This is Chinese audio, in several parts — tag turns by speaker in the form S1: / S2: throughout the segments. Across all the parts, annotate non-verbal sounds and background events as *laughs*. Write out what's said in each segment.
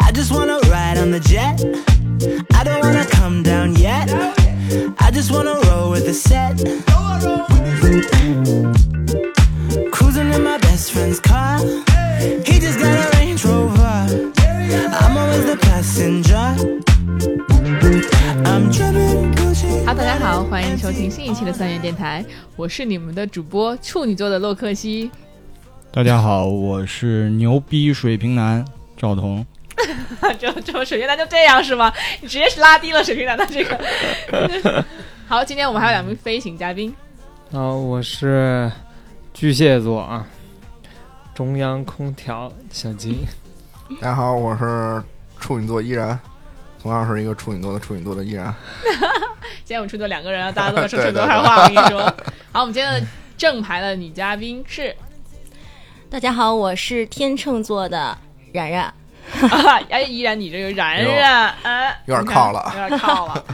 S1: I just wanna ride on the jet. I don't wanna come down yet. I just wanna roll with the set. Cruising in my best friend's car. He just got a Range Rover. I'm always the passenger. I'm dripping Gucci.
S2: 哈喽，大家好，欢迎收听新一期的三元电台，我是你们的主播处女座的洛克西。
S3: 大家好，我是牛逼水瓶男赵彤。
S2: *laughs* 这这水瓶男就这样是吗？你直接是拉低了水瓶男的这个。 *laughs* 好，今天我们还有两名飞行嘉宾，
S4: 啊、我是巨蟹座啊，中央空调小吉。
S5: 大家好，我是处女座依然，同样是一个处女座的处女座的依然。
S2: 今天我们出座两个人啊，大家都在 *laughs* 说说多少话，我跟你说。好，我们今天的正牌的女嘉宾是，
S6: 大家好，我是天秤座的冉冉。
S2: 啊、 *laughs* 哎，依然你这个然然，哎，
S5: 有点靠了
S2: 有点靠
S5: *laughs*
S2: 了。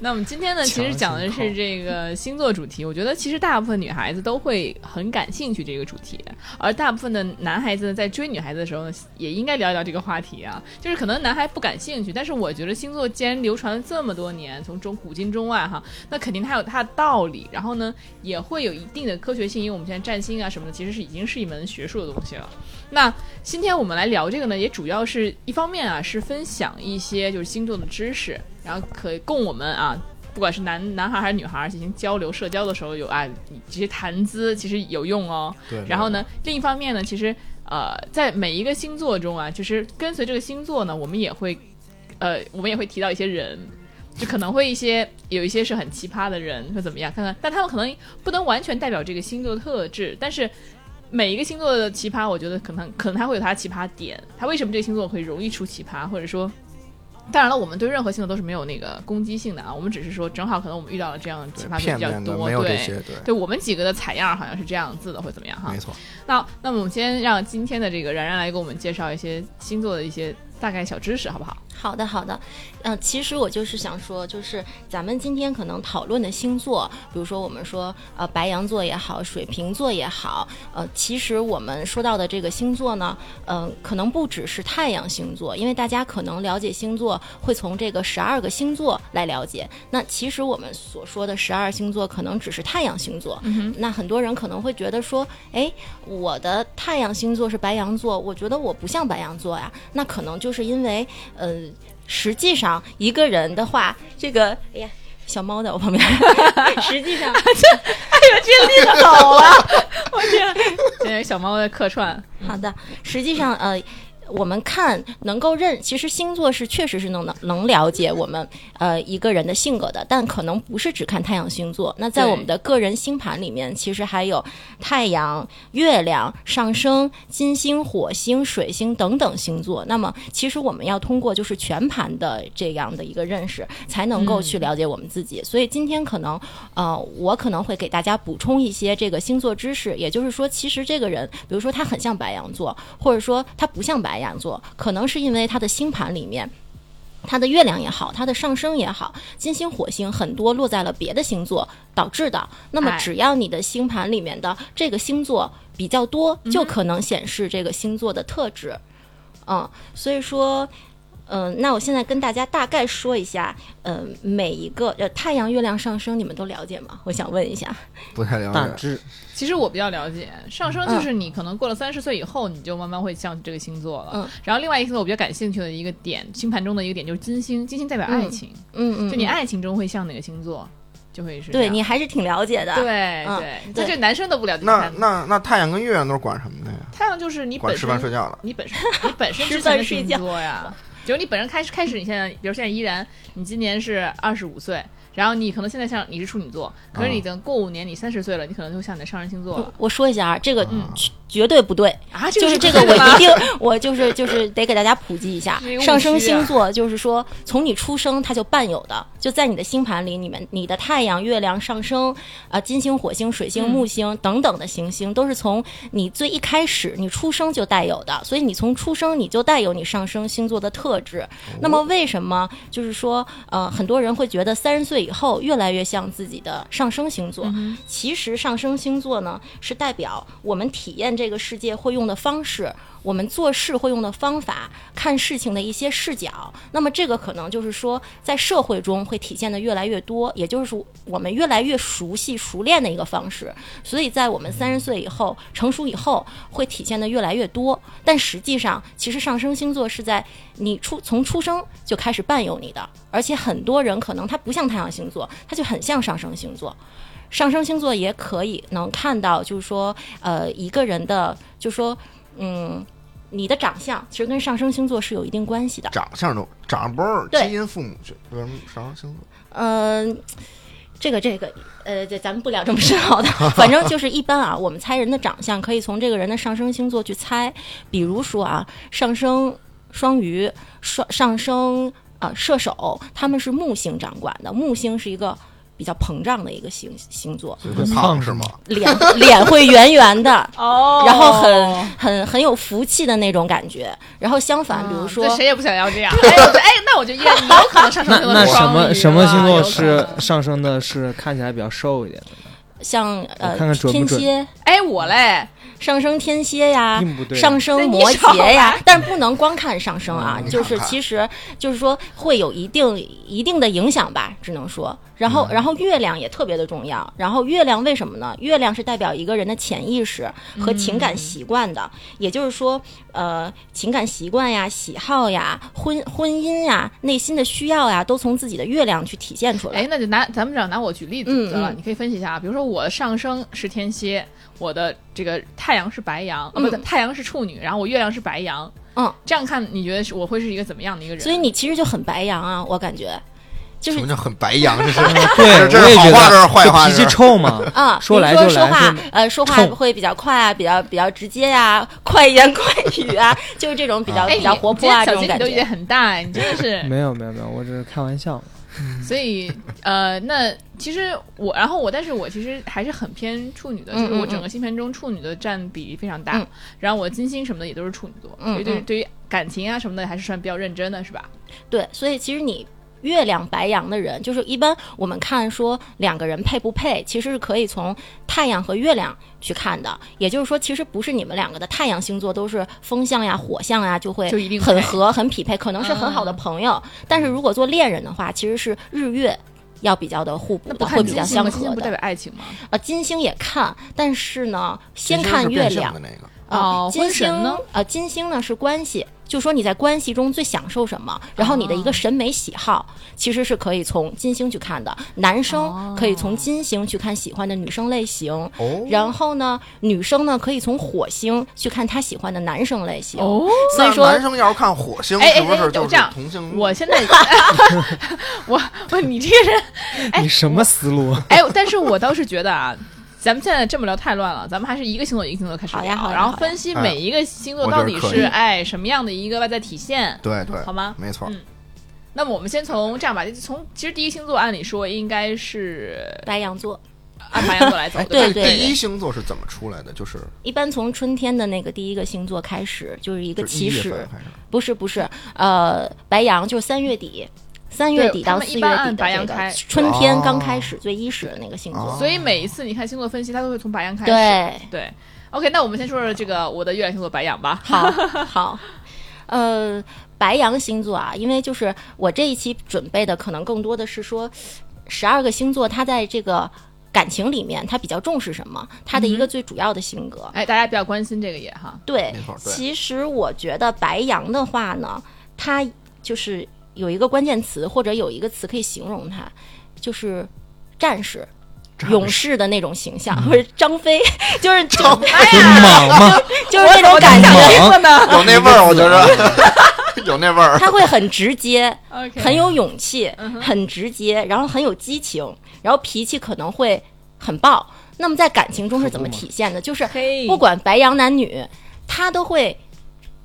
S2: 那我们今天呢，其实
S4: 强行
S2: 讲的是
S4: 靠
S2: 这个星座主题。我觉得其实大部分女孩子都会很感兴趣这个主题，而大部分的男孩子呢，在追女孩子的时候呢，也应该聊一聊这个话题啊。就是可能男孩不感兴趣，但是我觉得星座既然流传了这么多年，从中古今中外哈，那肯定它有它的道理，然后呢，也会有一定的科学性，因为我们现在占星啊什么的，其实是已经是一门学术的东西了。那今天我们来聊这个呢，也主要是一方面啊，是分享一些就是星座的知识，然后可以供我们啊，不管是男男孩还是女孩进行交流社交的时候有啊，你这些谈资其实有用哦。
S5: 对
S2: 然后呢，另一方面呢，其实呃，在每一个星座中啊，就是跟随这个星座呢，我们也会呃，我们也会提到一些人。就可能会一些有一些是很奇葩的人，会怎么样？看看，但他们可能不能完全代表这个星座的特质，但是每一个星座的奇葩，我觉得可能可能它会有它的奇葩点，它为什么这个星座会容易出奇葩，或者说，当然了，我们对任何星座都是没有那个攻击性的啊，我们只是说正好可能我们遇到了这样的奇
S5: 对
S2: 葩点
S5: 片
S2: 比较
S5: 面的
S2: 多，
S5: 没有这
S2: 对
S5: 些，对，
S2: 对我们几个的采样好像是这样子的，会怎么样哈
S5: 没？错。
S2: 那那么我们先让今天的这个然然来给我们介绍一些星座的一些大概小知识，好不
S6: *laughs*
S2: 好？
S6: 好的，好的。嗯、其实我就是想说，就是咱们今天可能讨论的星座，比如说我们说呃白羊座也好，水瓶座也好，呃，其实我们说到的这个星座呢，嗯、可能不只是太阳星座，因为大家可能了解星座会从这个十二个星座来了解。那其实我们所说的十二星座可能只是太阳星座。那很多人可能会觉得说，哎，我的太阳星座是白羊座，我觉得我不像白羊座呀。那可能就是因为呃，实际上一个人的话，这个哎呀，小猫在我旁边，实际上
S2: 立刻走了，我天！现在有小猫在客串，
S6: 好的，实际上呃。我们看能够认，其实星座是确实是能能能了解我们呃一个人的性格的，但可能不是只看太阳星座。那在
S2: 对
S6: 我们的个人星盘里面，其实还有太阳、月亮、上升、金星、火星、水星等等星座。那么，其实我们要通过就是全盘的这样的一个认识，才能够去了解我们自己。所以今天可能呃，我可能会给大家补充一些这个星座知识，也就是说，其实这个人，比如说他很像白羊座，或者说他不像白羊座，可能是因为他的星盘里面。他的月亮也好，他的上升也好，金星、火星很多落在了别的星座导致的。那么
S2: 哎，
S6: 只要你的星盘里面的这个星座比较多，就可能显示这个星座的特质。嗯，所以说，嗯、那我现在跟大家大概说一下，呃，每一个呃太阳、月亮、上升，你们都了解吗？我想问一下。
S5: 不太了
S4: 大
S2: 嗯
S5: 解，
S4: 致
S2: 其实我比较了解，上升就是你可能过了三十岁以后，你就慢慢会像这个星座了。
S6: 嗯
S2: 然后另外一个星座我比较感兴趣的一个点，星盘中的一个点就是金星，金星代表爱情，
S6: 嗯嗯，
S2: 就你
S6: 嗯
S2: 爱情中会像哪个星座，就会是这
S6: 对
S2: 样
S6: 你还是挺了解的。
S2: 对
S6: 嗯
S2: 对，这
S6: 对
S2: 就男生都不了解
S5: 那
S2: 太阳，
S5: 那那太阳跟月亮都是管什么的呀？
S2: 太阳就是你
S5: 管
S2: 本
S5: 吃饭睡
S2: 身，
S5: 觉的。
S2: 你本身你本身
S6: 吃
S2: 之前的
S6: 饭睡
S2: 星
S6: 觉
S2: 座呀，就是你本身开始开始你现在，比如现在依然，你今年是二十五岁。然后你可能现在像你是处女座，可是
S4: 啊
S2: 你等过五年你三十岁了，你可能就像你的上升星座了
S6: 我我说一下啊，这个
S2: 嗯
S6: 绝绝对不对，
S2: 啊！
S6: 就是这
S2: 这
S6: 个
S2: 真的吗
S6: 我一定，我就是就是得给大家普及一下
S2: 这个误区啊，
S6: 上升星座就是说从你出生它就伴有的，就在你的星盘里，你们你的太阳、月亮、上升啊、金星、火星、水星、
S2: 嗯
S6: 木星等等的行星，都是从你最一开始你出生就带有的，所以你从出生你就带有你上升星座的特克制。那么为什么就是说，呃，很多人会觉得三十岁以后越来越像自己的上升星座？
S2: 嗯
S6: 其实上升星座呢，是代表我们体验这个世界会用的方式，我们做事会用的方法，看事情的一些视角。那么这个可能就是说，在社会中会体现的越来越多，也就是我们越来越熟悉、熟练的一个方式。所以在我们三十岁以后、成熟以后，会体现的越来越多。但实际上，其实上升星座是在你出从出生就开始伴有你的，而且很多人可能他不像太阳星座，他就很像上升星座。上升星座也可以能看到，就是说，呃，一个人的，就说，嗯，你的长相其实跟上升星座是有一定关系的。
S5: 长相都长相不是
S6: 对
S5: 基因父母去，为什么上升星座？
S6: 嗯、这个这个，呃，这咱们不聊这么深
S4: *laughs*
S6: 奥的，反正就是一般啊，我们猜人的长相可以从这个人的上升星座去猜，比如说啊，上升双鱼、双上升啊射手，他们是木星掌管的，木星是一个比较膨胀的一个星星座，
S5: 所以会胖
S4: 嗯
S5: 是吗？
S4: *laughs*
S6: 脸脸会圆圆的，
S2: 哦，
S6: 然后很很很有福气的那种感觉。然后相反，比如说
S2: 啊嗯这谁也不想要这
S6: *laughs*
S2: 样。哎，我觉得哎，那我就也你有可能上升
S4: 那
S2: 星座
S4: 那
S2: 是
S4: 什
S2: 双鱼
S4: 么什么
S2: 吧
S4: 星座
S2: 有可
S4: 是
S2: 能
S4: 上升的？是看起来比较瘦一点的，
S6: 像呃
S4: 我看看准
S6: 天
S4: 不准
S6: 蝎
S2: 哎，我嘞，
S6: 上升天蝎呀。
S4: 并不对。啊
S6: 啊上升摩羯呀，但不能光看上升啊，
S5: 嗯
S6: 就是其实就是说会有一定一定的影响吧，只能说。然后，然后月亮也特别的重要。然后月亮为什么呢？月亮是代表一个人的潜意识和情感习惯的，也就是说，呃，情感习惯呀、喜好呀、婚婚姻呀、内心的需要呀，都从自己的月亮去体现出来。
S2: 哎，那就拿咱们这样拿我举例子得了，
S6: 嗯嗯
S2: 你可以分析一下啊。比如说我上升是天蝎，我的这个太阳是白羊，啊不对，
S6: 嗯
S2: 太阳是处女，然后我月亮是白羊。
S6: 嗯，
S2: 这样看你觉得是我会是一个怎么样的一个人？
S6: 所以你其实就很白羊啊，我感觉，就
S5: 什
S6: 是
S5: 么叫很白羊？这是
S4: 嗯
S5: *laughs*
S4: 对，
S5: 这
S4: 我
S5: 是
S4: 也觉
S5: 好话这
S4: 得
S5: 是坏话
S4: 就
S5: 这
S4: 脾气
S5: 是？
S4: 臭嘛。
S6: *laughs* 啊，
S4: *laughs* 说来
S6: 比如
S4: 就
S6: 说
S4: 来
S6: 话
S4: 是
S6: 呃，说话
S4: 冲
S6: 会比较快啊，比较比较直接呀，快言快语啊， *laughs* 就是这种比较
S2: 哎，
S6: 比较
S2: 你
S6: 活
S2: 你今
S6: 泼
S2: 天
S6: 啊这
S2: 小
S6: 种
S2: 金你
S6: 感
S2: 都有点
S6: 觉。
S2: 很大，你真的是。
S4: 没有没有没有，我只是开玩笑。
S2: 所以呃，那其实我，然后我，但是我其实还是很偏处女的，
S6: 嗯
S2: 就是我
S6: 嗯
S2: 整个星盘中处女的占比非常大，
S6: 嗯
S2: 然后我金星什么的也都是处女座，
S6: 嗯
S2: 所以对于
S6: 嗯
S2: 对于感情啊什么的还是算比较认真的，是吧？
S6: 对，所以其实你。月亮白羊的人，就是一般我们看说两个人配不配，其实是可以从太阳和月亮去看的。也就是说，其实不是你们两个的太阳星座都是风象呀、火象呀，就会
S2: 就一定
S6: 很
S2: 配
S6: 合、很匹配，可能是很好的
S2: 嗯
S6: 朋友。但是如果做恋人的话，其实是日月要比较的互补
S2: 那
S6: 的，
S2: 不
S6: 会
S2: 看
S6: 比较
S2: 金星
S6: 相
S2: 吗？
S6: 合
S2: 金星
S6: 的。
S2: 不代表爱情吗？
S6: 啊，金星也看，但是呢，先
S5: 金星
S6: 看
S5: 是
S6: 月
S5: 变性
S6: 亮
S5: 的那个，
S6: 啊、
S2: 哦
S6: 金
S2: 婚神
S6: 星
S2: 呢？
S6: 呃，金星呢是关系，就说你在关系中最享受什么，然后你的一个
S2: 哦
S6: 审美喜好，其实是可以从金星去看的。男生可以从
S2: 哦
S6: 金星去看喜欢的女生类型，
S5: 哦，
S6: 然后呢，女生呢可以从火星去看她喜欢的男生类型。
S2: 哦，
S6: 所以
S5: 那
S6: 说
S5: 男生要是看火星，
S2: 哎哎
S5: 是不
S2: 哎
S5: 是就
S2: 就是这样
S5: 同性？
S2: 我现在，
S6: *laughs*
S2: *laughs* 我我你这个人，哎
S4: 你什么思路？
S2: 哎，但是我倒是觉得啊，咱们现在这么聊太乱了，咱们还是一个星座一个星座开始
S6: 好
S2: 聊，
S6: 呀好呀
S2: 然
S6: 好
S2: 后
S6: 呀
S2: 分析
S5: 哎
S2: 每一个星座
S5: 我
S2: 到
S5: 觉得
S2: 底
S5: 可
S2: 是
S5: 以
S2: 哎什么样的一个外在体现，
S5: 对对，
S2: *laughs* 好吗？
S5: 没错
S2: 嗯，那么我们先从这样吧，就从其实第一星座按理说应该是
S6: 白羊座
S2: 按白羊座来走，
S6: 哎对
S2: 吧
S6: 对
S5: 第一星座是怎么出来的？就是
S6: 一般从春天的那个第一个星座开始，就是一个
S5: 就是
S6: 起
S5: 一月
S6: 始
S5: 份，开始，
S6: 不是不是，呃，白羊就是三月底，三月
S2: 对
S6: 底
S2: 他
S6: 到
S2: 们一
S6: 四月
S2: 般
S6: 底
S2: 按白
S6: 的这
S2: 羊
S6: 个
S2: 开
S6: 春天刚
S5: 哦
S6: 开始最伊始的那个星座
S5: 哦。
S2: 所以每一次你看星座分析，它都会从白羊开始，
S6: 对，
S2: 对。OK，那我们先说说这个我的月亮星座白羊吧。
S6: 好好，呃，白羊星座啊，因为就是我这一期准备的可能更多的是说，十二个星座它在这个感情里面它比较重视什么，它的一
S2: 嗯
S6: 个最主要的性格。
S2: 哎，大家比较关心这个也哈，
S6: 对
S5: 没错，对
S6: 其实我觉得白羊的话呢，它就是有一个关键词或者有一个词可以形容它，就是战士。勇士的那种形象，或者张飞， *laughs* 就是张
S4: 真莽吗？
S6: 就是那种感
S4: 我怎
S6: 觉，
S4: 么
S2: 呢
S5: 有那味儿，我觉着
S2: *laughs*
S5: *laughs* 有那味儿。
S6: *laughs* 他会很直接，
S2: ，OK，
S6: 很有勇气，很直接，然后很有激情，然后脾气可能会很暴。那么在感情中是怎么体现的？就是
S2: 嘿
S6: 不管白羊男女，他都会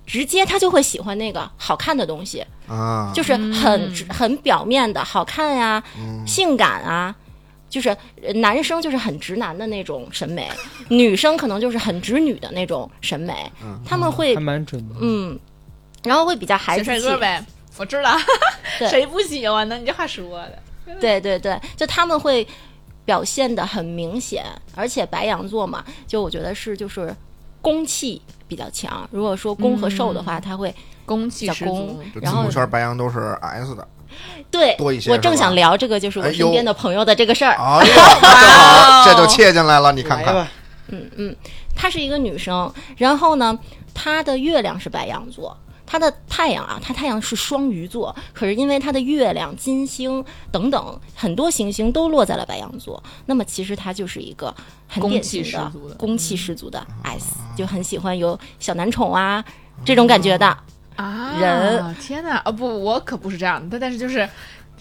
S6: 直接，他就会喜欢那个好看的东西，
S5: 啊，
S6: 就是很
S2: 嗯
S6: 直、很表面的好看呀、
S5: 嗯
S6: 性感啊。就是呃男生就是很直男的那种审美，女生可能就是很直女的
S5: 嗯
S6: 那种审美，他们会
S4: 还蛮准的。
S6: 嗯，然后会比较
S2: 嗯
S6: 孩
S2: 小
S6: 子
S2: 帅
S6: 气，
S2: 哥呗，我知道，*laughs*
S6: 对
S2: 谁不喜欢呢？你这话说的，
S6: 对对对，就他们会表现的很明显，而且白羊座嘛，就我觉得是就是攻气比较强。如果说攻
S2: 嗯
S6: 和受的话，他会
S2: 攻气
S6: 小
S2: 十足
S6: 攻。
S5: 这字
S6: 然后
S5: 母圈白羊都是 S 的。
S6: 对
S5: 多一些
S6: 我
S5: 是
S6: 正
S5: 吧
S6: 想聊这个，就是
S5: 哎
S6: 我
S5: 呦
S6: 身边的朋友的这个事儿。
S5: 哎呀，正
S2: 哦
S5: 好这就切进来了，你看
S4: 来
S5: 看，
S4: 吧，
S6: 嗯嗯，她是一个女生，然后呢，她的月亮是白羊座。她的太阳啊，她太阳是双鱼座，可是因为她的月亮、金星等等很多行星都落在了白羊座，那么其实她就是一个很
S2: 攻
S6: 典
S2: 气
S6: 型的
S2: 十足的
S6: 攻气十足的 S，、就很喜欢有小男宠啊这种感觉的。
S2: 啊！
S6: 人
S2: 天哪！啊不，我可不是这样的，但但是就是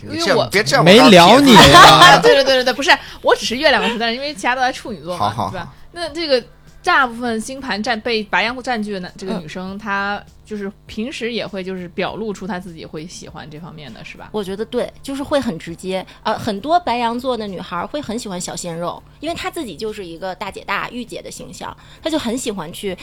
S2: 因为
S5: 这
S2: 我
S5: 别这样
S4: 没聊你
S2: 啊，对对对对对，不是，我只是月亮是，但是因为其他都在处女座嘛，
S5: 好好
S2: 对吧？那这个大部分星盘占被白羊占据的呢这个
S6: 嗯
S2: 女生，她就是平时也会就是表露出她自己会喜欢这方面的是吧？
S6: 我觉得对，就是会很直接。呃，很多白羊座的女孩会很喜欢小鲜肉，因为她自己就是一个大姐大、御姐的形象，她就很喜欢去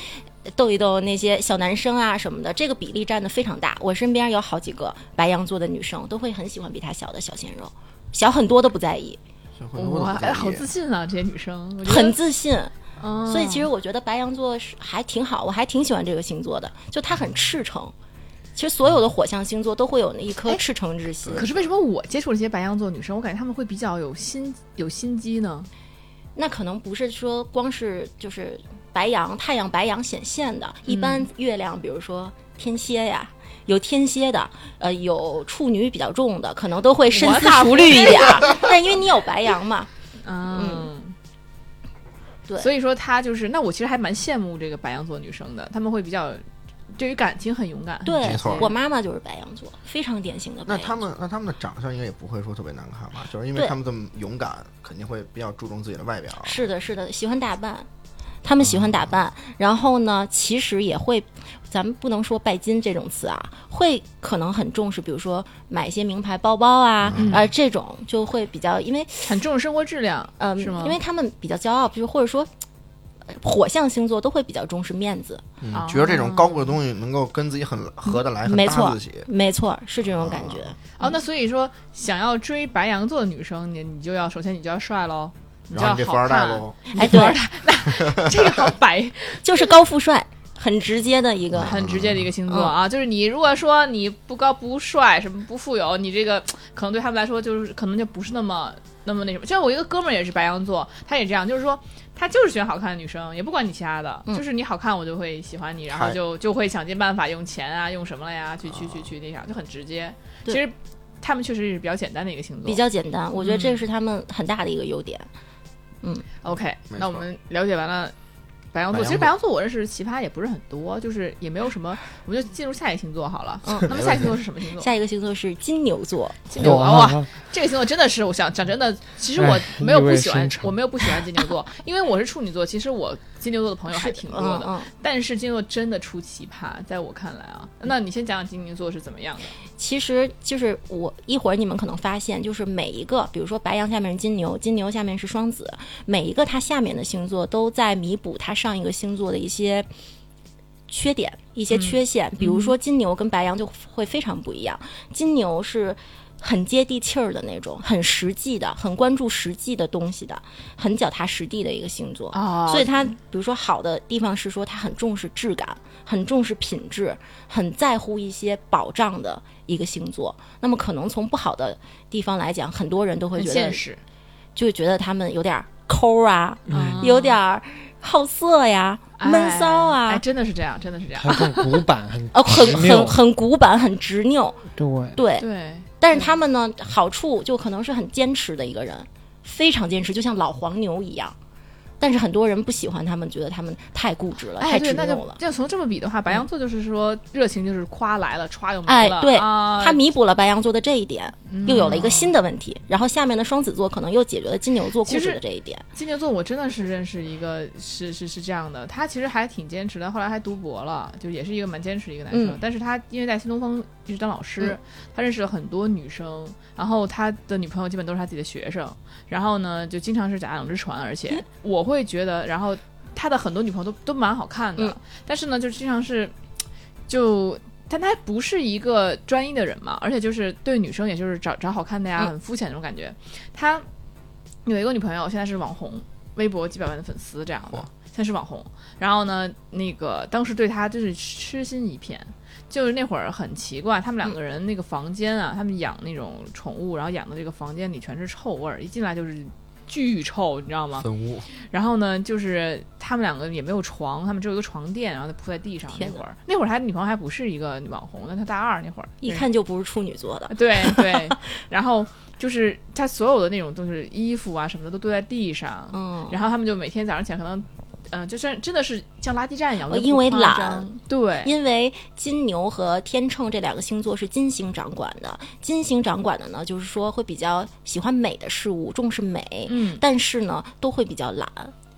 S6: 呃逗一逗那些小男生啊什么的。这个比例占的非常大。我身边有好几个白羊座的女生都会很喜欢比她小的小鲜肉，小很多都不在意，
S2: *laughs* 哇，哎好自信啊，这些女生，我觉得
S6: 很，自信。
S2: 嗯
S6: 所以其实我觉得白羊座是还挺好，我还挺喜欢这个星座的，就他很赤诚。其实所有的火象星座都会有那一颗
S2: 哎
S6: 赤诚之心。
S2: 可是为什么我接触这些白羊座女生，我感觉她们会比较有心有心机呢？
S6: 那可能不是说光是就是白羊太阳白羊显现的，一般月亮比如说天蝎呀。有天蝎的，呃，有处女比较重的，可能都会深思熟虑一点儿。但因为你有白羊嘛，
S2: 嗯，
S6: 对
S2: 所以说她就是，那我其实还蛮羡慕这个白羊座女生的，她们会比较对于感情很勇敢。
S6: 对
S5: 没错
S6: 我妈妈就是白羊座，非常典型的白
S5: 那
S6: 羊
S5: 他们那他们的长相应该也不会说特别难看吧？就是因为
S6: 对
S5: 他们这么勇敢，肯定会比较注重自己的外表。
S6: 是的，是的，喜欢打扮，他们喜欢打扮。然后呢，其实也会，咱们不能说拜金这种词啊，会可能很重视，比如说买一些名牌包包啊，
S2: 嗯
S6: 呃，这种就会比较，因为
S2: 很重视生活质量，
S6: 嗯，
S2: 是吗？
S6: 因为他们比较骄傲，比如或者说。呃火象星座都会比较重视面子，
S5: 嗯
S2: 哦
S5: 觉得这种高贵的东西能够跟自己很
S2: 嗯
S5: 合得来，很
S6: 没
S5: 搭
S6: 错
S5: 自己。
S6: 没错，是这种感觉。
S2: 哦，那所以说，想要追白羊座的女生，你你就要首先你就要帅喽，你就
S5: 然
S2: 要
S5: 后你这
S2: 好
S5: 富二代
S2: 看，
S5: 喽，
S6: 哎，
S2: 富二
S6: 对，
S2: 代，那 *laughs* 这个好白，
S6: *laughs* 就是高富帅，很直接的一个。
S2: 很直接的一个星座
S6: 嗯
S2: 啊。就是你如果说你不高不帅，什么不富有，你这个可能对他们来说就是可能就不是那么那么那什么。就像我一个哥们儿也是白羊座，他也这样，就是说他就是喜欢好看的女生，也不管你其他的，
S6: 嗯
S2: 就是你好看我就会喜欢你，然后
S5: 嗨
S2: 就就会想尽办法用钱啊，用什么了呀，去去去去那啥，就很直接。其
S6: 哦对
S2: 实他们确实是比较简单的一个星座，
S6: 比较简单，我觉得这是他们很大的一个优点。
S2: OK，
S5: 没
S2: 那我
S5: 错
S2: 们了解完了白羊
S5: 白
S2: 座。
S5: 羊
S2: 其实
S5: 座
S2: 白羊座我认识的奇葩也不是很多，就是也没有什么，我们就进入下一个星座好了。
S6: 嗯
S2: 那么下一个星座是什么星座？
S6: 下一个星座是金牛座，
S2: 金牛啊
S4: 哇
S2: 哇，这个星座真的是，我想讲真的，其实我
S4: 啊哎
S2: 没有
S4: 意
S2: 不
S4: 味
S2: 喜欢
S4: 深，长
S2: 我没有不喜欢金牛
S4: *laughs*
S2: 座，因为我是处女座，其实我金牛座的朋友还挺多
S6: 嗯
S2: 的，
S6: 嗯，
S2: 但是金牛座真的出奇葩，在我看来啊，那你先讲讲金牛座是怎么样的？
S6: 其实就是我一会儿你们可能发现，就是每一个，比如说白羊下面是金牛，金牛下面是双子，每一个它下面的星座都在弥补它上一个星座的一些缺点、一些缺陷。比如说金牛跟白羊就会非常不一样，金牛是。很接地气儿的那种，很实际的，很关注实际的东西的，很脚踏实地的一个星座。
S2: 哦
S6: 所以它，比如说好的地方是说它很重视质感，很重视品质，很在乎一些保障的一个星座。那么可能从不好的地方来讲，很多人都会
S2: 很
S6: 觉
S2: 现
S6: 得，
S2: 实，
S6: 就会觉得他们有点儿抠啊，
S4: 嗯
S6: 有点儿好色呀、
S2: 哎
S6: 闷骚啊，
S2: 哦哎，真的是这样，真的是这样，
S4: 还很古板，很
S6: 呃，很
S4: 执拗
S6: 很很古板，很执拗。
S4: 对，
S6: 对，
S2: 对，
S6: 但是他们呢，好处就可能是很坚持的一个人，非常坚持，就像老黄牛一样。但是很多人不喜欢他们，觉得他们太固执了，
S2: 哎，
S6: 太
S2: 对，
S6: 执
S2: 那
S6: 拗
S2: 就
S6: 了。
S2: 就从这么比的话，白羊座就是说热情就是夸来了，歘就没
S6: 哎
S2: 了。
S6: 对
S2: 啊、
S6: 他弥补了白羊座的这一点，
S2: 嗯
S6: 又有了一个新的问题。然后下面的双子座可能又解决了金牛座固
S2: 其实
S6: 执的这一点。
S2: 金牛座，我真的是认识一个是是是这样的，他其实还挺坚持的，后来还读博了，就也是一个蛮坚持的一个男生。
S6: 嗯
S2: 但是他因为在新东方一直当老师，
S6: 嗯
S2: 他认识了很多女生，然后他的女朋友基本都是他自己的学生，然后呢就经常是假两只船，而
S6: 嗯
S2: 且我会觉得，然后他的很多女朋友都都蛮好看的，
S6: 嗯
S2: 但是呢就经常是就。但他不是一个专一的人嘛，而且就是对女生也就是找找好看的呀，
S6: 嗯
S2: 很肤浅那种感觉。他有一个女朋友，现在是网红，微博几百万的粉丝这样的
S5: 哇，
S2: 现在是网红。然后呢，那个当时对他就是痴心一片，就是那会儿很奇怪，他们两个人那个房间啊，他们养那种宠物，然后养的这个房间里全是臭味儿，一进来就是巨臭，你知道吗？
S5: 分屋
S2: 然后呢，就是他们两个也没有床，他们只有一个床垫，然后就铺在地上。那
S6: 天哪
S2: 会儿，那会儿他女朋友还不是一个网红呢，他大二那会儿，
S6: 一看就不是处女座的。 *laughs*
S2: 对对。然后就是他所有的那种，就是衣服啊什么的都堆在地上。
S6: 嗯，
S2: 然后他们就每天早上起来可能，嗯、就是真的是像垃圾站一样，
S6: 哦
S2: 我觉得
S6: 因
S2: 不
S6: 为
S2: 夸
S6: 懒
S2: 张，对，
S6: 因为金牛和天秤这两个星座是金星掌管的，金星掌管的呢，就是说会比较喜欢美的事物，重视美，
S2: 嗯，
S6: 但是呢都会比
S2: *laughs*
S6: 较懒，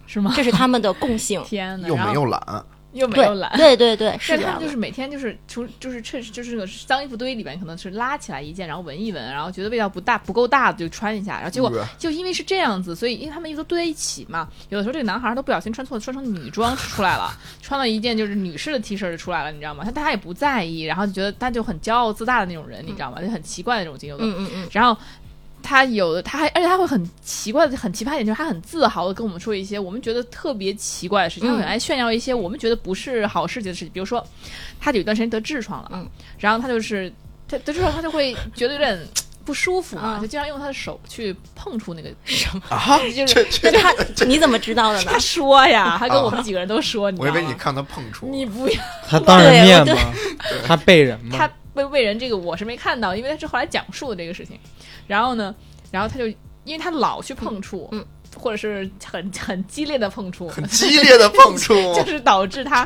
S2: 是
S6: *laughs*
S2: 吗？。
S6: 这是他们的共性
S2: 天哪，
S5: 又
S2: 嗯然
S5: 没
S2: 后
S5: 有懒，
S2: 又 *laughs* 没
S6: 对
S2: 有懒， *laughs*
S6: 对对对，是啊
S2: 但
S6: 这
S2: 他们
S6: 样
S2: 就是
S6: 的。
S2: 每天就是除就是确实就是个脏衣服堆里边，可能是拉起来一件，然后闻一闻，然后觉得味道不大不够大的就穿一下，然后结果
S5: 对
S2: 就因为是这样子，所以因为他们衣服都堆在一起嘛，有的时候这个男孩儿都不小心穿错，穿成女装出来了， *laughs* 穿了一件就是女士的 T 恤就出来了，你知道吗？他他也不在意，然后就觉得他就很骄傲自大的那种人，你知道吗？就很奇怪的那种金牛座
S6: 嗯。嗯嗯，
S2: 然后他有的，他还而且他会很奇怪的、很奇葩一点，就是他很自豪的跟我们说一些我们觉得特别奇怪的事情，
S6: 嗯
S2: 他很爱炫耀一些我们觉得不是好事情的事情，比如说他有一段时间得痔疮了，
S6: 嗯
S2: 然后他就是他得痔疮，他就会觉得有点。不舒服嘛，
S6: 啊
S2: 就经常用他的手去碰触那个什么，就是
S5: 啊这这
S6: 那他你怎么知道
S2: *laughs*
S6: 的呢
S2: *laughs* 他？说呀，他跟我们几个人都说，你
S5: 我
S2: 知
S5: 以
S2: 道
S5: 为你
S2: 吗？
S5: 看他碰触，
S2: 你不要
S4: 他当着面吗？他背人吗？
S2: 他被魏人这个我是没看到，因为他是后来讲述的这个事情。然后呢，然后他就因为他老去碰触，
S6: 嗯
S2: 或者是很很激烈的碰触，
S5: 很激烈的碰触，
S2: *laughs* 就是导致他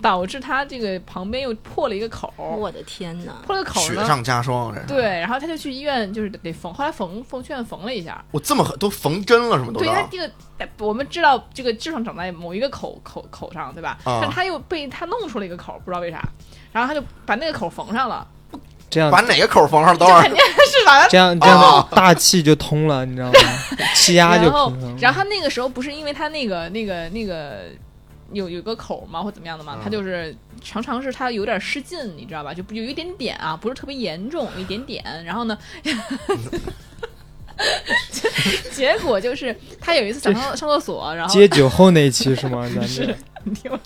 S2: 导致他这个旁边又破了一个口，
S6: 我的天哪！
S2: 破了个口
S5: 雪
S2: 呢。
S5: 上加霜，这是
S2: 对，然后他就去医院，就是给缝，后来缝缝去医院缝了一下。
S5: 我这么狠都缝针了，什么都
S2: 对，因为他
S5: 到
S2: 这个我们知道这个痔疮长在某一个口口口上，对吧？
S5: 啊
S2: 但他又被他弄出了一个口，不知道为啥，然后他就把那个口缝上
S5: *laughs*
S2: 了，
S4: 这样
S5: 把哪个口缝上？等会儿
S2: 是吧？
S4: 这样这
S5: 哦
S4: 样大气就通了，你知道吗？ *laughs* 气压就
S2: 然后
S4: 平衡，了。
S2: 然后他那个时候不是因为他那个那个那个有有个口嘛，或怎么样的嘛，
S5: 嗯
S2: 他就是常常是他有点失禁，你知道吧？就不有一点点啊，不是特别严重，一点点。然后呢， *laughs* 结 *laughs* 果就是他有一次想上上厕所，然后
S4: 接酒后那一期
S2: *laughs*
S4: 是吗？咱
S2: 是
S4: 这
S2: 你听我，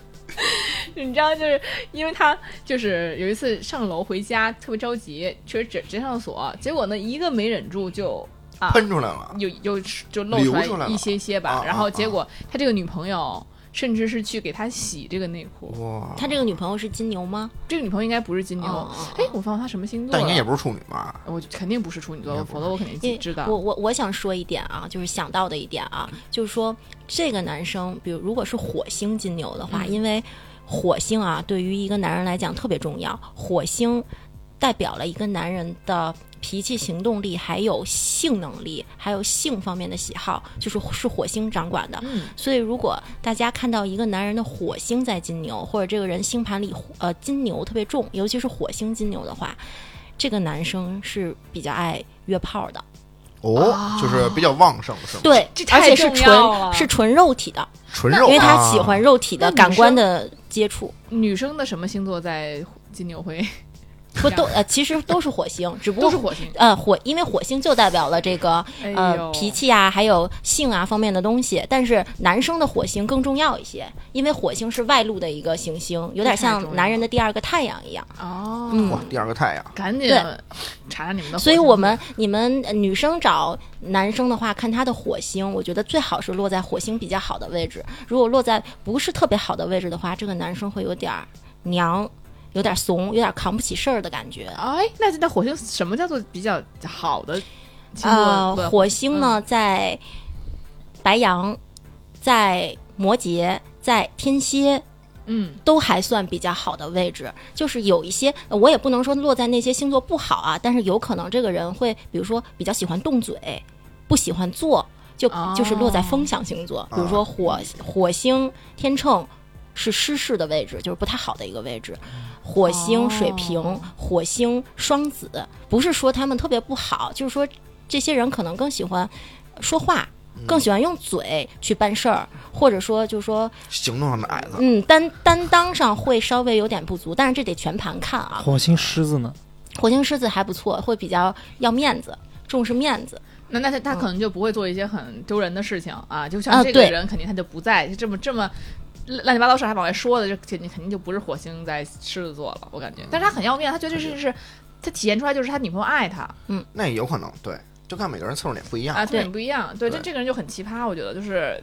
S2: 你知道，就是因为他就是有一次上楼回家特别着急，确实直直接上厕所，结果呢一个没忍住就啊
S5: 喷出来了，
S2: 有有就露出来
S5: 流出来了
S2: 一些些吧
S5: 啊，
S2: 然后
S5: 啊
S2: 结果他这个女朋友甚至是去给他洗这个内裤，
S5: 哇！
S6: 他这个女朋友是金牛吗？
S2: 这个女朋友应该不是金牛
S6: 哦哦，
S2: 哎，我忘了她什么星座
S5: 但应该也
S2: 了，
S5: 不是处女吧？
S2: 我肯定不是处女
S5: 应
S2: 座，
S5: 该不是
S2: 否则我肯定自己知道嗯
S6: 我。我我想说一点啊，就是想到的一点啊，就是说这个男生，比如如果是火星金牛的话，
S2: 嗯
S6: 因为火星啊对于一个男人来讲特别重要，火星代表了一个男人的。脾气、行动力，还有性能力，还有性方面的喜好，就是是火星掌管的。
S2: 嗯，
S6: 所以，如果大家看到一个男人的火星在金牛，或者这个人星盘里火呃金牛特别重，尤其是火星金牛的话，这个男生是比较爱约炮的，
S5: 哦，就是比较旺盛，是吗？，
S6: 对，
S2: 这
S6: 而
S2: 太
S6: 且是
S2: 重要了
S6: 纯是纯肉体的，
S5: 纯肉，
S6: 因为他喜欢
S5: 啊
S6: 肉体的
S2: 那女
S6: 感官
S2: 生
S6: 的接触，
S2: 女生的什么星座在金牛会
S6: 不都呃其实都是火星，只
S2: *laughs*
S6: 不
S2: 都
S6: 过
S2: 是火星？
S6: 呃火，因为火星就代表了这个
S2: 哎
S6: 呃
S2: 呦，
S6: 脾气啊，还有性啊方面的东西。但是男生的火星更重要一些，因为火星是外露的一个行星，有点
S2: 太重要
S6: 像
S2: 了
S6: 男人的第二个太阳一样。
S2: 哦，
S5: 哇，第二个太阳，
S2: 赶紧
S6: 嗯对
S2: 查查你们啊的火星座。
S6: 所以，我们你们呃女生找男生的话，看他的火星，我觉得最好是落在火星比较好的位置。如果落在不是特别好的位置的话，这个男生会有点儿娘，有点怂，有点扛不起事儿的感觉。
S2: 哎，那那火星什么叫做比较好的星座？
S6: 呃，
S2: 不嗯
S6: 火星呢在白羊，在摩羯，在天蝎，
S2: 嗯，
S6: 都还算比较好的位置，就是有一些，呃我也不能说落在那些星座不好啊，但是有可能这个人会，比如说比较喜欢动嘴，不喜欢做，就、
S2: 哦
S6: 就是落在风象星座，比如说火火星天秤是失势的位置，就是不太好的一个位置，火星
S2: 哦
S6: 水瓶、火星双子，不是说他们特别不好，就是说这些人可能更喜欢说话，更喜欢用嘴去办事儿，或者说就是说，
S5: 行动上的矮
S2: 啊
S5: 子，
S6: 嗯，担担当上会稍微有点不足，但是这得全盘看啊。
S4: 火星狮 *laughs* 子呢？
S6: 火星狮子还不错，会比较要面子，重视面子。
S2: 那那他他
S6: 嗯
S2: 可能就不会做一些很丢人的事情啊，就
S6: 啊
S2: 像这个
S6: 对
S2: 人肯定他就不在，就这么这么乱七八糟事儿还往外说的，就肯定肯定就不是火星在狮子座了，我感觉。
S5: 嗯
S2: 但是他很要面，他觉得这事是他体现出来就是他女朋友爱他
S5: 那也有可能，对，就看每个人侧重点不一样。
S2: 啊，特
S6: 对
S2: 点不一样。对，这
S5: 啊对
S2: 这个人就很奇葩，我觉得就是，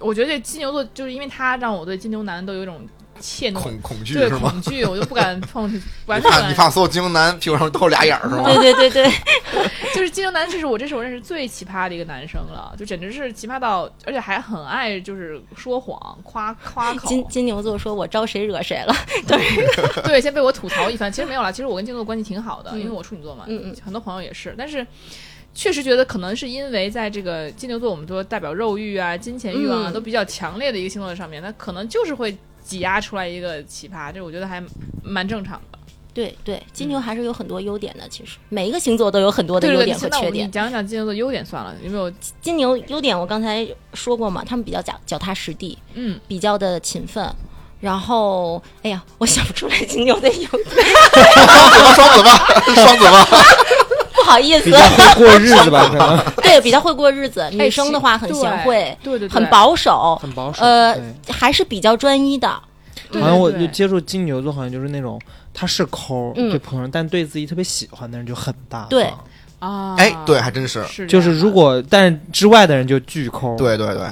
S2: 我觉得这金牛座就是因为他让我对金牛男都有一种怯懦。
S5: 恐恐惧
S2: 对
S5: 是吗？
S2: 恐惧，我就不敢碰，
S5: *laughs*
S2: 不敢
S5: 你
S2: 碰
S5: 怕你怕所有金牛男屁股上都是俩眼
S2: 啊
S5: 儿是
S2: 嗯
S5: 吗？
S6: 对对对
S2: *laughs*
S6: 对，
S2: 就是金牛男，这是我这是我认识最奇葩的一个男生了，就简直是奇葩到，而且还很爱就是说谎、夸夸口。
S6: 金金牛座说我招谁惹谁了？
S2: 对，先被我吐槽一番。其实没有啦，其实我跟金牛座关系挺好的，
S6: 嗯
S2: 因为我处女座嘛，
S6: 嗯嗯
S2: 很多朋友也是，但是。确实觉得可能是因为在这个金牛座，我们说代表肉欲啊、金钱欲望啊、
S6: 嗯
S2: 都比较强烈的一个星座上面，那可能就是会挤压出来一个奇葩，这我觉得还蛮正常的。
S6: 对对，金牛还是有很多优点的。其实每一个星座都有很多的
S2: 对
S6: 优
S2: 对对，
S6: 点和
S2: 现在我
S6: 缺
S2: 们
S6: 点
S2: 你。讲讲金牛座优点算了，有没有？
S6: 金牛优点我刚才说过嘛，他们比较脚脚踏实地，
S2: 嗯，
S6: 比较的勤奋。然后，哎呀，我想不出来金牛的优点，
S5: *laughs* 双子吧，双子吧， *laughs*
S6: 不好意思 *laughs*
S4: 比。较会过日子 *laughs* 吧，可能
S6: 对，比较会过日子。女生
S2: 行
S6: 的话很贤惠，，
S2: 对对对对，
S6: 很保守，
S4: 很保守。
S6: 呃
S4: 对
S6: 还是比较专一
S2: 哎
S6: 的。
S2: 对。对
S4: 好像我就
S2: 对
S4: 接触金牛座，好像就是那种他是抠儿
S6: 嗯
S4: 对朋友，但对自己特别喜欢的人就很大方。
S6: 对
S2: 啊，
S5: 哎，对，还真是，
S2: 是这
S4: 就是
S2: 样的
S4: 如果但是之外的人就巨抠儿。
S5: 对对对，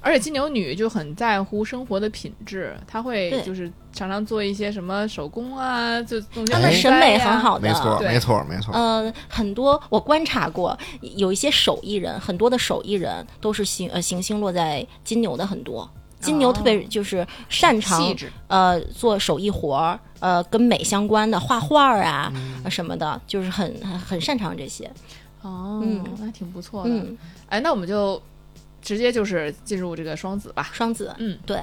S2: 而且金牛女就很在乎生活的品质，她会
S6: 对
S2: 就是常常做一些什么手工啊，就弄些
S6: 他
S5: 哎
S6: 们审美很好的，
S5: 没错
S2: 对
S5: 没错没错，
S6: 呃，很多我观察过，有一些手艺人，很多的手艺人都是行呃行星落在金牛的很多。金牛特别就是擅长、
S2: 哦细致，
S6: 呃做手艺活儿，呃跟美相关的画画儿啊、
S2: 嗯
S6: 呃什么的，就是很很很擅长这些。
S2: 哦，
S6: 嗯
S2: 那挺不错的。
S6: 嗯，
S2: 哎，那我们就直接就是进入这个双子吧。
S6: 双子，
S2: 嗯，
S6: 对，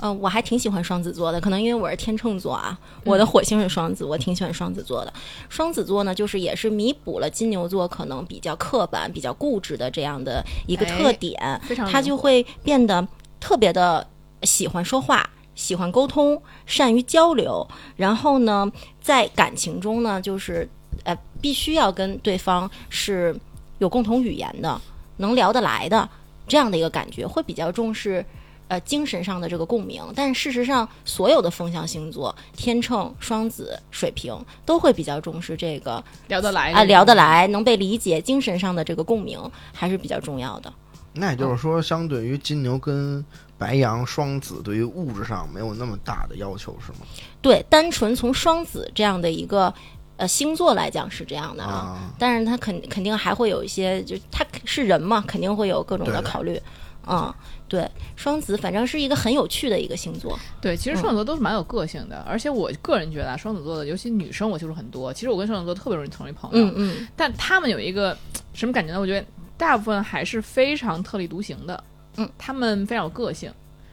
S6: 呃，我还挺喜欢双子座的，可能因为我是天秤座啊，
S2: 嗯
S6: 我的火星是双子，我挺喜欢双子座的。双子座呢，就是也是弥补了金牛座可能比较刻板、比较固执的这样的一个
S2: 哎
S6: 特点，
S2: 非常
S6: 他
S2: 灵
S6: 就
S2: 活
S6: 会变得特别的喜欢说话，喜欢沟通，善于交流。然后呢，在感情中呢，就是呃，必须要跟对方是有共同语言的，能聊得来的这样的一个感觉，会比较重视。呃，精神上的这个共鸣，但事实上，所有的风象星座，天秤、双子、水瓶都会比较重视这个
S2: 聊得来
S6: 啊、聊得。来，能被理解，精神上的这个共鸣还是比较重要的。
S5: 那也就是说，相对于金牛跟白羊、双子，对于物质上没有那么大的要求，是吗？
S6: 对，单纯从双子这样的一个呃星座来讲是这样的啊，
S5: 啊，
S6: 但是他肯肯定还会有一些，就他是人嘛，肯定会有各种的
S5: 对的
S6: 考虑，嗯，对，双子反正是一个很有趣的一个星座，
S2: 对，
S6: 嗯
S2: 其实双子座都是蛮有个性的，而且我个人觉得啊，双子座的，尤其女生，我接触很多。其实我跟双子座特别容易成为朋友，
S6: 嗯嗯，
S2: 但他们有一个什么感觉呢？我觉得大部分还是非常特立独行的，
S6: 嗯，
S2: 他们非常有个性，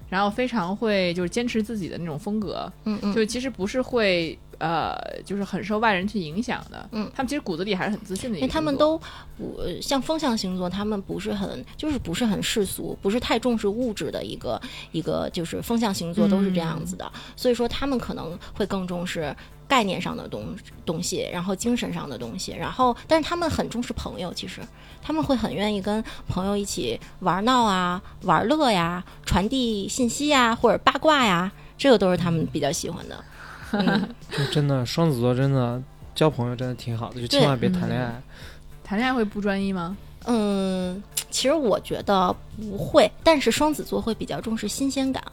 S2: 然后非常会就是坚持自己的那种风格，
S6: 嗯嗯，
S2: 就其实不是会呃，就是很受外人去影响的，
S6: 嗯
S2: 他们其实骨子里还是很自信的一
S6: 因
S2: 个星
S6: 为
S2: 座，
S6: 他们都不呃像风象星座，他们不是很就是不是很世俗，不是太重视物质的一个一个就是风象星座都是这样子的，
S2: 嗯
S6: 所以说他们可能会更重视概念上的东东西，然后精神上的东西，然后但是他们很重视朋友，其实他们会很愿意跟朋友一起玩闹啊、玩乐呀、传递信息呀或者八卦呀，这个都是他们比较喜欢的。嗯
S4: 就真的双子座真的交朋友真的挺好的，就
S6: 对
S4: 千万别谈恋
S2: 嗯
S4: 爱。
S2: 谈恋爱会不专一吗？
S6: 嗯，其实我觉得不会，但是双子座会比较重视新鲜感，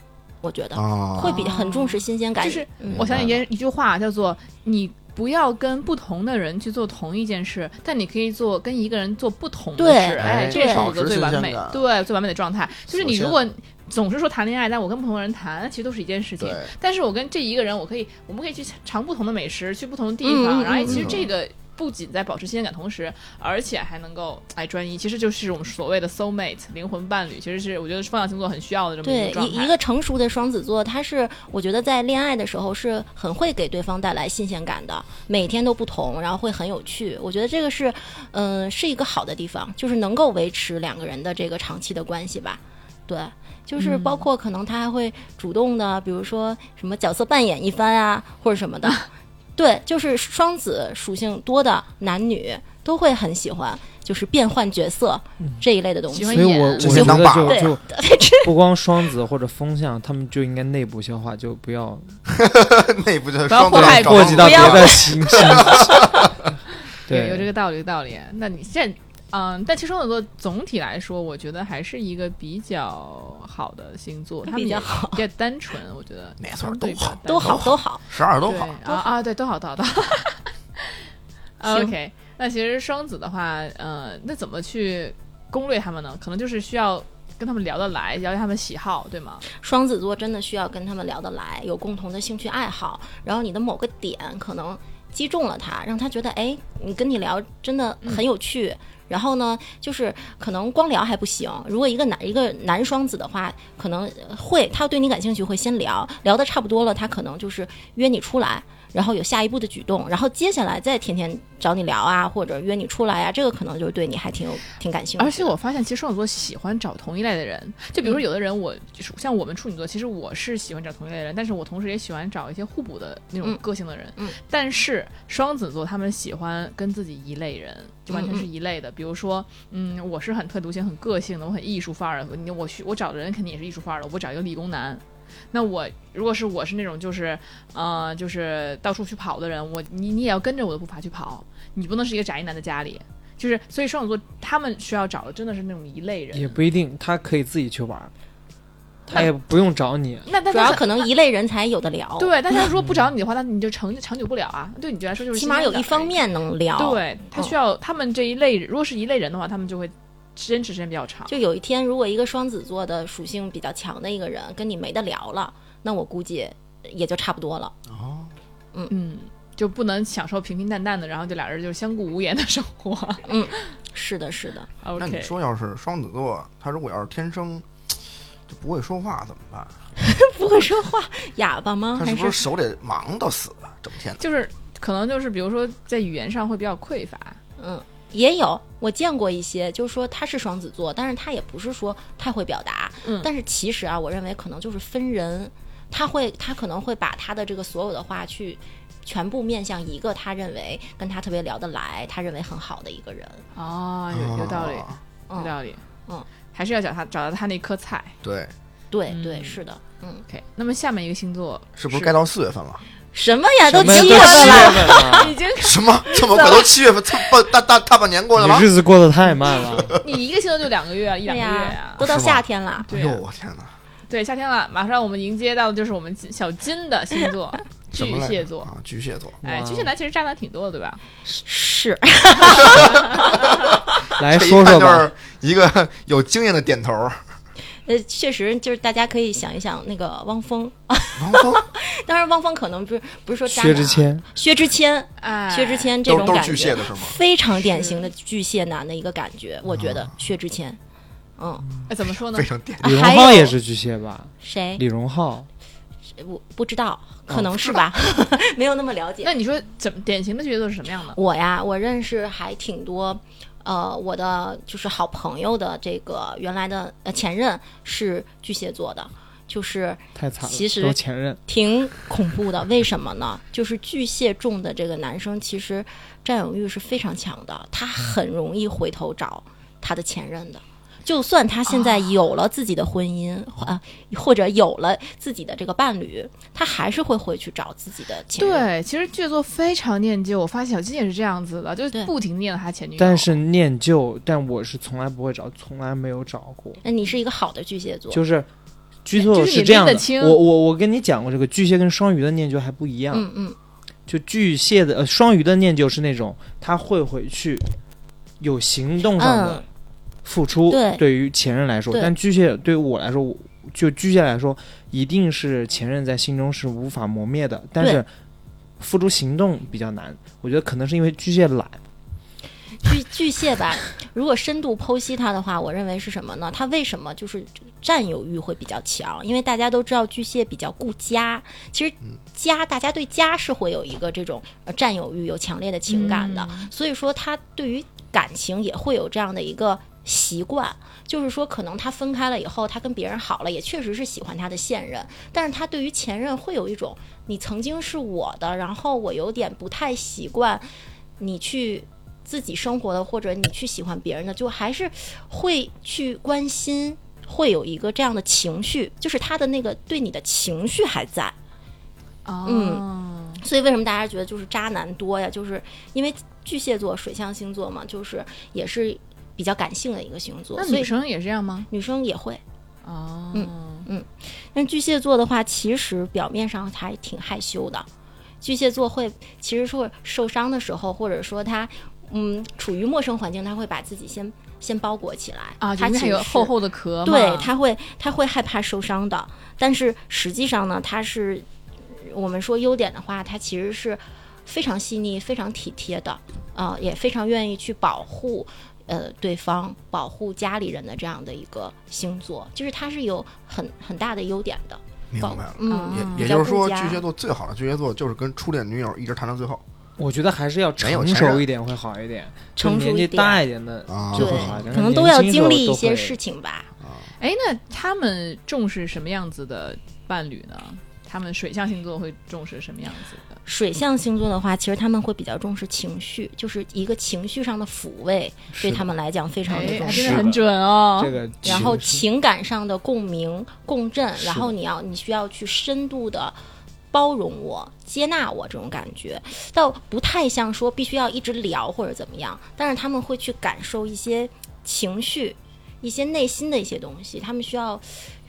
S6: 我觉得、
S5: 啊
S6: 会比很重视新鲜感。
S2: 就是
S6: 嗯
S2: 我想起一
S5: 明白
S2: 件一句话叫做你。不要跟不同的人去做同一件事，但你可以做跟一个人做不同的
S6: 对
S2: 事，哎，
S5: 哎
S2: 这是
S5: 保
S2: 一个
S5: 持
S2: 最
S5: 新
S2: 完
S5: 鲜
S2: 美
S5: 感，
S2: 对最完美的状态。就是你
S5: 首先
S2: 如果总是说谈恋爱，但我跟不同的人谈，其实都是一件事情。
S5: 对，
S2: 但是我跟这一个人，我可以，我们可以去尝不同的美食，去不同的地方，
S6: 嗯嗯
S2: 然后哎，其实
S5: 嗯
S2: 这个不仅在保持新鲜感同时，而且还能够哎专一，其实就是我们所谓的 soul mate 灵魂伴侣，其实是我觉得是风象星座很需要的这么一
S6: 对
S2: 个状
S6: 一
S2: 态。
S6: 一个成熟的双子座，他是我觉得在恋爱的时候是很会给对方带来新鲜感的，每天都不同，然后会很有趣。我觉得这个是，嗯、是一个好的地方，就是能够维持两个人的这个长期的关系吧。对，就是
S2: 嗯
S6: 包括可能他还会主动的，比如说什么角色扮演一番啊，或者什么
S2: 嗯
S6: 的。 *laughs* 对，就是双子属性多的男女都会很喜欢，就是变换角色这一类的东
S2: 嗯喜
S6: 西。
S2: 欢
S4: 所以我我
S2: 演
S5: 这
S4: 觉
S5: 些
S4: 得
S5: 当爸
S4: 就
S6: 对
S4: 就
S6: 对，这
S4: 不光双子或者风象，他们就应该内部消化，就不要
S5: 那不就是
S2: 不要
S5: 双子
S2: 祸害
S5: 找
S4: 波及到
S6: 不
S4: 别
S6: 要
S4: 的星星。
S2: 有有这
S4: 对，
S2: 个道理，有道理。那你现嗯，但其实双子座总体来说，我觉得还是一个比较好的星座，他们
S6: 比
S2: 也
S6: 较好，
S2: 比较单纯，我觉得
S5: 哪算
S2: 相
S5: 都
S2: 对比较
S5: 好
S2: 单
S6: 都好，都好。
S5: 十二都
S2: 对
S5: 好，
S2: 啊啊，对，都好，都好，都好。
S6: *laughs*
S2: *laughs*
S6: 行
S2: OK，那其实双子的话，呃，那怎么去攻略他们呢？可能就是需要跟他们聊得来，了解他们喜好，对吗？
S6: 双子座真的需要跟他们聊得来，有共同的兴趣爱好，然后你的某个点可能击中了他，让他觉得哎，你跟你聊真的很有趣。然后呢，就是可能光聊还不行。如果一个男一个男双子的话，可能会他对你感兴趣，会先聊，聊得差不多了，他可能就是约你出来，然后有下一步的举动，然后接下来再天天找你聊啊，或者约你出来啊，这个可能就是对你还挺有挺感兴趣的。
S2: 而且我发现，其实双子座喜欢找同一类的人，就比
S6: 嗯
S2: 如说有的人我，就是像我们处女座，其实我是喜欢找同一类的人，但是我同时也喜欢找一些互补的那种
S6: 嗯
S2: 个性的人。
S6: 嗯
S2: 但是双子座他们喜欢跟自己一类人，就
S6: 嗯
S2: 完全是一类的。比如说，嗯，我是很特独行、很个性的，我很艺术范儿的，你我去我找的人肯定也是艺术范儿的，我找一个理工男。那我如果是我是那种就是，呃，就是到处去跑的人，我你你也要跟着我的步伐去跑，你不能是一个宅男的家里，就是所以双子座他们需要找的真的是那种一类
S4: 也
S2: 人。
S4: 不一定，他可以自己去玩儿，他也不用找你。
S2: 那但
S6: 主要
S2: 他
S6: 可能一类人才有的聊，，
S2: 对，但他如果不找你的话，那你就长长久不了啊。对你就来说就是
S6: 起码有一
S2: 新鲜感
S6: 方面啊嗯能聊。
S2: 而已。对他需要他们这一类，如果是一类人的话，他们就会坚持时间比较长。
S6: 就有一天，如果一个双子座的属性比较强的一个人跟你没得聊了，那我估计也就差不多了。
S5: 哦，
S2: 嗯，就不能享受平平淡淡的，然后就俩人就相顾无言的生
S6: *laughs*
S2: 活。
S6: 是的，是的，
S5: 那
S2: OK，
S5: 你说要是双子座，他如果要是天生就不会说话怎么办？
S6: 不会说话，哑巴吗？
S5: 他
S6: 还
S5: 是不是
S6: 是
S5: 手得忙到死啊？整天的
S2: 就是可能就是比如说在语言上会比较匮乏。
S6: 嗯，也有我见过一些，就是说他是双子座，但是他也不是说太会表达。
S2: 嗯
S6: 但是其实啊，我认为可能就是分人，他会他可能会把他的这个所有的话去。全部面向一个他认为跟他特别聊得来，他认为很好的一个人。
S2: 哦，有有道理，有
S5: 哦
S6: 嗯，
S2: 道理。
S6: 嗯，
S2: 还是要找他找到他那颗菜。
S5: 对，
S6: 对对，
S2: 嗯
S6: 是的，嗯，
S2: OK，那么下面一个星
S5: *laughs*
S2: 座
S5: 是不是该到四月份了？ *laughs*
S6: 什么呀，都
S4: 什么呀
S6: 七
S4: 都
S6: 月份了，
S4: 份了，啊
S2: 已经
S5: 什么？这么快都七月份，这半大大大半年过去了
S4: 你？日子过得太慢
S2: *laughs*
S4: 了。
S2: 你一个星座就两个月
S6: *laughs*
S2: 啊，一两
S6: 对
S2: 个月
S6: 哎呀
S2: 啊，
S6: 都到
S5: 是吗
S6: 夏天了，
S5: 哎
S2: 对
S5: 呦，
S2: 呀
S5: 我天哪！
S2: 对，夏天了，马上我们迎接到的就是我们金小金的星座
S5: *laughs* 什么
S2: 巨
S5: 来着
S2: 蟹座。
S5: 啊，巨蟹座，
S2: 哎，
S4: 哇
S2: 巨蟹男其实渣男挺多的，对吧？
S6: 是 *laughs*
S4: 来
S5: 这
S4: 哎
S5: 一
S4: 说
S5: 看
S4: 说
S5: 就
S4: 吧，
S5: 是一个 *laughs* 有经验的点头。
S6: 呃，确实就是大家可以想一想那个汪峰， *laughs*
S5: 王峰
S6: 当然汪峰可能不是不是说渣
S4: 薛
S6: 男
S4: 之
S6: 啊，
S4: 谦，
S6: 薛之谦，
S2: 哎，
S6: 薛之谦这
S5: 都
S6: 种
S5: 是都是
S6: 感
S5: 巨蟹
S6: 觉，
S5: 的是吗？
S6: 非常典型的巨蟹男的一个感觉，我觉得
S4: 啊
S6: 薛之谦，嗯，
S2: 哎怎么说呢
S5: 非？常点
S4: 李荣
S6: 还
S4: 浩
S6: 有哎
S4: 也是巨蟹吧？
S6: 谁
S4: 李荣浩，
S6: 我不知道，
S5: 哦
S6: 可能是吧， *laughs* 没有那么了解。
S2: 那你说怎么典型的巨蟹座是什么样的？
S6: 我呀，我认识还挺多，呃，我的就是好朋友的这个原来的呃前任是巨蟹座的，就是
S4: 太惨了，
S6: 其实
S4: 都前任。
S6: 挺恐怖的。为什么呢？就是巨蟹重的这个男生，其实占有欲是非常强的，他很容易回头找他的前任的。就算他现在
S4: 啊
S6: 有了自己的婚姻，啊，或者有了自己的这个伴侣，他还是会回去找自己的前任。
S2: 对，其实巨蟹座非常念旧，我发现小金也是这样子的，就是
S6: 对
S2: 不停念他前女友。
S4: 但是念旧，但我是从来不会找，从来没有找过。
S6: 那你是一个好的巨蟹座，
S4: 就是巨蟹座
S2: 就是你
S4: 这样
S2: 拎
S4: 的
S2: 得，清
S4: 我我我跟你讲过这个，巨蟹跟双鱼的念旧还不一样。
S6: 嗯嗯，
S4: 就巨蟹的呃，双鱼的念旧是那种他会回去有行动上的
S6: 嗯
S4: 付出，
S6: 对
S4: 对于前任来说，
S6: 对
S4: 但巨蟹对于我来说，我就巨蟹来说，一定是前任在心中是无法磨灭的，但是付诸行动比较难。我觉得可能是因为巨蟹懒，
S6: 巨 *laughs* 巨蟹吧，如果深度剖析它的话，我认为是什么呢？它为什么就是占有欲会比较强？因为大家都知道巨蟹比较顾家，其实家大家对家是会有一个这种呃占有欲，有强烈的情感的，所以说他对于感情也会有这样的一个。习惯就是说，可能他分开了以后，他跟别人好了，也确实是喜欢他的现任，但是他对于前任会有一种你曾经是我的，然后我有点不太习惯你去自己生活的，或者你去喜欢别人的，就还是会去关心，会有一个这样的情绪，就是他的那个对你的情绪还在。
S2: 嗯，
S6: 所以为什么大家觉得就是渣男多呀？就是因为巨蟹座水象星座嘛，就是也是比较感性的一个星座，
S2: 那
S6: 所以
S2: 女生也是这样吗？
S6: 女生也会。
S2: 哦，
S6: 嗯但巨蟹座的话，其实表面上还挺害羞的。巨蟹座会，其实说受伤的时候，或者说他，嗯，处于陌生环境，他会把自己先先包裹起来
S2: 啊，
S6: 嗯他
S2: 里面还
S6: 其实
S2: 有
S6: 是
S2: 厚厚的壳嘛，
S6: 对，他会他会害怕受伤的。但是实际上呢，他是我们说优点的话，他其实是非常细腻、非常体贴的，啊、也非常愿意去保护呃对方、保护家里人的这样的一个星座，就是他是有很很大的优点的。
S5: 明
S6: 包
S5: 白了。
S6: 嗯，
S2: 嗯
S5: 也也
S6: 比较
S5: 就是说，
S6: 顾家
S5: 巨蟹座最好的巨蟹座就是跟初恋女友一直谈到最后
S4: 我觉得还是要
S5: 没有
S4: 成
S5: 前
S4: 熟
S5: 任
S4: 一点会好一点，
S6: 成
S4: 就
S6: 熟
S4: 年
S6: 一
S4: 纪
S6: 点哦
S4: 大一点的
S5: 啊
S4: 就
S6: 对
S4: 会好一点，
S6: 可能都要经历一些事。情吧。
S5: 啊。
S2: 哎，那他们重视什么样子的伴侣呢？他们水象星座会重视什么样子的？
S6: 水象星座的话，其实他们会比较重视情绪，就是一个情绪上的抚慰，对他们来讲非常的
S2: 哎，
S6: 重
S2: 还
S6: 视。
S2: 真
S4: 是
S2: 的很准哦。
S4: 这个
S6: 然后
S4: 情
S6: 情感上的共鸣、共振，
S4: 是的
S6: 然后你要你需要去深度的包容我、接纳我这种感觉，倒不太像说必须要一直聊或者怎么样，但是他们会去感受一些情绪、一些内心的一些东西，他们需要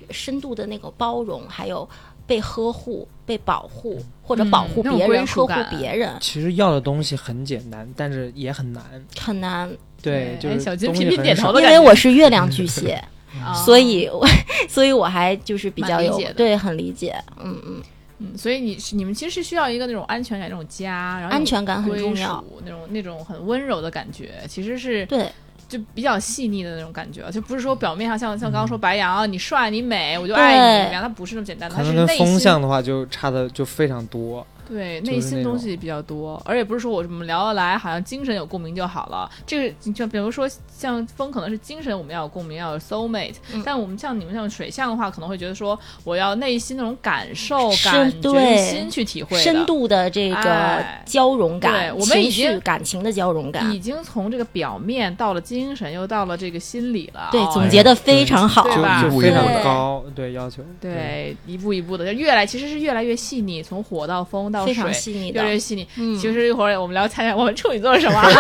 S6: 深度的那个包容，还有被呵护、被保护或者保护
S2: 嗯那种
S6: 别人、
S2: 归
S6: 呵
S2: 属
S6: 护
S2: 感
S6: 别人
S4: 其实要的东西很简单，但是也很难。
S6: 很难，
S4: 对，
S2: 哎
S4: 就是
S2: 小金
S4: 东
S2: 频
S4: 西
S2: 频
S4: 很
S2: 点
S4: 少
S2: 头我的
S6: 因
S2: 感
S6: 为
S2: 觉
S6: 我是月亮巨 *laughs* 蟹。
S2: 啊
S6: 所以 *laughs* 我所以我还就是比较
S2: 蛮理
S6: 有
S2: 解的
S6: 对很理解，嗯嗯，
S2: 嗯，所以你是你们其实是需要一个那种安全感、那种家，然后
S6: 安全感很
S2: 哎归
S6: 重要，
S2: 属，那种那种很温柔的感觉，其实是
S6: 对
S2: 就比较细腻的那种感觉，啊就不是说表面上像像刚刚说白羊啊，你帅你美我就
S6: 对
S2: 爱你，怎么样？它不是那么简单的，
S4: 可
S2: 它是
S4: 能跟
S2: 内
S4: 风
S2: 心
S4: 向的话就差的就非常多。
S2: 对
S4: 就是
S2: 内心
S4: 那
S2: 东
S4: 种
S2: 西比较多，而且不是说我们聊得来，好像精神有共鸣就好了。这个你就比如说像风可能是精神我们要有共鸣，要有 soul mate，、
S6: 嗯
S2: 但我们像你们像水象的话，可能会觉得说我要内心那种感受、
S6: 是
S2: 感觉、
S6: 对
S2: 用心去体会的
S6: 深度的这个
S2: 哎
S6: 交融感，
S2: 对我们已
S6: 情绪
S2: 经
S6: 感情的交融感
S2: 已，经从这个表面到了精神，又到了这个心理了。
S6: 对，
S2: 哦
S6: 总结的非常好，嗯
S2: 对
S4: 就
S2: 吧
S4: 就非常
S6: 对
S4: 高，对要求。
S2: 对，一步一步的，就越来其实是越来越细腻，从火到风到水，
S6: 非常细腻
S2: 越
S6: 的
S2: 来，越细腻。
S6: 嗯，
S2: 其实一会儿我们聊猜猜我们处女座是什么
S6: *laughs*
S2: 啊？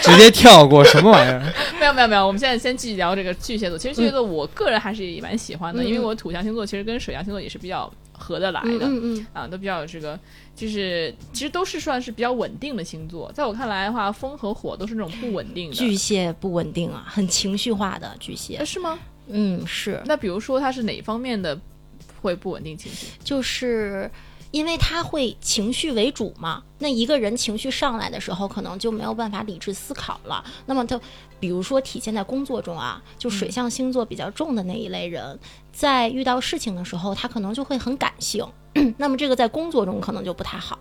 S4: 直接跳过什么玩意儿？
S2: 没有没有没有，我们现在先继续聊这个巨蟹座。其实巨蟹座我个人还是也蛮喜欢的，
S6: 嗯
S2: 因为我土象星座其实跟水象星座也是比较合得来
S6: 嗯
S2: 的。
S6: 嗯嗯，
S2: 啊，都比较有这个，就是其实都是算是比较稳定的星座。在我看来的话，风和火都是那种不稳定的。
S6: 巨蟹不稳定啊，很情绪化的巨蟹
S2: 呃，是吗？
S6: 嗯是，
S2: 那比如说它是哪方面的会不稳定情绪？
S6: 就是因为他会情绪为主嘛。那一个人情绪上来的时候，可能就没有办法理智思考了。那么他，比如说体现在工作中啊，就水象星座比较重的那一类人，在遇到事情的时候，他可能就会很感性。 *clears throat* 那么这个在工作中可能就不太好。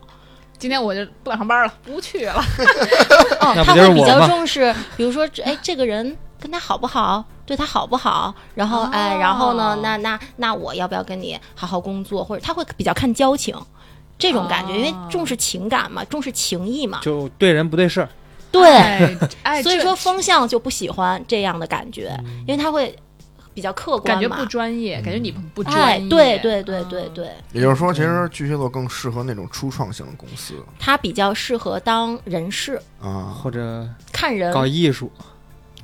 S2: 今天我就不敢上班了，不去了。
S6: 哦，
S4: 那不
S6: 他
S4: 就是
S6: 会比
S4: 我
S6: 较
S4: 吗
S6: 重视，比如说这，哎，这个人跟他好不好，对他好不好，然后、哎，然后呢
S2: 哦，
S6: 那那那我要不要跟你好好工作，或者他会比较看交情。这种感觉，因为
S2: 哦
S6: 重视情感嘛，重视情谊嘛，
S4: 就对人不对事儿，
S6: 对，
S2: 哎，哎
S6: 所以
S2: 这嗯
S6: 说风象就不喜欢这样的感觉，因为他会比较客观
S2: 感觉
S6: 嘛
S2: 不，专业，感觉你不不
S6: 哎
S2: 专业。，
S6: 对对对对
S2: 嗯。
S6: 对，
S5: 也就是说，其实巨蟹座更适合那种初创型的公司
S6: 他比较适合当人事
S5: 啊。
S4: 或者
S6: 看人，
S4: 搞艺术，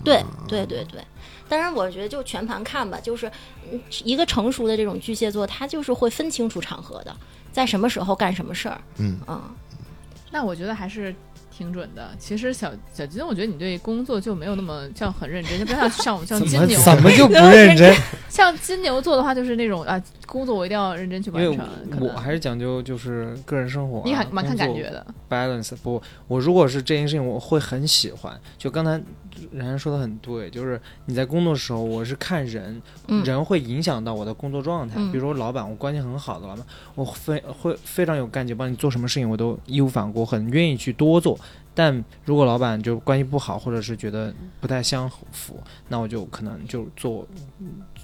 S6: 对对对对。当然，我觉得就全盘看吧，就是嗯一个成熟的这种巨蟹座，他就是会分清楚场合的，在什么时候干什么事儿，
S5: 嗯，
S6: 嗯，
S2: 那我觉得还是挺准的。其实小小金，我觉得你对工作就没有那么像很认真，就不像像像 *laughs*
S3: 哎
S4: 怎
S2: 金
S4: 么
S2: 牛，
S4: 怎么就不认真？
S2: 像金牛座的话，就是那种啊，工作我一定要认真去
S4: 因为
S2: 嗯完成。可
S4: 我
S2: 能
S4: 我还是讲究就是个人生活啊、
S2: 你还蛮看感
S4: 工作
S2: 觉的，
S4: balance 不，我如果是这件事情，我会很喜欢。就刚才然然说的很对，就是你在工作时候，我是看人，
S6: 嗯
S4: 人会影响到我的工作状态。
S6: 嗯
S4: 比如说老板，我关系很好的老板，我非会非常有干劲，帮你做什么事情我都义无反顾，很愿意去多做。但如果老板就关系不好，或者是觉得不太相符，那我就可能就做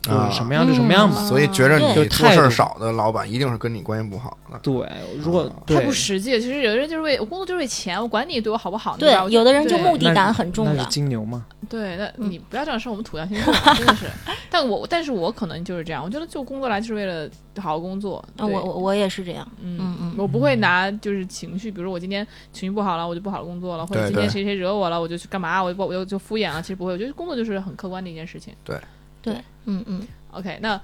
S4: 做
S5: 啊
S4: 嗯什么样就什么样吧。
S2: 嗯
S5: 所以觉着
S6: 对
S5: 你做
S4: 态
S5: 事
S4: 度
S5: 儿少的老板一定是跟你关系不好
S4: *laughs*
S5: 的。
S4: 对，如果
S2: 太
S4: 对
S2: 不实际。其实有的人就是为我工作就是为钱，我管你对我好不好呢。
S6: 对
S2: 吧我，
S6: 有的人就
S2: 对
S6: 目的
S4: 那
S6: 感很重
S4: 那
S6: 的
S4: 是。金牛嘛？
S2: 对，那
S6: 嗯
S2: 你不要这样说我们土象星座吧，真的是。 *laughs* 但我但是我可能就是这样，我觉得就工作来就是为了好好工作。
S6: 啊，
S2: 对
S6: 我我我也是这样。嗯
S2: 嗯
S6: 嗯，
S2: 我不会拿就是情绪，比如说我今天情绪不好了，我就不好好工作了，或者
S5: 对
S2: 今天
S5: 对
S2: 谁谁惹我了，我就去干嘛，我就不我就就敷衍了。其实不会，我觉得工作就是很客观的一件事情。
S6: 对，嗯嗯，
S2: OK，那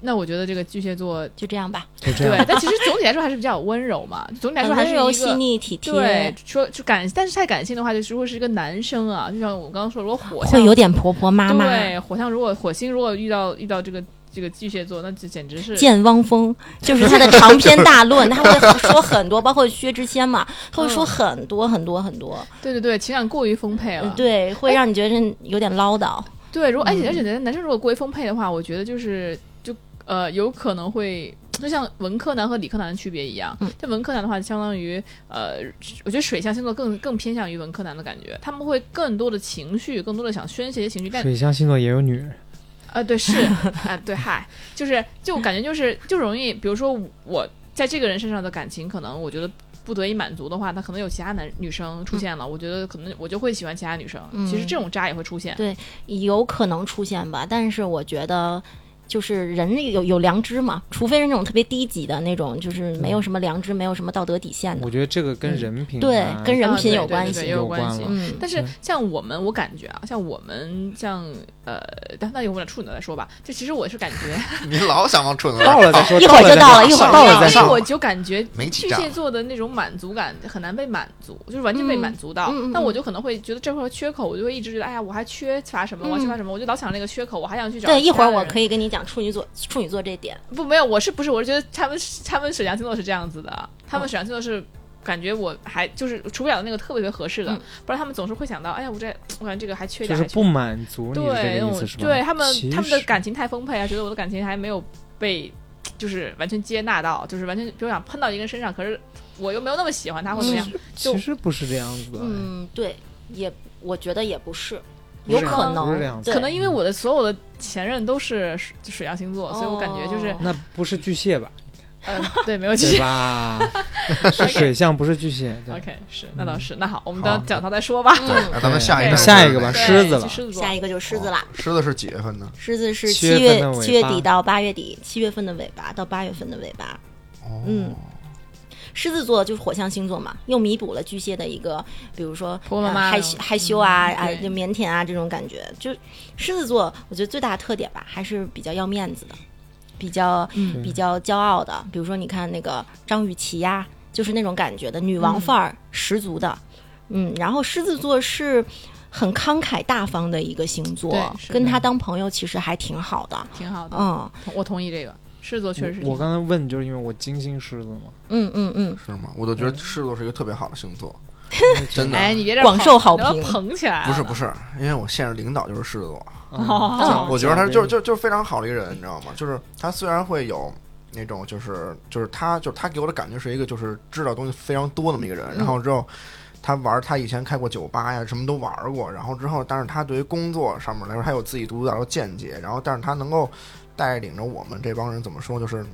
S2: 那我觉得这个巨蟹座
S6: 就这样吧。
S4: 就这样。
S2: 对， *laughs* 但其实总体来说还是比较温柔嘛，总体来说
S6: 很
S2: 还是
S6: 温
S2: 一
S6: 柔、
S2: 个
S6: 细腻、体
S2: 对
S6: 贴，，
S2: 说就感，但是太感性的话，就是如果是一个男生啊，就像我刚刚说，如果火象
S6: 会有点婆婆妈妈，
S2: 对火象，如果火星如果遇到遇到这个这个巨蟹座，那就简直是
S6: 见汪峰，就是他的长篇大论，他会说很多，包括薛之谦嘛，他会说很多很多很多，嗯
S2: 对对嗯对，情感过于丰沛了。
S6: 对，会让你觉得有点唠叨。
S2: 对，如果而且
S6: 嗯
S2: 而且男生如果过于丰沛的话，我觉得就是就呃有可能会。就像文科男和理科男的区别一样，
S6: 嗯
S2: 这文科男的话，相当于呃，我觉得水象星座更更偏向于文科男的感觉，他们会更多的情绪，更多的想宣泄一些情绪，但
S4: 水象星座也有女人，
S2: 啊，对，是啊、对，嗨，就是就感觉就是就容易，比如说我在这个人身上的感情，可能我觉得不得以满足的话，他可能有其他男女生
S6: 嗯
S2: 出现了，我觉得可能我就会喜欢其他女生。其实这种渣也会出现，
S6: 对有可能出现吧，但是我觉得。就是人有有良知嘛，除非是那种特别低级的那种，就是没有什么良知、没有什么道德底线的
S4: 我。觉得这个跟人品、啊
S6: 对跟人
S2: 嗯啊
S6: 品
S2: 对
S6: 有
S2: 对
S6: 关
S2: 对
S6: 系
S2: 对也
S4: 有
S2: 有关系。
S4: 了。
S6: 嗯，
S2: 但是
S4: 对
S2: 像我们，我感觉啊，像我们像呃，但那一会儿我们俩处女座再说吧。就其实我是感觉，
S5: 你老想往蠢了
S4: 到了再说，
S6: 一会儿就到
S4: 到
S6: 了，一会
S4: *laughs*
S6: 儿
S4: 到
S6: 就
S4: 了再
S2: 因
S4: 说。
S2: 为我啊就感觉
S5: 没
S2: 巨
S5: 几
S2: 蟹
S5: 张，
S2: 座的那种满足感很难被满足，就是完全被
S6: 嗯
S2: 满足到。
S6: 嗯嗯
S2: 但
S6: 嗯
S2: 我就可能会觉得这块儿缺口，我就会一直觉得，哎呀，我还缺乏什么？我还缺乏什么？我就老想那个缺口，我还想去找。
S6: 嗯对，一会儿我可
S2: 以
S6: 以跟你讲处女座，处女座这点。
S2: 不没有，我是不是？我是觉得他们他们水象星座是这样子的，他们
S6: 嗯
S2: 水象星座是。感觉我还就是除不了那个特别特别合适的，
S6: 嗯
S2: 不然他们总是会想到，哎呀，我这我感觉这个还缺
S4: 就
S2: 点，
S4: 是
S2: 还缺
S4: 不满足你的
S2: 对
S4: 这
S2: 那
S4: 个意思
S2: 种
S4: 是吧？
S2: 对他们
S4: 其
S2: 他们的
S4: 实
S2: 感情太丰沛啊，觉得我的感情还没有被就是完全接纳到，就是完全比如想喷到一个人身上，可是我又没有那么喜欢他或怎么样，就
S4: 其实不是这样子的，
S6: 嗯，对，也我觉得也不是，
S4: 不
S6: 有
S4: 是
S6: 可
S4: 不是这
S6: 能，
S4: 样子
S6: 对
S2: 可能因为我的所有的前任都是水水象星座，所以我感觉就是
S6: 哦，
S4: 那不是巨蟹
S6: *laughs*
S4: 吧？
S2: 嗯，对，没有继
S4: 对
S2: 续。 *laughs*
S4: 吧？是水象，不是巨蟹。对
S2: OK，是，那
S4: 嗯
S2: 倒是，那好，我们
S5: 好
S2: 等讲到再说吧。
S5: 对，那哎咱们下一
S2: 对
S5: 站
S4: 下一个吧
S5: 是
S2: 对
S4: 狮子
S2: 就
S4: 了
S2: 狮子座
S6: 下，一个就是狮子啦。
S5: 狮子是几月份呢？
S6: 狮子是
S4: 七
S6: 七
S4: 月
S6: 月
S4: 份的尾
S6: 七月底
S4: 巴
S6: 到八月底，七月份的尾巴到八月份的尾巴。
S5: 哦
S6: 嗯，狮子座就是火象星座嘛，又弥补了巨蟹的一个，比如说
S2: 婆婆妈妈
S6: 呃害羞害羞啊，
S2: 嗯
S6: 啊、
S2: 对
S6: 就腼腆啊这种感觉。就狮子座，我觉得最大的特点吧，还是比较要面子的，比较、
S2: 嗯
S6: 比较骄傲的。比如说，你看那个张雨绮呀、就是那种感觉的女
S2: 嗯
S6: 王范儿十足的。嗯，然后狮子座是。很慷慨大方的一个星座
S2: 对，是的
S6: 跟他当朋友其实还挺好的。
S2: 挺好的，
S6: 嗯
S2: 我同意这个，狮子座确实是挺好。
S4: 我我刚才问，就是因为我金星狮子
S6: *laughs*
S4: 嘛，
S6: 嗯嗯嗯，
S5: 是吗？我都觉得狮子座是一个特别好的星座，真的。
S2: 哎，你别这
S6: 广
S2: 捧
S6: 受好
S2: 你要
S6: 评
S2: 捧起来了，
S5: 不是不是，因为我现任领导就是狮子座，
S2: 哦
S4: 嗯讲
S5: 啊我觉得他就
S4: 讲
S5: 是就就是非常好的一个人，你知道吗？就是他虽然会有那种就是就是他就是他给我的感觉是一个就是知道东西非常多那么一个人，
S6: 嗯
S5: 然后之后他玩他以前开过酒吧呀，什么都玩过，然后之后但是他对于工作上面来说，他有自己独到的见解，然后但是他能够带领着我们这帮人怎么说就是。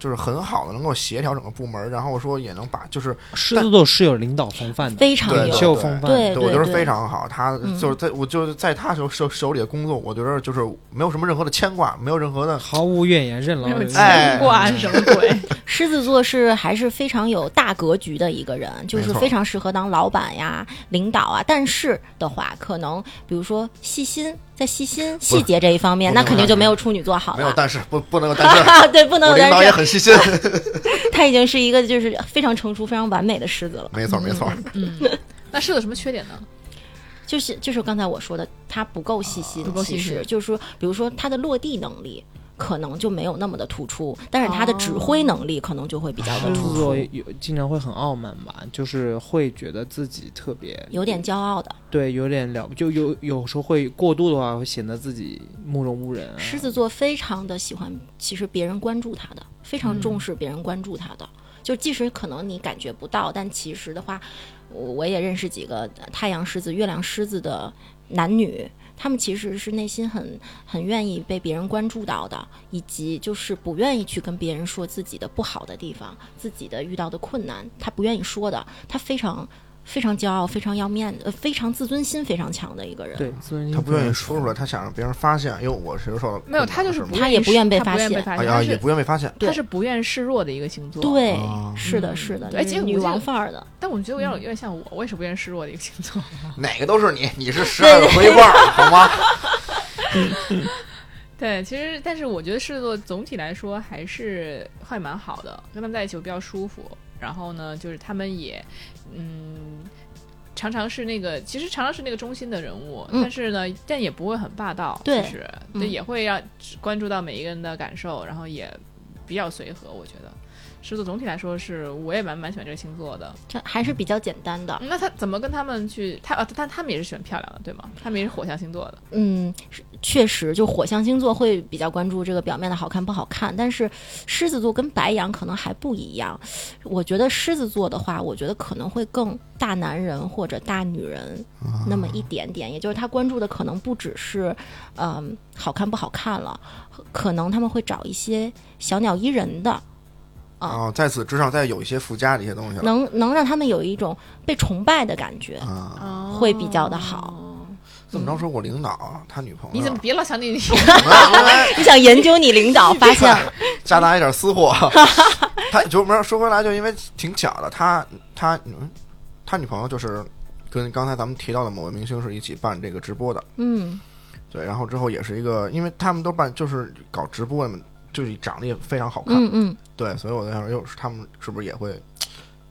S5: 就是很好的，能够协调整个部门，然后说也能把，就是
S4: 狮子座是有领导风范的，
S6: 非常
S5: 对
S4: 领
S6: 有。
S4: 袖风范的，
S6: 对
S5: 我觉得
S6: 哎对
S5: 非常好。他
S6: 嗯
S5: 就是在我就是在他手手手里的工作，我觉得就是没有什么任何的牵挂，没有任何的
S4: 毫无怨言，任劳
S2: 没有
S4: 任
S5: 哎
S2: 牵挂是什么鬼？
S4: 哎
S6: 狮子座是还是非常有大格局的一个人，就是
S5: 没错
S6: 非常适合当老板呀、领导啊。但是的话，可能比如说细心，在细心细节这一方面，
S5: 不
S6: 那
S5: 能
S6: 肯定就没有处女座好
S5: 没有
S6: 了。
S5: 但是不不能有但
S2: *laughs*
S5: 是。
S6: 啊， *laughs* 对，不能
S5: 我
S6: 有
S5: 领导也
S6: 但是
S5: 很细心， *laughs*
S6: 他已经是一个就是非常成熟、非常完美的狮子了。
S5: 没错没错，
S2: 嗯，那是有什么缺点呢？
S6: 就是就是刚才我说的，他不够细心，
S2: 不够
S6: 其
S2: 细心
S6: 实就是说比如说他的落地能力。可能就没有那么的突出，但是他的指
S5: 哦
S6: 挥能力可能就会比较的
S4: 狮
S6: 突
S4: 子
S6: 出
S4: 座，有经常会很傲慢吧，就是会觉得自己特别
S6: 有点骄傲的。
S4: 对，有点了不就有有时候会过度的话，会显得自己目中无人、啊。
S6: 狮
S2: 嗯
S6: 子座非常的喜欢，其实别人关注他的，非常
S2: 嗯
S6: 重视别人关注他的。就即使可能你感觉不到，但其实的话，我我也认识几个太阳狮子、月亮狮子的男女，他们其实是内心很很愿意被别人关注到的，以及就是不愿意去跟别人说自己的不好的地方、自己的遇到的困难，他不愿意说的，他非常。非常骄傲，非常要面子，呃非常自尊心非常强的一个人。
S4: 对，自尊心
S5: 他不愿意
S4: 很
S5: 说出来，他想让别人发现，哟，我是受到
S2: 没有，他就是
S5: 困
S2: 不
S5: 难
S6: 他
S2: 愿
S6: 也
S2: 意
S6: 不愿被
S2: 他
S6: 发
S2: 不愿被
S6: 现
S2: 发
S5: 是吗哎
S2: 现，
S5: 呀，
S2: 他
S5: 也
S2: 是啊
S5: 不愿被发现。
S2: 他是不愿示弱的一个星座。，
S6: 对，
S5: 啊
S6: 是的，
S2: 嗯
S6: 是的，
S2: 对而且
S6: 女
S2: 我觉
S6: 王
S2: 得
S6: 范儿的。
S2: 但我觉得
S5: 嗯
S2: 我有点有点像我，我也是不愿示弱的一个星座。 *laughs*
S5: 哪个都是你，你是十二个回腕儿，好吗？
S2: 对，其实但是我觉得狮子座总体来说还是还蛮好的，跟他们在一起我比较舒服。然后呢，就是他们也，嗯，常常是那个，其实常常是那个中心的人物，
S6: 嗯
S2: 但是呢，但也不会很霸道，
S6: 对
S2: 其实
S6: 嗯
S2: 对也会让关注到每一个人的感受，然后也比较随和，我觉得。狮子座总体来说是，我也蛮蛮喜欢这个星座的。
S6: 这还是比较简单的。
S2: 那他怎么跟他们去？他啊，但他们也是喜欢漂亮的，对吗？他们也是火象星座的。
S6: 嗯，是确实，就火象星座会比较关注这个表面的好看不好看，但是狮子座跟白羊可能还不一样。我觉得狮子座的话，我觉得可能会更大男人或者大女人那么一点点，也就是他关注的可能不只是嗯、好看不好看了，可能他们会找一些小鸟依人的，
S5: 啊，在此之上再有一些附加的一些东西了
S6: 能能让他们有一种被崇拜的感 *laughs* 觉。
S5: 啊。
S6: 会比较的好
S2: 哦。
S5: 怎么着说，我领导啊他女朋友，啊
S2: 你怎么别老想你？ *laughs*
S6: 你想研究你领导， *laughs* 发现了，
S5: 哎加大一点私
S2: *laughs*
S5: 货？他就没有说回来，就因为挺巧的，他他嗯他女朋友就是跟刚才咱们提到的某位明星是一起办这个直播的，
S6: 嗯，
S5: 对，然后之后也是一个，因为他们都办就是搞直播嘛，就是长得也非常好看，
S6: 嗯嗯，
S5: 对，所以我在想，哟，他们是不是也会？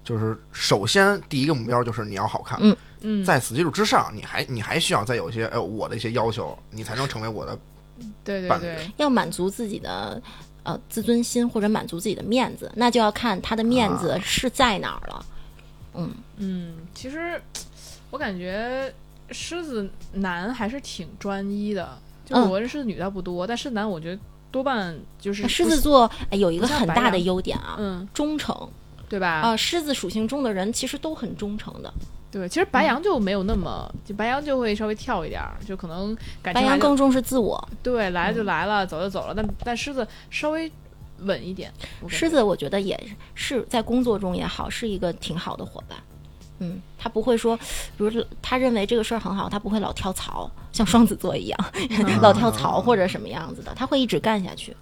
S5: 就是首先第一个目标就是你要好看，
S6: 嗯
S2: 嗯，
S5: 在此基础之上，你还你还需要再有一些呃我的一些要求，你才能成为我的
S2: 对对
S5: 伴
S2: 对，
S6: 要满足自己的呃自尊心或者满足自己的面子，那就要看他的面子是在哪儿了。嗯，
S2: 嗯，其实我感觉狮子男还是挺专一的，就是
S6: 嗯
S2: 我认识的女倒不多，但狮子男我觉得多半就是
S6: 那
S2: 嗯
S6: 狮
S2: 不
S6: 子
S2: 喜，
S6: 座、哎有一个
S2: 不像
S6: 很
S2: 白
S6: 大
S2: 羊
S6: 的优点啊，
S2: 嗯，
S6: 忠诚
S2: 对吧？
S6: 啊、狮子属性中的人其实都很忠诚的，
S2: 对，其实
S6: 嗯
S2: 白羊就没有那么，就白羊就会稍微跳一点儿，就可能感
S6: 白
S2: 情来
S6: 羊
S2: 就
S6: 更嗯重视自我。
S2: 对，来了就来了，走就走了，但但狮子稍微稳一点，我感觉
S6: 狮子我觉得也是在工作中也好，是一个挺好的伙伴。嗯，他不会说，比如他认为这个事儿很好，他不会老跳槽，像双子座一样、老跳槽或者什么样子的，他会一直干下去。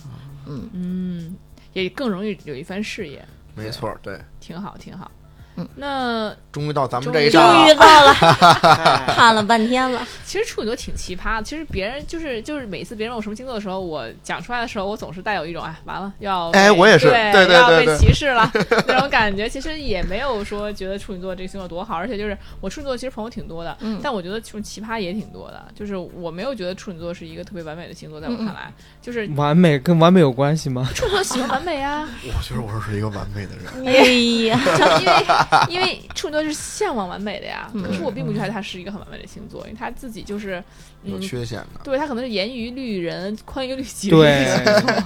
S6: 嗯，
S2: 嗯，也更容易有一番事业，
S5: 没错儿，对，
S2: 挺好，挺好。
S6: 嗯，
S2: 那
S5: 终于到咱们
S2: 终
S5: 这一
S2: 于
S5: 站
S6: 终
S5: 了
S6: 于。到了，盼了半天了。
S2: 其实处女座挺奇葩的。其实别人就是就是每次别人问我什么星座的时候，我讲出来的时候，我总是带有一种哎完了要
S5: 哎
S2: 被
S5: 我也是
S2: 对
S5: 对对
S2: 要
S5: 对
S2: 被
S5: 对
S2: 歧视了 *laughs* 那种感觉。其实也没有说觉得处女座这个星座多好，而且就是我处女座其实朋友挺多的，
S6: 嗯
S2: 但我觉得处奇葩也挺多的。就是我没有觉得处女座是一个特别完美的星座，在
S6: 嗯
S2: 我看来，就是
S4: 完美跟完美有关系吗？
S2: 处女座喜欢完美啊，
S5: 我觉得我是一个完美的人，
S6: 哎呀，
S2: *laughs* 就因为因为处女座是向往完美的呀。
S6: 嗯
S2: 可是我并不觉得他是一个很完美的星座，因为他自己就是
S5: 有
S2: 嗯。
S5: 缺陷的。
S2: 对他可能是严于律人，宽于律己。
S4: 对，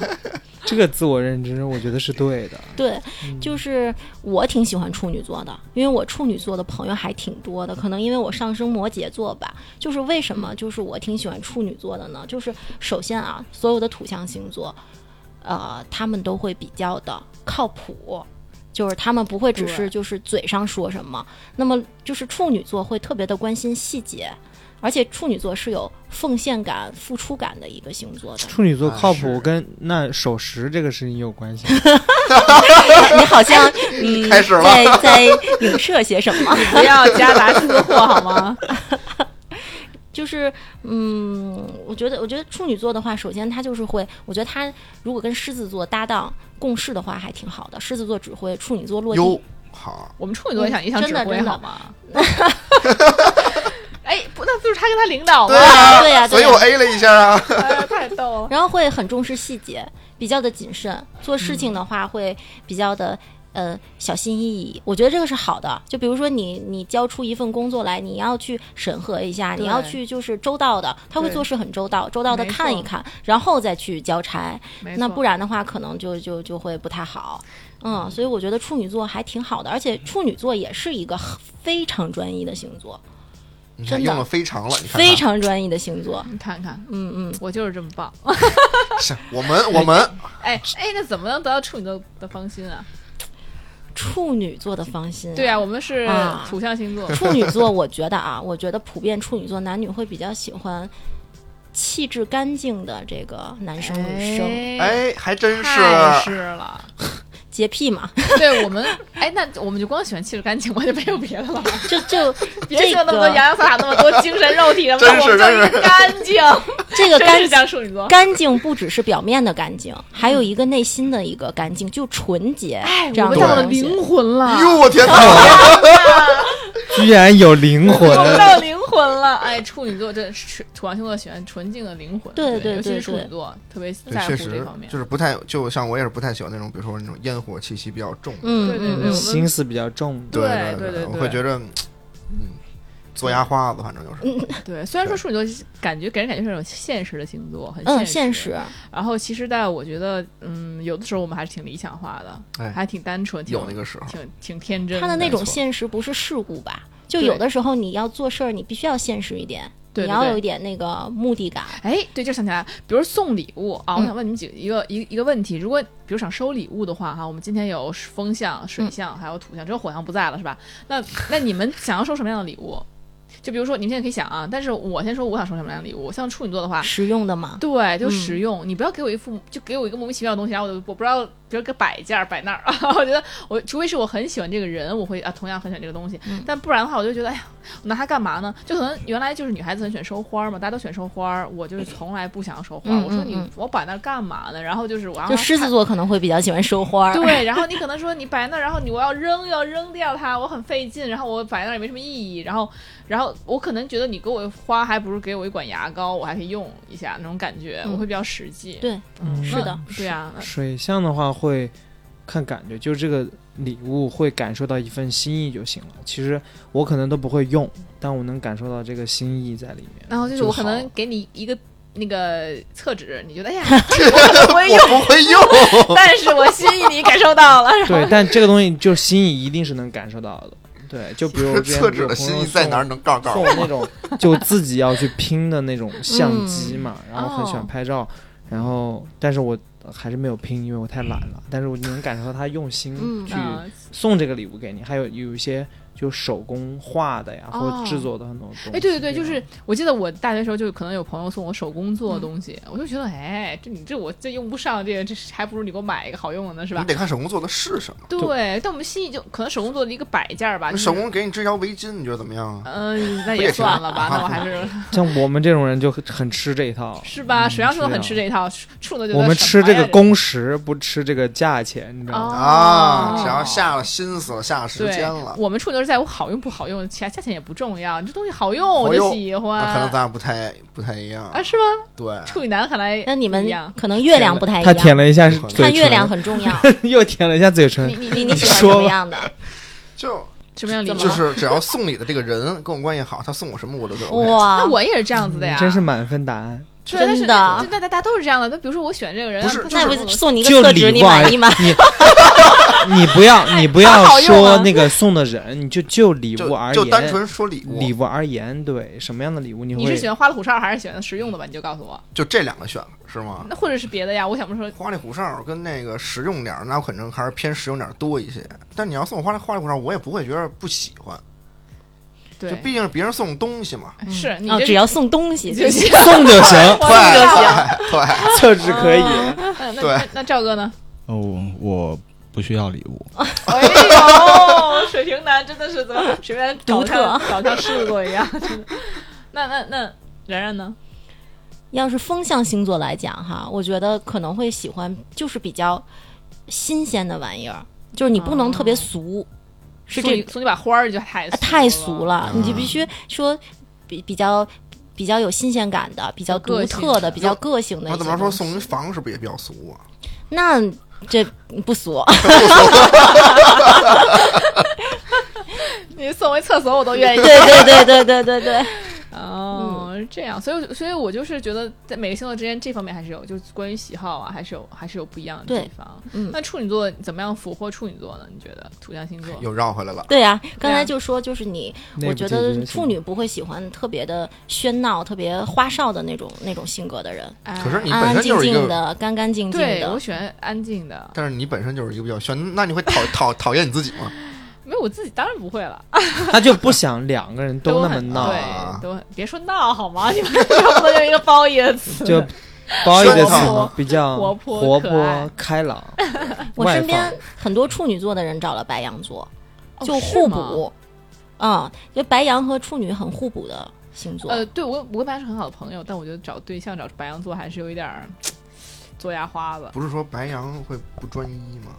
S6: *laughs*
S4: 这个自我认知我觉得是对的。
S6: *laughs* 对，就是我挺喜欢处女座的，因为我处女座的朋友还挺多的，可能因为我上升摩羯座吧。就是为什么就是我挺喜欢处女座的呢？就是首先啊，所有的土象星座，呃，他们都会比较的靠谱。就是他们不会只是
S2: 对
S6: 就是嘴上说什么，那么就是处女座会特别的关心细节，而且处女座是有奉献感、付出感的一个星座的。
S4: 处女座
S5: 啊
S4: 靠
S5: 是
S4: 谱跟那守时这个事情有关系吗。
S6: *laughs* 你好像嗯，
S5: 开始了
S6: 在在影射些什么？
S2: *laughs* 不要夹杂私货好吗？
S6: *laughs*
S2: *laughs*
S6: 就是，嗯，我觉得，我觉得处女座的话，首先他就是会，我觉得他如果跟狮子座搭档共事的话，还挺好的。狮子座指挥，处女座落
S5: 哟
S6: 地。，
S5: 好，
S2: 我们处女座也想
S6: 嗯
S2: 也想
S6: 真
S2: 指
S6: 的
S2: 挥
S6: 真的
S2: 好吗？ *laughs* 哎，不，那不是他跟他领导吗
S5: 对？啊，
S6: 对呀对呀啊
S5: 所以我 A 了一下啊。
S2: 哎呀太逗了。
S6: 然后会很重视细节，比较的谨慎，做事情的话会比较的呃小心翼翼。我觉得这个是好的。就比如说你你交出一份工作来，你要去审核一下，
S2: 对
S6: 你要去就是周到的，他会
S2: 对
S6: 做事很周到，周到的
S2: 没错
S6: 看一看，然后再去交差。
S2: 没
S6: 那
S2: 错
S6: 不然的话，可能就就就会不太好。嗯，所以我觉得处女座还挺好的，而且处女座也是一个很非常专一的星座，
S5: 你
S6: 真
S5: 看
S6: 的
S5: 用了非常了，你看看
S6: 非常专一的星座。
S2: 你看看，
S6: 嗯嗯，
S2: 我就是这么棒。
S5: 是我们我们
S2: 哎哎，那怎么能得到处女座的芳心啊？
S6: 处女座的芳心、
S2: 对啊，我们是
S6: 啊
S2: 土象星座，
S6: 处女座，我觉得啊，我觉得普遍处女座男女会比较喜欢气质干净的这个男生女生，
S5: 哎，还真是
S2: 太是了。
S6: 洁癖嘛， *laughs*
S2: 对我们，哎，那我们就光喜欢气质干净，我就没有别的
S6: *laughs*
S2: 了。
S6: 就就
S2: *laughs* 别
S6: 这
S2: 说那么多洋
S6: 个
S2: 洋洒洒那么多精神肉体
S6: *laughs*
S2: 什么的，
S5: 真
S2: 我
S5: 是
S2: 们
S5: 真是
S2: 就一干净。
S6: 这个
S2: 真
S6: 干
S2: 是像处女座。
S6: 干净不只是表面的干净，还有一个内心的一个干净，就纯洁。
S2: 哎，
S6: 这
S2: 我
S6: 样
S2: 们到
S6: 的
S2: 了
S6: 东西。
S2: 灵魂了，
S5: 哟，我天哪！
S4: 居然有
S6: *laughs*
S4: 灵魂，
S2: 我们到灵魂了。哎，处女座真是土象星座喜欢纯净的灵魂，
S6: 对对
S2: 尤其
S6: 对
S2: 是处
S6: 对
S2: 女座特别
S5: 对，
S2: 在乎
S5: 确
S2: 这
S5: 实
S2: 方面
S5: 就。是不太，就像我也是不太喜欢那种，比如说那种烟火气息比较重的。
S6: 嗯
S2: 对对
S6: 嗯
S2: 对
S6: 嗯，
S4: 心思比较重。
S2: 对
S5: 对
S2: 对对
S5: 我
S2: 对
S5: 会觉着，嗯，做牙花子，反正
S2: 嗯
S5: 就是。
S2: 对，虽然说处女座感觉给人感觉是那种现实的星座，很
S6: 嗯，
S2: 现
S6: 现。实。
S2: 然后其实，但我觉得，嗯，有的时候我们还是挺理想化的，
S5: 哎
S2: 还挺单纯，挺
S5: 有那个
S2: *laughs*
S5: 时候，
S2: 挺挺天真的。
S6: 他的那
S5: 没
S6: 种
S5: 错
S6: 现实不是世故吧？就
S2: 对
S6: 有的时候你要做事儿，你必须要现实一点，
S2: 对对
S6: 你要
S2: 对
S6: 有一点那个目的感。
S2: 哎，对，就想起来，比如送礼物啊，我
S6: 嗯
S2: 想问你们几个一个一个一个问题，如果比如想收礼物的话，哈，我们今天有风象、水象，还有土象，只有火象不在了，是吧？那那你们想要收什么样的礼物？就比如说，你们现在可以想啊，但是我先说我想收什么样的礼物。像处女座的话，
S6: 实用的
S2: 啊
S6: 嘛，
S2: 对，就实
S6: 嗯
S2: 用，你不要给我一副就给我一个莫名其妙的东西，然后我就我不知道，比如给摆件儿摆那儿， *laughs* 我觉得我除非是我很喜欢这个人，我会啊同样很喜欢这个东西，
S6: 嗯
S2: 但不然的话我就觉得哎呀，我拿它干嘛呢？就可能原来就是女孩子很喜欢收花儿嘛，大家都喜欢收花儿，我就是从来不想要收花儿，
S6: 嗯
S2: 我说
S6: 嗯
S2: 你
S6: 嗯
S2: 我摆那儿干嘛呢？然后就是我让
S6: 就
S2: 它
S6: 狮子座可能会比较喜欢收花儿。 *laughs*
S2: 对，然后你可能说你摆那儿，然后你我要扔，要扔掉它，我很费劲，然后我摆那儿也没什么意义，然后，然后我可能觉得你给我花，还不如给我一管牙膏，我还可以用一下那种感觉，我
S6: 嗯
S2: 会比较实际。
S6: 对，
S4: 嗯
S6: 是的，
S2: 对啊，
S4: 水象的话会看感觉，就是这个礼物会感受到一份心意就行了。其实我可能都不会用，但我能感受到这个心意在里面。
S2: 然后就是我
S4: 好
S2: 可
S4: 了
S2: 能给你一个那个厕纸，你觉
S6: *laughs*
S2: 得哎呀，我不会用，
S5: 我不会用，
S2: 但是我心意你感受到
S6: *laughs*
S2: 了。 *laughs*
S4: 对，但这个东西就心意一定是能感受到的。对，就比如
S5: *laughs*
S4: 我之前
S5: 厕
S4: 有
S5: 纸的
S4: 朋友
S5: 心意在哪儿？
S4: 送
S5: 能告诉
S4: 送
S5: 我
S4: 我那种
S5: *laughs*
S4: 就自己要去拼的那种相机嘛，然后很喜
S2: 哦
S4: 欢拍照，然后但是我还是没有拼，因为我太懒了。但是我能感受到他用心
S6: 嗯
S4: 去
S2: 啊，
S4: 送这个礼物给你，还有有一些就手工画的呀，或
S2: 哦
S4: 者制作的很多东
S6: 嗯
S4: 西。
S2: 哎，对对对，
S4: 吧
S2: 就是我记得我大学时候就可能有朋友送我手工做的东西，我就觉得哎，这你这我这用不上，这个这还不如你给我买一个好用的呢，是吧
S5: 你？得看手工做的是什么。
S2: 对，但我们心意就可能手工做的一个摆件儿吧，就是
S5: 手工给你织条围巾，你觉得怎么样啊？
S2: 嗯，那
S5: 不也啊
S2: 也
S5: 挺
S2: 算了吧，
S5: 好
S2: 那我
S5: *laughs*
S2: 还是。
S4: 像我们这种人就很很吃这一套
S2: 是吧？
S5: 嗯
S2: 水象星座
S4: 是
S2: 很
S4: 啊
S2: 吃这一套，处的就
S4: 我们吃这个工时，不吃这个价钱，你知
S2: 哦
S4: 道吗？
S5: 啊，只要
S2: 下。
S5: 下了心思了，下了时
S2: 对，
S5: 间了，
S2: 我们处女座是在乎好用不好用，其他价钱也不重要，你这东西好用我
S5: 好
S2: 就
S5: 用
S2: 喜
S5: 那
S2: 欢。
S5: 可能咱俩不太不太一样
S2: 啊，。是吗？
S5: 对，
S2: 处女男看来
S6: 那你
S2: 不
S6: 们
S2: 一样
S6: 可能月亮不太一
S4: 他舔
S6: 样，
S4: 了一下
S5: 不一样
S4: 嘴唇，
S6: 看月亮很重要。
S4: *laughs* 又舔了一下嘴唇
S5: 嗯
S6: 你。你你你喜欢
S4: 说
S6: 什么
S4: 吧
S6: 样的？
S5: 就
S2: 什么样礼物？
S5: 就是只要送礼的这个人跟我关系好，他送我什么我都觉得 OK。
S6: 哇
S2: 那，我也是这样子的
S5: 嗯
S2: 呀，
S4: 真是满分答案，
S2: 对但是
S6: 真的啊
S2: 就大家大家都是这样的。那比如说我选这个人，啊
S5: 不是
S2: 不
S6: 那
S2: 我
S6: 我
S2: 我
S6: 送你一
S4: 就
S6: 个厕纸，
S4: 礼
S6: 你
S4: 物啊，
S6: 满
S4: 你 *laughs*
S6: 意吗？
S4: 你 *laughs* 不要你不要
S2: 好用啊
S4: 说那个送的人，你就就礼
S5: 就
S4: 物而
S5: 就单
S4: 言，
S5: 纯说礼物，
S4: 礼物而言，对什么样的礼物你
S2: 你是喜
S4: 会
S2: 欢花里胡哨还是喜欢实用的吧？你就告诉我，
S5: 就这两个选了是吗？
S2: 那或者是别的呀？我想不说，
S5: 花里胡哨跟那个实用点儿，那我可能还是偏实用点儿多一些。但你要送我花里花里胡哨，我也不会觉得不喜欢，就
S2: 对，
S5: 毕竟是别人送东西嘛。
S2: 是你
S6: 哦，
S2: 这
S6: 只要送东西
S2: 就
S6: 就行。
S2: 行，
S4: 送就行，
S2: *laughs* 我
S5: 对
S2: 就行。
S5: 对对，
S4: *laughs* 厕纸可以。
S2: *laughs* 嗯那
S5: 对
S2: 那那赵哥呢？
S3: *laughs* 哦，我不需要礼物，
S2: 哎 *laughs* 呦，水瓶男真的是怎么水瓶男搞
S6: 独特
S2: 像搞像狮子座一样，真的。 *laughs* 那那那然然呢？
S6: 要是风象星座来讲哈，我觉得可能会喜欢就是比较新鲜的玩意儿，就是你不能
S2: 哦
S6: 特别俗，是
S2: 送
S6: 这
S2: 你送你把花儿就太
S6: 啊太俗
S2: 了。
S6: 了，你就必须说比比较。比较有新鲜感的、比较独
S2: 个性
S6: 特的、
S2: 的
S6: 比较个性的一
S5: 那
S6: 些
S5: 怎
S6: 东
S5: 么
S6: 西。
S5: 说送人房是不是也比较俗啊？
S6: 那这不俗，
S2: 你送回厕所我都愿意
S6: *laughs* 对。对对对对对对，
S2: *laughs* 哦，是这样，所以所以我就是觉得在每个星座之间这方面还是有，就是关于喜好啊，还是有还是有不一样的
S6: 对
S2: 地方。
S6: 嗯
S2: 那处女座怎么样俘获处女座呢？你觉得土象星座？
S5: 又绕回来了。
S6: 对呀、
S2: 对
S6: 刚
S2: 啊
S6: 才就说就是你，
S4: 内
S6: 我
S4: 部
S6: 觉
S4: 解决
S6: 得
S4: 型
S6: 处女不会喜欢特别的喧闹、特别花哨的那种那种性格的人，
S2: 哎
S5: 可是你
S6: 安
S5: 本
S6: 安
S5: 身
S6: 静
S5: 就是一
S6: 静
S5: 个，
S6: 的、干干净净
S2: 对我
S6: 的。
S2: 喜欢安静的，
S5: 但是你本身就是一个比较喧，那你会讨讨 *laughs* 讨厌你自己吗？
S2: 没有我自己当然不会了，
S4: 他就不想两个人都那么
S2: 很
S4: 闹，
S5: 啊
S2: 对，都很别说闹好吗？ *laughs* 你们要不能用一个褒义的词，
S4: 就褒义的词
S5: 说
S4: 嘛比较
S2: 活泼
S4: 活
S2: 可爱
S4: 泼
S2: *laughs*
S4: 开朗。
S6: 我
S4: 外
S6: 身边
S4: 放
S6: 很多处女座的人找了白羊座，
S2: 哦
S6: 就是互
S2: 吗
S6: 补。嗯，就白羊和处女很互补的星座。
S2: 呃，对我我跟白羊是很好的朋友，但我觉得找对象找白羊座还是有一点儿做牙花子。
S5: 不是说白羊会不专一吗？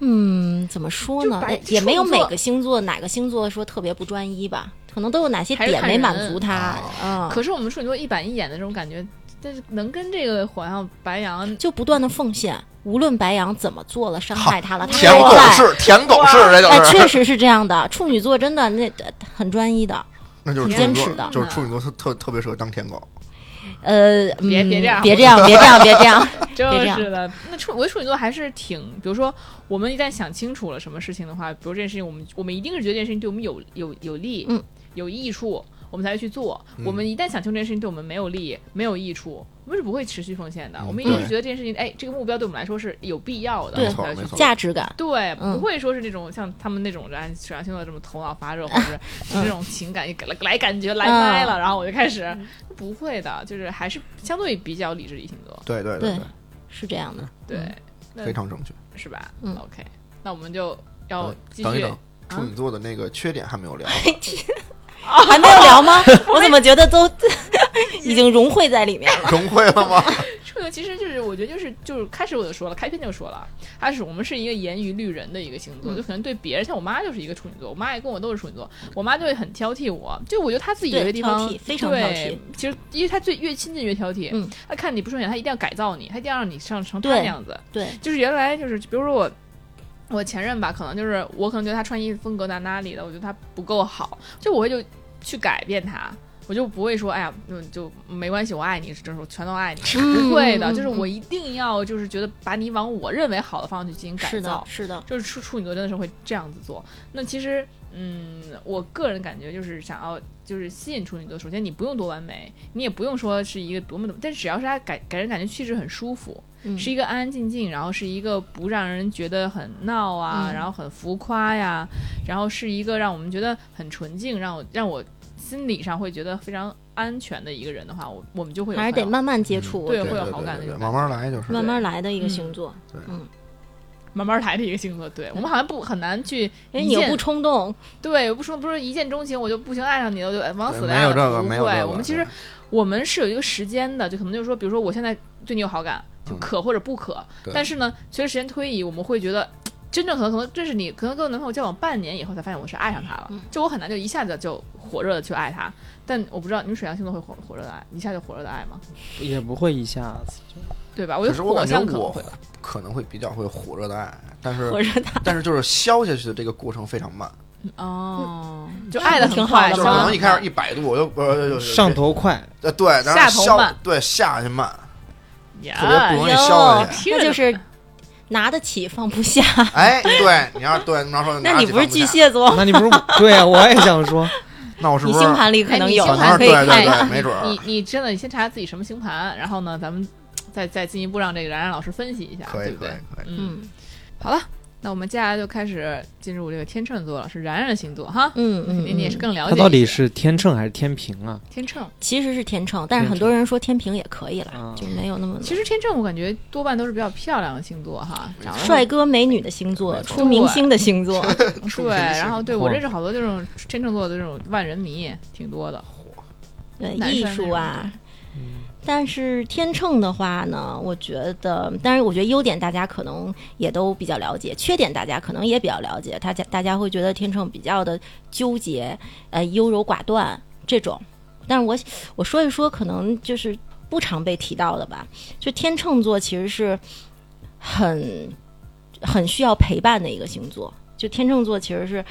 S6: 嗯，怎么说
S2: 就
S6: 呢？
S2: 白
S6: 也也没有
S2: 处女
S6: 每
S2: 座
S6: 个星座哪个星座说特别不专一吧，可能都有哪些
S2: 还是
S6: 点
S2: 看
S6: 没满
S2: 人哦
S6: 足他。嗯，
S2: 可是我们处女座一板一眼的这种感觉，但是能跟这个好像白羊
S6: 就不断的奉献，无论白羊怎么做了，伤害他了，他
S5: 舔狗
S6: 还在。
S5: 式，舔狗式，这 *laughs*
S6: 哎
S5: 就，是，
S6: 确实是这样的，处女座真的那呃很专一的，
S5: 那就是
S6: 挺
S5: 处女
S6: 坚持
S5: 座，
S6: 的
S5: 就是处女
S2: 嗯
S5: 座特特特别适合当舔狗。
S6: 呃，
S2: 别
S6: 嗯
S2: 别这样
S6: 别这样，别这样，别这样，
S2: *laughs* 就
S6: 别这样
S2: 是的，那处我觉得处女座还是挺，比如说我们一旦想清楚了什么事情的话，比如这件事情，我们我们一定是觉得这件事情对我们有有有利，
S6: 嗯，
S2: 有益处，我们才会去做。
S5: 嗯
S2: 我们一旦想清楚这件事情对我们没有利、没有益处，我们是不会持续奉献的。
S5: 嗯
S2: 我们一定
S5: 对
S2: 是觉得这件事情，哎，这个目标对我们来说是有必要的，
S6: 对
S2: 我们才会去
S5: 没错
S2: 做。
S6: 价值感。
S2: 对，
S6: 嗯
S2: 不会说是那种像他们那种人，哎水象星座这么头脑发热，或者是是
S6: 嗯
S2: 那种情感一来来感觉来歪了，然后我就开
S6: 嗯
S2: 始，不会的，就是还是相对比较理智的星座，
S5: 对对
S6: 对是
S2: *laughs*
S6: 这样的，
S2: 对，那
S5: 对，非常正确。
S2: 是吧？
S6: 嗯
S2: o k 那我们就要继续。哎
S5: 哎等一等，处女座的那个缺点还没有聊， *laughs*
S2: 哦
S6: 还没有聊
S2: *laughs*
S6: 吗？我怎么觉得都 *laughs* 已经融汇在里面了？
S5: 融会了吗？
S2: 这个其实就是我觉得就是就是开始我就说了，开篇就说了，它是我们是一个严于律人的一个星座，
S6: 嗯
S2: 就可能对别人，像我妈就是一个处女座，我妈也跟我都是处女座，我妈就会很挑剔我，就我觉得她自己有
S6: 对
S2: 些地方
S6: 挑剔非常
S2: 对
S6: 挑剔
S2: 其实因为她最越亲近越挑剔，
S6: 嗯，
S2: 她看你不顺眼，她一定要改造你，她一定要让你上成她
S6: 对
S2: 那样子，
S6: 对，
S2: 就是原来就是比如说我。我前任吧，可能就是我可能觉得他穿衣服风格哪哪里的，我觉得他不够好，就我会就去改变他，我就不会说哎呀，嗯，就没关系，我爱你，就是全都爱你，
S6: *laughs* 嗯
S2: 不会的，
S6: 嗯
S2: 就是
S6: 嗯
S2: 我一定要就是觉得把你往我认为好的方向去进行改
S6: 是的
S2: 造，，
S6: 是的，
S2: 就是处处女座真的是会这样子做。那其实，嗯，我个人感觉就是想要就是吸引处女座，首先你不用多完美，你也不用说是一个多么的，但只要是他给给人感觉气质很舒服，
S6: 嗯
S2: 是一个安安静静，然后是一个不让人觉得很闹啊，
S6: 嗯
S2: 然后很浮夸呀，然后是一个让我们觉得很纯净，让我让我心理上会觉得非常安全的一个人的话，我我们就会有
S6: 还是得
S2: 很
S6: 慢慢
S5: 嗯
S6: 接触，我
S2: 对
S6: 觉
S2: 会
S6: 得
S2: 有好感那
S5: 对对
S2: 种
S5: 慢慢来就是。
S6: 慢慢来的一个
S2: 嗯
S6: 星座，
S2: 慢慢来的一个星座。对我们好像不很难去
S6: 因为
S2: 一
S6: 嗯哎你又
S2: 见
S6: 不冲动，
S2: 对，不说不是一见钟情，我就不行爱上你了，我就哎往死
S5: 对
S2: 了
S5: 没有这个
S2: 不
S5: 没有
S2: 会
S5: 这个
S2: 我们其实我们是有一个时间的，就可能就是说，比如说我现在对你有好感，就
S5: 嗯
S2: 可或者不可，
S5: 对
S2: 但是呢，随着时间推移，我们会觉得。真正可能可能认识你，可能跟我男朋友交往半年以后才发现我是爱上他了
S6: 嗯。
S2: 就我很难就一下子就火热的去爱他，但我不知道你们水象星座会火火热的爱，一下就火热的爱吗？
S4: 也不会一下子就
S2: 对吧？我
S5: 可
S2: 觉
S5: 是
S2: 得
S5: 我
S2: 火
S5: 感觉
S2: 象可能
S5: 我
S2: 会，
S5: 可能会比较会火热的爱，但是
S6: 我说他
S5: 但是就是消下去的这个过程非常慢，
S2: 哦，嗯就爱的
S6: 嗯挺好
S2: 快，嗯
S6: 的
S5: 就是
S6: 吗
S2: 消
S5: 可能
S2: 亡
S5: 一开始一百度我就呃
S4: 上头快，
S5: 呃对，
S2: 下
S5: 然
S2: 头
S5: 后消
S2: 慢
S5: 对下去慢，
S2: 呀
S5: 特别不容易消
S6: 哟
S5: 下去。
S2: 去
S6: 那就是拿得起放不下。
S5: 哎，对，你要对，你要说
S6: 那
S5: 拿
S6: 你
S5: 起
S6: 不是
S5: 放
S6: 巨
S5: 下，
S6: 蟹座？
S4: 那你不是 *laughs* 对啊？我也
S2: *laughs*
S4: 想说，
S2: 哦
S5: 那我是
S6: 你
S5: 不
S6: 星
S5: 是？
S6: 盘里可能有，
S2: 哎你星
S5: 盘
S6: 可以
S5: 对对
S6: 看一
S5: 对
S6: 看。
S5: 没准儿
S2: 你你真的，你先查查自己什么星盘，然后呢，咱们再再进一步让这个冉冉老师分析一下，
S5: 可以
S2: 对不
S5: 可
S2: 对？
S5: 以可以，
S2: 嗯，
S6: 嗯
S2: 好了，那我们接下来就开始进入这个天秤座了，是冉冉的星座哈。
S6: 嗯嗯，
S2: 你你也是
S6: 嗯
S2: 更了解
S4: 他
S2: 一些，
S4: 到底是天秤还是天平啊？
S2: 天秤？
S6: 其实是天秤，但是很多人说天平也可以了，
S4: 啊
S6: 就没有那么
S2: 其实天秤我感觉多半都是比较漂亮的星座哈，长得
S6: 帅哥美女的星座，出明星的星座，
S2: 对，然后对我认识好多这种天秤座的这种万人迷，挺多的。
S6: 对
S2: 男
S6: 呃艺
S2: 生
S6: 术
S2: 那
S6: 啊。但是天秤的话呢，我觉得，但是我觉得优点大家可能也都比较了解，缺点大家可能也比较了解。大家大家会觉得天秤比较的纠结，呃，优柔寡断这种，但是我我说一说，可能就是不常被提到的吧。就天秤座其实是很很需要陪伴的一个星座，就天秤座其实是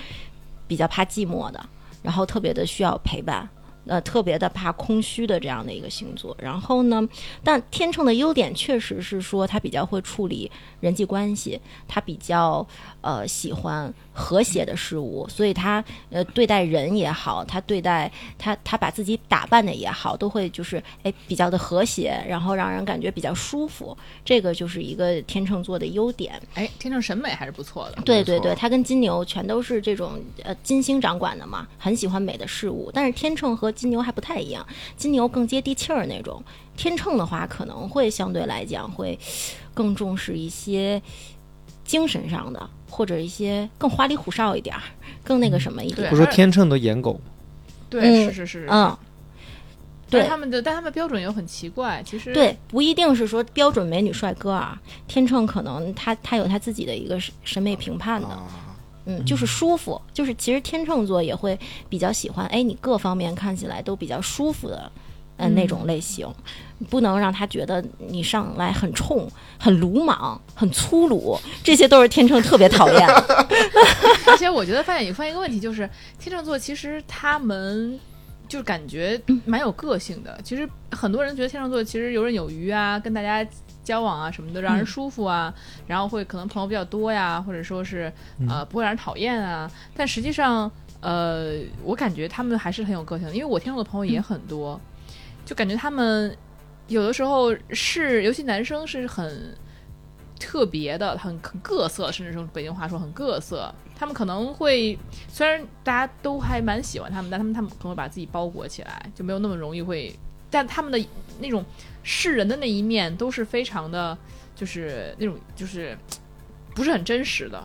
S6: 比较怕寂寞的，然后特别的需要陪伴。呃，特别的怕空虚的这样的一个星座，然后呢，但天秤的优点确实是说他比较会处理人际关系，他比较呃喜欢和谐的事物，所以他呃对待人也好，他对待他他把自己打扮的也好，都会就是哎比较的和谐，然后让人感觉比较舒服，这个就是一个天秤座的优点。
S2: 哎，天秤审美还是不错的。
S6: 对
S5: 没
S6: 对
S5: 错
S6: 对，它跟金牛全都是这种呃金星掌管的嘛，很喜欢美的事物。但是天秤和金牛还不太一样，金牛更接地气儿那种，天秤的话可能会相对来讲会更重视一些精神上的，或者一些更花里胡哨一点儿，更那个什么一点
S2: 对
S6: 儿。
S4: 我说天秤都颜狗，
S2: 对，
S6: 嗯
S2: 是是是，是
S6: 嗯，
S2: 但
S6: 对
S2: 他们的，但他们标准又很奇怪。其实，
S6: 对，不一定是说标准美女帅哥啊，天秤可能他他有他自己的一个审审美评判的。
S5: 啊，
S6: 嗯，就是舒服，就是其实天秤座也会比较喜欢，哎，你各方面看起来都比较舒服的，嗯、
S2: 嗯
S6: 那种类型，不能让他觉得你上来很冲、很鲁莽、很粗鲁，这些都是天秤特别讨厌的。
S2: *laughs* 而且我觉得发现你发现一个问题，就是天秤座其实他们就感觉蛮有个性的。其实很多人觉得天秤座其实游刃有余啊，跟大家交往啊什么的，让人
S6: 嗯
S2: 舒服啊，然后会可能朋友比较多呀，或者说是呃不会让人讨厌啊。但实际上，呃，我感觉他们还是很有个性的，因为我天秤座朋友也很多，就感觉他们有的时候是，尤其男生是很特别的，很很各色，甚至用北京话说很各色。他们可能会，虽然大家都还蛮喜欢他们，但他们他们可能会把自己包裹起来，就没有那么容易会。但他们的那种世人的那一面都是非常的，就是那种就是不是很真实的。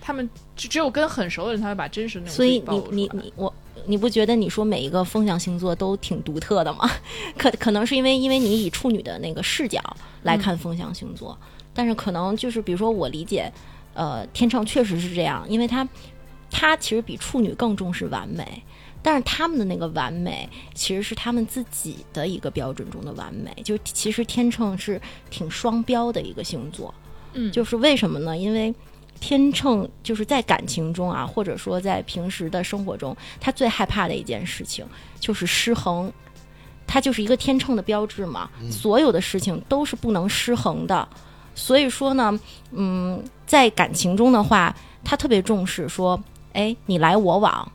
S2: 他们只只有跟很熟的人，才会把真实的那种
S6: 所以
S2: 自己暴露
S6: 你
S2: 出来
S6: 你你我，你不觉得你说每一个风象星座都挺独特的吗？可可能是因为因为你以处女的那个视角来
S2: 嗯
S6: 看风象星座，但是可能就是比如说我理解，呃，天秤确实是这样，因为他他其实比处女更重视完美。但是他们的那个完美，其实是他们自己的一个标准中的完美。就是其实天秤是挺双标的一个星座，
S2: 嗯，
S6: 就是为什么呢？因为天秤就是在感情中啊，或者说在平时的生活中，他最害怕的一件事情就是失衡。它就是一个天秤的标志嘛，所有的事情都是不能失衡的。所以说呢，嗯，在感情中的话，他特别重视说，哎，你来我往。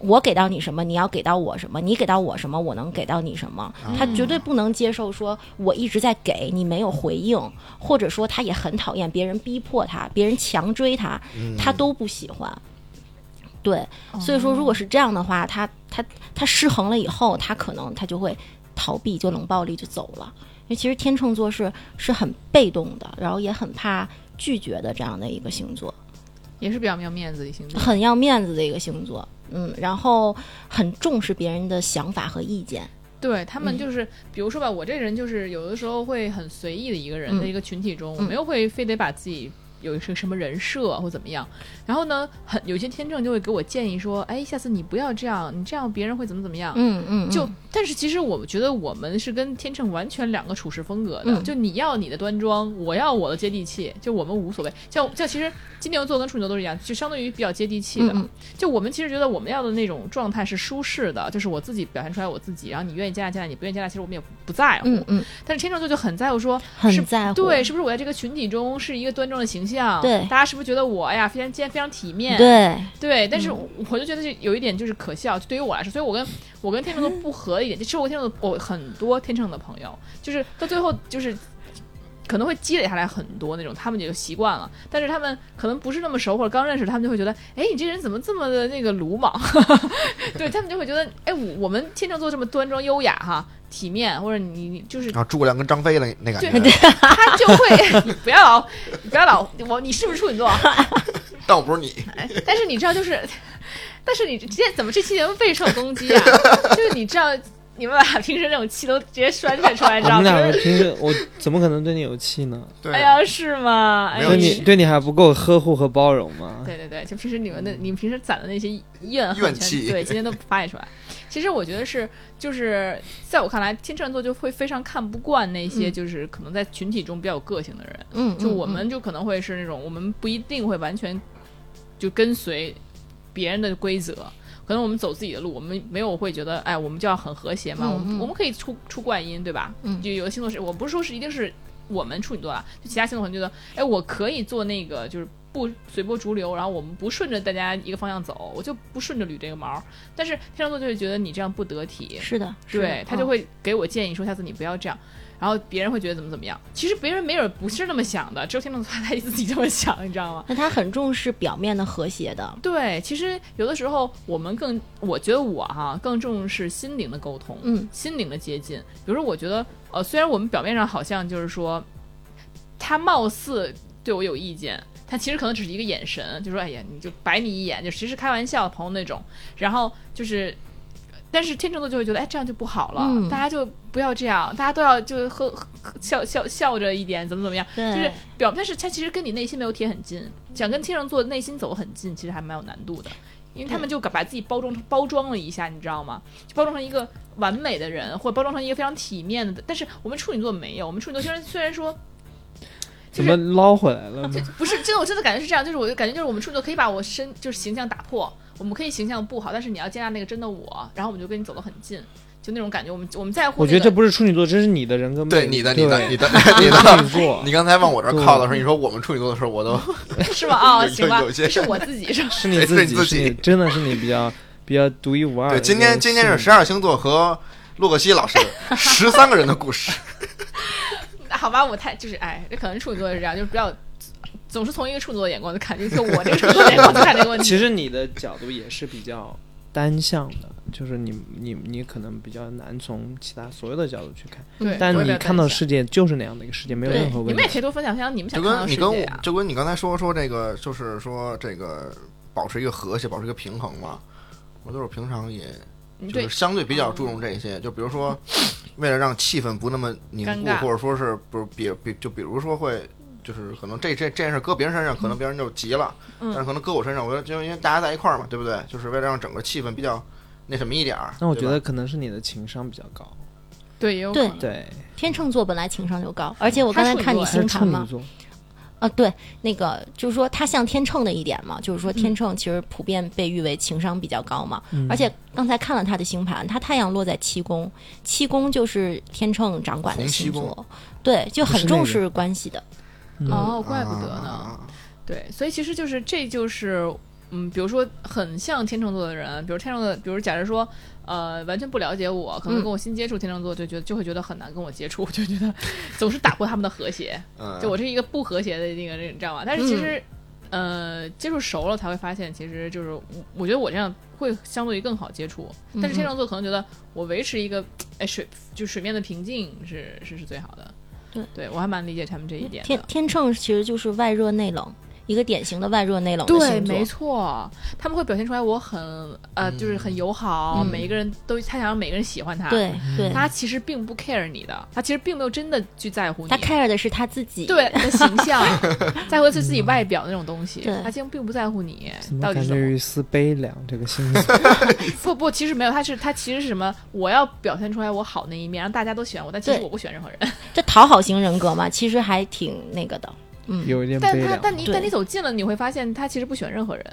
S6: 我给到你什么，你要给到我什么；你给到我什么，我能给到你什么。他绝对不能接受说我一直在给你没有回应，或者说他也很讨厌别人逼迫他，别人强追他，
S5: 嗯
S6: 他都不喜欢。对，所以说
S2: 哦
S6: 如果是这样的话，他他他失衡了以后，他可能他就会逃避，就冷暴力就走了。因为其实天秤座是是很被动的，然后也很怕拒绝的这样的一个星座，
S2: 也是比较没有面子的星座。
S6: 很要面子的一个星座。嗯，然后很重视别人的想法和意见。
S2: 对他们
S6: 嗯
S2: 就是，比如说吧，我这人就是有的时候会很随意的一个人，
S6: 嗯
S2: 在一个群体中，我
S6: 嗯
S2: 没有会非得把自己有一个什么人设或怎么样。然后呢，很有些天秤就会给我建议说，哎，下次你不要这样，你这样别人会怎么怎么样。
S6: 嗯嗯，嗯
S2: 就，但是其实我觉得我们是跟天秤完全两个处事风格的，
S6: 嗯
S2: 就你要你的端庄，我要我的接地气，就我们无所谓。像像其实金牛座跟处女座都是一样，就相当于比较接地气的。
S6: 嗯嗯
S2: 就我们其实觉得我们要的那种状态是舒适的，就是我自己表现出来我自己，然后你愿意加大加大，你不愿意加大，其实我们也不不在乎。
S6: 嗯嗯，
S2: 但是天秤座就很在乎说，
S6: 很
S2: 是
S6: 在乎。
S2: 对，是不是我在这个群体中是一个端庄的形象？
S6: 对
S2: 大家是不是觉得我哎呀非常今天非常体面？
S6: 对，
S2: 对，但是我我就觉得这有一点就是可笑，就对于我来说，所以我跟我跟天秤座不合一点，就其实我天秤座我很多天秤的朋友，就是到最后就是可能会积累下来很多那种，他们也就习惯了，但是他们可能不是那么熟或者刚认识，他们就会觉得，哎，你这人怎么这么的那个鲁莽？ *laughs* 对他们就会觉得，哎，我我们天秤座这么端庄优雅哈，体面，或者你你就是
S5: 然后诸葛亮跟张飞了那感
S2: 对
S5: *laughs* 觉，
S2: 他就会， *laughs* 你不要老你不要老我你是不是处女座？啊
S5: 倒不是你，
S2: *laughs* 但是你知道，就是，但是你这这怎么这期节目备受攻击啊？就是你知道，你们把平时那种气都直接宣泄出来，你
S4: 我
S2: 知道
S4: 们
S2: 吗？
S4: 俩
S2: 就是
S4: 平时我怎么可能对你有气呢？
S5: 对
S2: 哎呀，是吗？哎
S5: 没
S2: 呀
S5: 有
S4: 对，
S5: 气
S4: 你对你还不够呵护和包容吗？
S2: 对对对，就平时你们的，你们平时攒的那些怨恨，
S5: 怨气
S2: 对，今天都发泄出来。其实我觉得是，就是在我看来，天秤座就会非常看不惯那些
S6: 嗯
S2: 就是可能在群体中比较有个性的人。
S6: 嗯，
S2: 就
S6: 嗯
S2: 我们就可能会是那种，我们不一定会完全就跟随别人的规则，可能我们走自己的路，我们没有会觉得，哎，我们就要很和谐嘛，
S6: 嗯
S2: 我们
S6: 嗯
S2: 我们可以出出怪音，对吧？
S6: 嗯
S2: 就有的星座是我不是说是一定是我们处女座啊，就其他星座可能觉得，哎，我可以做那个就是。不随波逐流，然后我们不顺着大家一个方向走，我就不顺着捋这个毛。但是天秤座就会觉得你这样不得体，
S6: 嗯是的，是哦的
S2: 对他就会给我建议说下次你不要这样，然后别人会觉得怎么怎么样。其实别人没准不是那么想的，只有天秤座他自己这么想，你知道吗？
S6: 那他很重视表面的和谐的，
S2: 对，其实有的时候我们更，我觉得我哈、更重视心灵的沟通，
S6: 嗯，
S2: 心灵的接近。比如说，我觉得呃，虽然我们表面上好像就是说，他貌似对我有意见，他其实可能只是一个眼神，就说哎呀，你就白你一眼，就其实开玩笑的朋友那种。然后就是。但是天秤座就会觉得，哎，这样就不好了，
S6: 嗯
S2: 大家就不要这样，大家都要就喝喝笑笑笑着一点，怎么怎么样，
S6: 对
S2: 就是表，但是它其实跟你内心没有贴很近，想跟天秤座内心走很近，其实还蛮有难度的，因为他们就把自己包装包装了一下，你知道吗？就包装成一个完美的人，或者包装成一个非常体面的，但是我们处女座没有，我们处女座虽然虽然说。就
S4: 怎
S2: 是
S4: 么捞回来了呢？
S2: 不是，真的，我真的感觉是这样，就是我就感觉就是我们处女座可以把我身就是形象打破，我们可以形象不好，但是你要接纳那个真的我，然后我们就跟你走得很近，就那种感觉。我们我们在乎、
S4: 我
S2: 那个，
S4: 觉得这不是处女座，这是你的人格魅
S5: 对
S4: 力。
S5: 你的你的你 *laughs* 的
S4: 对
S5: 你
S4: 处
S5: 的
S4: *laughs* 女，座
S5: 你刚才往我这儿靠的时候，你说我们处女座的时候，我都
S2: 是吧？啊、
S5: *laughs* 有
S2: 行吧，
S5: 有些
S2: 是我自己是吧？
S4: 是你
S5: 哎
S4: 自
S5: 对是
S4: 己，
S5: 你自
S4: 是你
S5: 己
S4: 真的是你比较比较独一无
S2: 啊
S4: 二的这个
S5: 对。今
S4: 性格。
S5: 天今天是十二星座和洛克西
S2: *laughs*
S5: 老师十三个人的故事，
S2: 好吧，我太就是哎，这可能处女座是这样，就是比较总是从一个处女座的眼光去看，就是我这个处女座的眼光去看这个问
S4: *laughs*
S2: 题。
S4: 其实你的角度也是比较单向的，就是你你你可能比较难从其他所有的角度去看，
S2: 对，
S4: 但
S2: 我也比较
S4: 你看到
S2: 担
S4: 世界就是那样的一个世界，没有
S2: 对
S4: 任何
S2: 你
S4: 问
S2: 们也
S4: 题。
S2: 可以多分享分享你们想
S5: 就
S2: 看到
S5: 跟
S2: 的
S5: 你
S2: 世
S5: 跟
S2: 界
S5: 我
S2: 啊。
S5: 就跟你刚才说说这个，就是说这个保持一个和谐，保持一个平衡嘛。我就是平常也
S2: 嗯
S5: 就
S2: 对
S5: 是，相对比较注重这些，就比如
S2: *laughs*
S5: 说，为了让气氛不那么凝
S2: 尴
S5: 固
S2: 尬，
S5: 或者说是不是比比就比如说会。就是可能这这这件事搁别人身上，可能别人就急了，但是
S2: 嗯，
S5: 可能搁我身上，我觉得就因为大家在一块儿嘛，对不对？就是为了让整个气氛比较那什么一点儿。
S4: 那我
S5: 对
S4: 觉
S5: 吧
S4: 得可能是你的情商比较高，
S2: 对，也有
S6: 对
S2: 可能
S4: 对，
S6: 天秤座本来情商就高，而且我刚才看你
S2: 他
S4: 还是
S6: 星
S4: 处
S6: 盘
S4: 女
S6: 嘛，
S4: 座，
S6: 啊，对，那个就是说他像天秤的一点嘛，就是说天秤其实普遍被誉为情商比较高嘛，
S4: 嗯
S6: 而且刚才看了他的星盘，他太阳落在七宫，七宫就是天秤掌管的
S5: 同七
S6: 星
S5: 宫
S6: 座，对，就
S4: 不
S6: 很
S4: 是
S6: 重
S4: 那个
S6: 视关系的，
S4: 嗯
S2: 哦，怪不得
S5: 啊啊
S2: 呢。
S5: 啊
S2: 对，所以其实就是这就是嗯，比如说很像天秤座的人，比如天秤座，比如假如说呃完全不了解我，可能
S6: 嗯
S2: 跟我新接触天秤座就觉得就会觉得很难跟我接触，就觉得总是打破他们的和谐。
S6: 啊
S5: 嗯，
S2: 就我这一个不和谐的那个人，你知道吗？但是其
S6: 嗯
S2: 实，呃，接触熟了才会发现，其实就是我我觉得我这样会相对于更好接触。但
S6: 嗯
S2: 是天秤座可能觉得我维持一个哎水就水面的平静是是是最好的。
S6: 对，
S2: 我还蛮理解他们这一点
S6: 天
S2: 的。
S6: 天秤其实就是外热内冷，一个典型的外热内冷的
S2: 对，
S6: 星座
S2: 没，错，他们会表现出来我很呃，就是很友好，
S6: 嗯
S2: 每一个人都他想让每个人喜欢他。，
S6: 对
S4: 嗯
S6: 对，
S2: 他其实并不 care 你的，他其实并没有真的去在乎你。
S6: 他 care 的是他自己，
S2: 对你的形
S6: *laughs*
S2: 象，在乎的是自己外表那种东西
S6: 对，
S2: 他竟并不在乎你
S4: 怎么
S2: 到底
S4: 嗯感
S2: 是
S4: 觉
S2: 怎
S4: 有
S2: 么。
S4: 一丝悲凉？这个星座，
S2: 不不，其实没有，他是他其实是什么？我要表现出来我好那一面，让大家都喜欢我，但其实
S6: 对
S2: 我不喜欢任何人。
S6: 这讨好型人格嘛，其实还挺那个的，嗯，
S4: 有一点
S2: 但
S4: 悲
S2: 他
S4: 凉，
S2: 但你
S6: 对
S2: 但你走近了，你会发现他其实不喜欢任何人。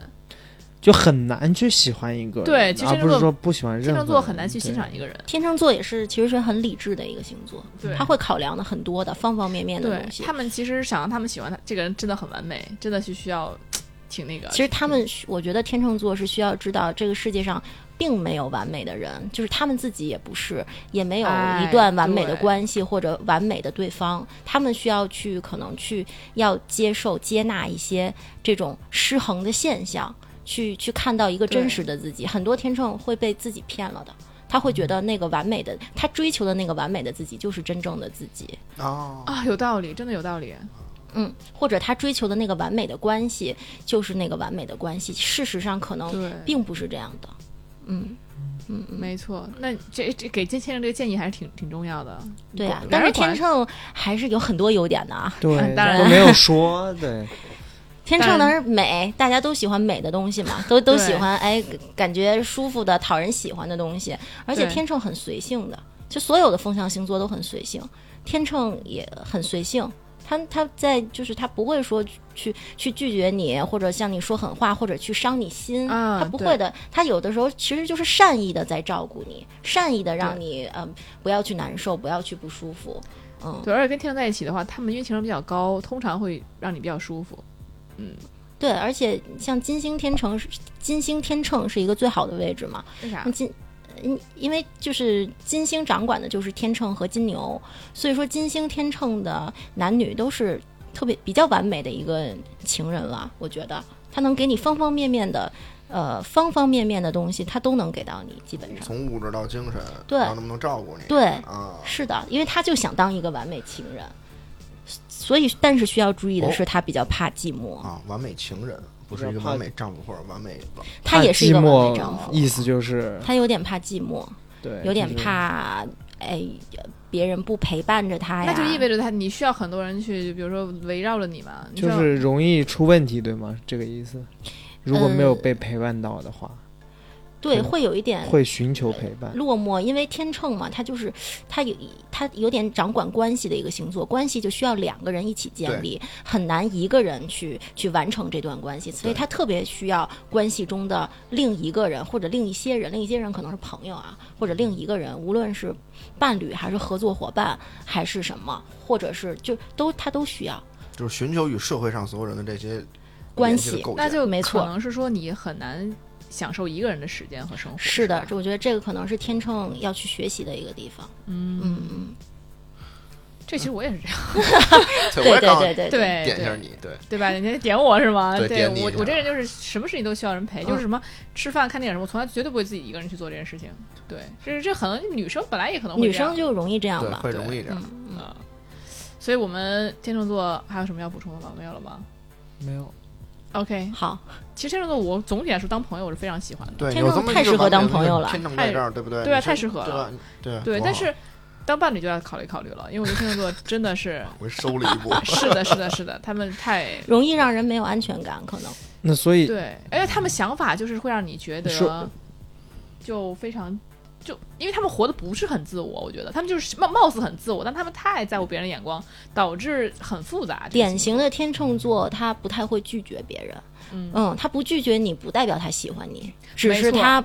S4: 就很难去喜欢一个人，
S2: 对其实
S4: 而
S2: 这
S4: 不是
S2: 个
S4: 说不喜欢任何
S2: 天
S4: 人。
S2: 秤座很难去
S4: 对
S2: 欣赏一个人，
S6: 天秤座也是其实是很理智的一个星座，
S2: 对
S6: 他会考量的很多的方方面面的
S2: 对
S6: 东西
S2: 他。们其实想让他们喜欢他这个人，真的很完美，真的是需要挺那个。
S6: 其实他们需，我觉得天秤座是需要知道，这个世界上并没有完美的人，就是他们自己也不是，也没有
S2: 哎
S6: 一段完美的
S2: 对
S6: 关系或者完美的对方。他们需要去可能去要接受接纳一些这种失衡的现象，去去看到一个真
S2: 对
S6: 实的自己。很多天秤会被自己骗了的。他会觉得那个完美的，他追求的那个完美的自己就是真正的自己。
S5: 哦，
S2: 啊，有道理，真的有道理。
S6: 嗯，或者他追求的那个完美的关系就是那个完美的关系，事实上可
S2: 对
S6: 能并不是这样的。嗯嗯，嗯
S2: 没错，那这这给天秤这个建议还是挺挺重要的。
S6: 对啊
S2: 不，
S6: 但是
S2: 然后
S6: 天秤还是有很多优点的啊。
S4: 对，
S2: 当然
S4: 都没有说，对，
S6: 天
S2: 但
S6: 秤男美，大家都喜欢美的东
S2: *laughs*
S6: 西嘛，都都
S2: 对
S6: 喜欢哎，感觉舒服的、讨人喜欢的东西。而且
S2: 对
S6: 天秤很随性的，就所有的风象星座都很随性，天秤也很随性。他他在就是他不会说去去拒绝你，或者向你说狠话，或者去伤你心，
S2: 啊
S6: 他不
S2: 对
S6: 会的。他有的时候其实就是善意的在照顾你，善意的让你嗯、不要去难受，不要去不舒服。嗯，
S2: 对，而且跟天秤在一起的话，他们因为情商比较高，通常会让你比较舒服。
S6: 对，而且像金星天秤是，金星天秤是一个最好的位置嘛。
S2: 为啥
S4: 啊
S6: 那？金，嗯因为就是金星掌管的就是天秤和金牛，所以说金星天秤的男女都是特别比较完美的一个情人了。我觉得他能给你方方面面的，呃，方方面面的东西，他都能给到你，基本上。
S5: 从物质到精神，
S6: 对
S5: 然后能不能照顾你？
S6: 对，
S5: 啊，
S6: 是的，因为他就想当一个完美情人，所以但是需要注
S4: 哦
S6: 意的是，他比较怕寂寞，
S5: 啊，完美情人不是一个完美丈夫或者完美老
S6: 他也是一
S4: 怕
S6: 个
S4: 寂
S6: 完
S4: 寞
S6: 美丈夫，
S4: 意思就是
S6: 他有点怕寂寞。
S4: 对，
S6: 有点
S4: 就是
S6: 怕，哎，别人不陪伴着他哎呀。
S2: 那就意味着他你需要很多人去，比如说围绕着你嘛。你
S4: 就
S2: 需要
S4: 是容易出问题，对吗？这个意思。如果
S6: 呃
S4: 没有被陪伴到的话，
S6: 对，会有一点
S4: 会寻求陪伴。
S6: 落寞，因为天秤嘛，他就是他有他有点掌管关系的一个星座，关系就需要两个人一起建立，很难一个人去去完成这段关系，所以他特别需要关系中的另一个人或者另一些人，另一些人可能是朋友啊，或者另一个人，无论是伴侣还是合作伙伴还是什么，或者是就都他都需要。
S5: 就是寻求与社会上所有人的这些
S6: 关
S5: 联系的
S6: 系
S5: 构
S2: 那
S5: 建。
S2: 就
S6: 没错
S2: 可能是说你很难享受一个人的时间和生活。
S6: 是的
S2: 吧，
S6: 这我觉得这个可能是天秤要去学习的一个地方。嗯嗯
S2: 这其实我也是这样，
S5: 对
S6: 对
S5: 我也
S6: 对
S5: 刚
S6: 对对
S2: 对
S5: 点一下
S2: 对
S5: 你，对，
S2: 对吧？人家点我是吗？
S5: 对点你
S2: 我
S5: 一下
S2: 我这人就是什么事情都需要人
S6: 嗯
S2: 陪，就是什么吃饭、看电影什么，我从来绝对不会自己一个人去做这件事情。对，这这可能女生本来也可能会
S6: 女
S2: 这样
S6: 生就容易这样
S5: 对
S6: 吧
S5: 会。容易这样。
S2: 啊。所以我们天秤座还有什么要补充的吗？没有了吗
S4: 没有，
S2: ？OK，
S6: 好，
S2: 其实天秤座我总体来说当朋友我是非常喜欢的，
S5: 对，
S6: 天
S5: 有
S6: 秤
S5: 这么一
S6: 太
S5: 个
S6: 适合
S5: 完
S6: 当
S5: 美的
S6: 朋友了
S5: 天秤在这儿，对不对？
S2: 对啊
S5: 你是
S2: 太适合了。
S5: 对 *laughs* 吧，
S2: 对，
S5: 多
S2: 但
S5: 好
S2: 是当伴侣就要考虑考虑了，因为我觉得天秤座真的是
S5: 我收了一波。
S2: 是的，是的，是的，他们太
S6: 容易让人没有安全感，可能
S4: 那所以
S2: 对，而且他们想法就是会让你觉得
S4: 说，
S2: 就非常，就因为他们活得不是很自我，我觉得他们就是貌貌似很自我，但他们太在乎别人的眼光，导致很复杂。这个
S6: 典
S2: 情
S6: 型的天秤座他不太会拒绝别人。
S2: 嗯
S6: 他不拒绝你，不代表他喜欢你，只
S2: 没
S6: 是
S2: 错
S6: 他。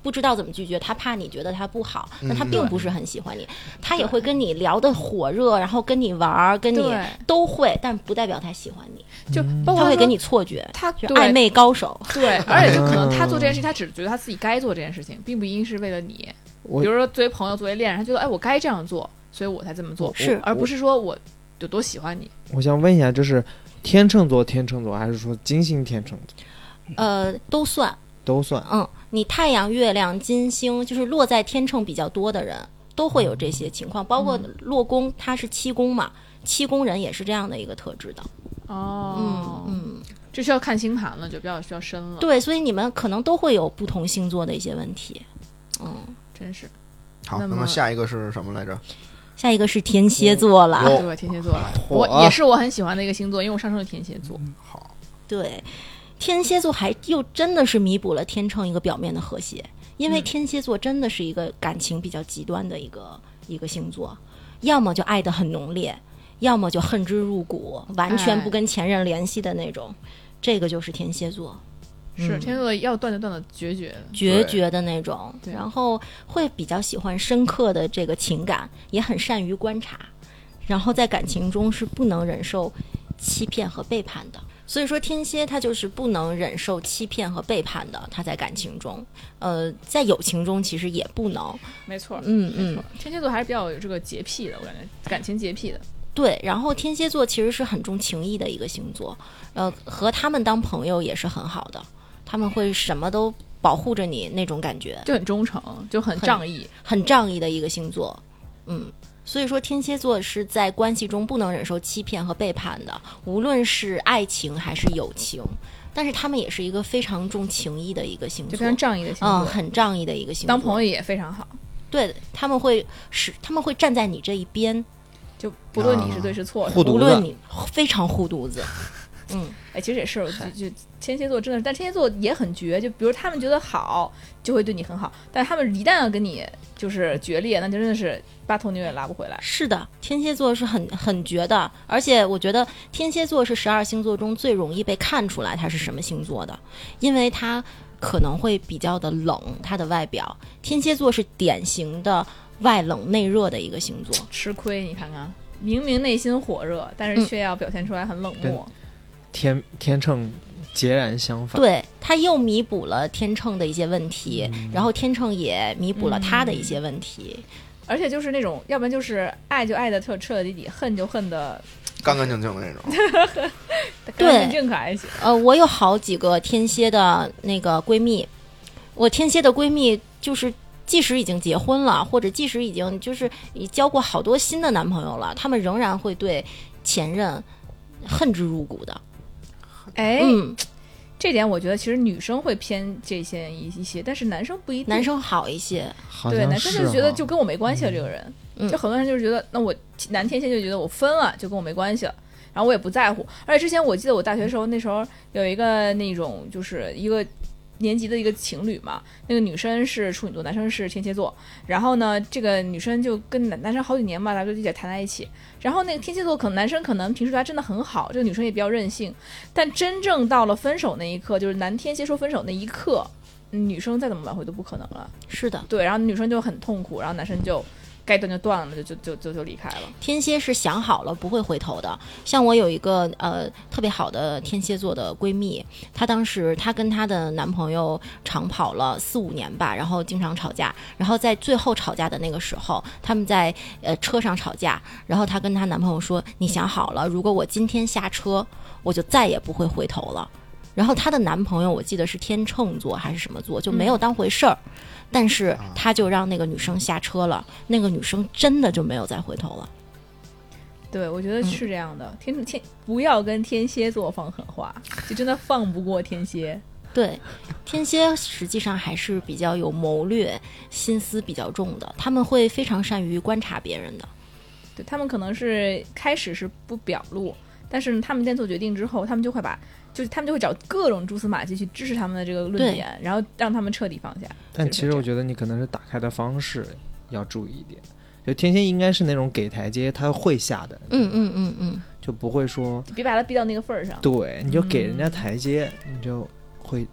S6: 不知道怎么拒绝，他怕你觉得他不好，那他
S5: 嗯
S6: 并不是很喜欢你，他也会跟你聊得火热，然后跟你玩儿，跟你
S2: 对
S6: 都会，但不代表他喜欢你，
S2: 就包括
S6: 他会
S2: 说
S6: 给你错觉，
S2: 他
S6: 就
S2: 对
S6: 暧昧高手。
S2: 对，而且就可能他做这件事情，他只觉得他自己该做这件事情，并不一定是为了你。
S4: 我
S2: 比如说，作为朋友，作为恋人，他觉得哎，我该这样做，所以我才这么做，
S6: 是
S2: 而不是说我有多喜欢你。
S4: 我想问一下，就是天秤座、天秤座，还是说金星天秤座
S6: 呃，都算，
S4: 都算？啊
S6: 嗯，你太阳、月亮、金星，就是落在天秤比较多的人，都会有这些情况，包括落宫，它是七宫嘛，七宫人也是这样的一个特质的。
S2: 哦，
S6: 嗯，
S2: 这需要看星盘了，就比较需要深了。
S6: 对，所以你们可能都会有不同星座的一些问题。嗯，
S2: 真是
S5: 好，
S2: 那
S5: 那
S2: 么
S5: 么下一个是什么来着？
S6: 下一个是天蝎座了，
S5: 哟
S2: 啊对天蝎座了，
S4: 火
S2: 我也是我很喜欢的一个星座，因为我上升是天蝎座。
S5: 好，
S6: 对，天蝎座还又真的是弥补了天秤一个表面的和谐，因为
S2: 嗯
S6: 天蝎座真的是一个感情比较极端的一个一个星座，要么就爱得很浓烈，要么就恨之入骨，完全不
S2: 哎
S6: 跟前任联系的那种，这个就是天蝎座。嗯
S2: 是天蝎座要断就断的决绝的，
S6: 决
S5: 对
S6: 绝的那种，
S2: 对
S6: 然后会比较喜欢深刻的这个情感，也很善于观察，然后在感情中是不能忍受欺骗和背叛的。所以说，天蝎他就是不能忍受欺骗和背叛的，他在感情中，呃，在友情中其实也不能，
S2: 没错。
S6: 嗯
S2: 没
S6: 嗯
S2: 错，，天蝎座还是比较有这个洁癖的，我感觉感情洁癖的。
S6: 对。然后天蝎座其实是很重情义的一个星座，呃，和他们当朋友也是很好的，他们会什么都保护着你那种感觉，
S2: 就很忠诚，就很
S6: 很
S2: 仗义。
S6: 很仗义的一个星座，嗯，所以说天蝎座是在关系中不能忍受欺骗和背叛的，无论是爱情还是友情，但是他们也是一个非常重情义的一个星
S2: 就
S6: 座
S2: 非，常仗义的星
S6: 嗯，
S2: 座，
S6: 很仗义的一个星座，
S2: 当朋友也非常好，
S6: 对他们会是他们会站在你这一边，
S2: 就不论你是对是错，
S4: 啊护犊
S6: 无
S4: 子
S6: 论你非常护犊子，嗯，
S2: 哎，其实也是，我就就天蝎座真的是，但天蝎座也很绝，就比如他们觉得好，就会对你很好，但他们一旦要跟你就是决裂，那真的是八头牛也拉不回来。
S6: 是的，天蝎座是很很绝的，而且我觉得天蝎座是十二星座中最容易被看出来他是什么星座的，因为他可能会比较的冷，他的外表，天蝎座是典型的外冷内热的一个星座。
S2: 吃亏，你看看，明明内心火热，但
S6: 嗯
S2: 是却要表现出来很冷漠。
S4: 天天秤截然相反。
S6: 对，他又弥补了天秤的一些问题，然后天秤也弥补了他的一些问题。
S2: 而且就是那种，要不然就是爱就爱的彻彻彻底底，恨就恨的
S5: 干干净净的那种。
S2: 干干
S6: 对
S2: 净净可还行。
S6: 呃，我有好几个天蝎的那个闺蜜，我天蝎的闺蜜就是。即使已经结婚了，或者即使已经就是已交过好多新的男朋友了，他们仍然会对前任恨之入骨的。
S2: 哎，
S6: 嗯，
S2: 这点我觉得其实女生会偏这些一一些，但是男生不一定。
S6: 男生好一些，
S4: 好
S2: 对，
S4: 像
S2: 男生
S4: 是
S2: 就觉得
S4: 哈
S2: 就跟我没关系了，这个人，
S6: 嗯
S2: 就很多人就是觉得，那我男天蝎就觉得我分了就跟我没关系了，然后我也不在乎。而且之前我记得我大学时候那时候有一个那种就是一个。年级的一个情侣嘛，那个女生是处女座，男生是天蝎座。然后呢，这个女生就跟男男生好几年吧，大家就一起谈在一起。然后那个天蝎座可能男生可能平时对她真的很好，这个女生也比较任性。但真正到了分手那一刻，就是男天蝎说分手那一刻，女生再怎么挽回都不可能了。
S6: 是的，
S2: 对，然后女生就很痛苦，然后男生就该断就断了，就就就就就离开了。
S6: 天蝎是想好了不会回头的。像我有一个呃特别好的天蝎座的闺蜜，她当时她跟她的男朋友长跑了四五年吧，然后经常吵架，然后在最后吵架的那个时候，他们在呃车上吵架，然后她跟她男朋友说：“你想好了，如果我今天下车，我就再也不会回头了。”然后她的男朋友我记得是天秤座还是什么座，就没有当回事儿。但是他就让那个女生下车了，那个女生真的就没有再回头了。
S2: 对，我觉得
S6: 嗯
S2: 是这样的。天天不要跟天蝎座放狠话，就真的放不过天蝎。
S6: 对，天蝎实际上还是比较有谋略、心思比较重的，他们会非常善于观察别人的。
S2: 对他们可能是开始是不表露，但是他们一旦做决定之后，他们就会把。就是他们就会找各种蛛丝马迹去支持他们的这个论
S6: 对
S2: 点，然后让他们彻底放下。
S4: 但其实我
S2: 觉
S4: 觉得你可能是打开的方式要注意一点。就天蝎应该是那种给台阶，他会下的，
S6: 嗯嗯嗯嗯，
S4: 就不会说
S2: 得别把他逼到那个份儿上。
S4: 对，你就给
S6: 嗯
S4: 人家台阶，你就会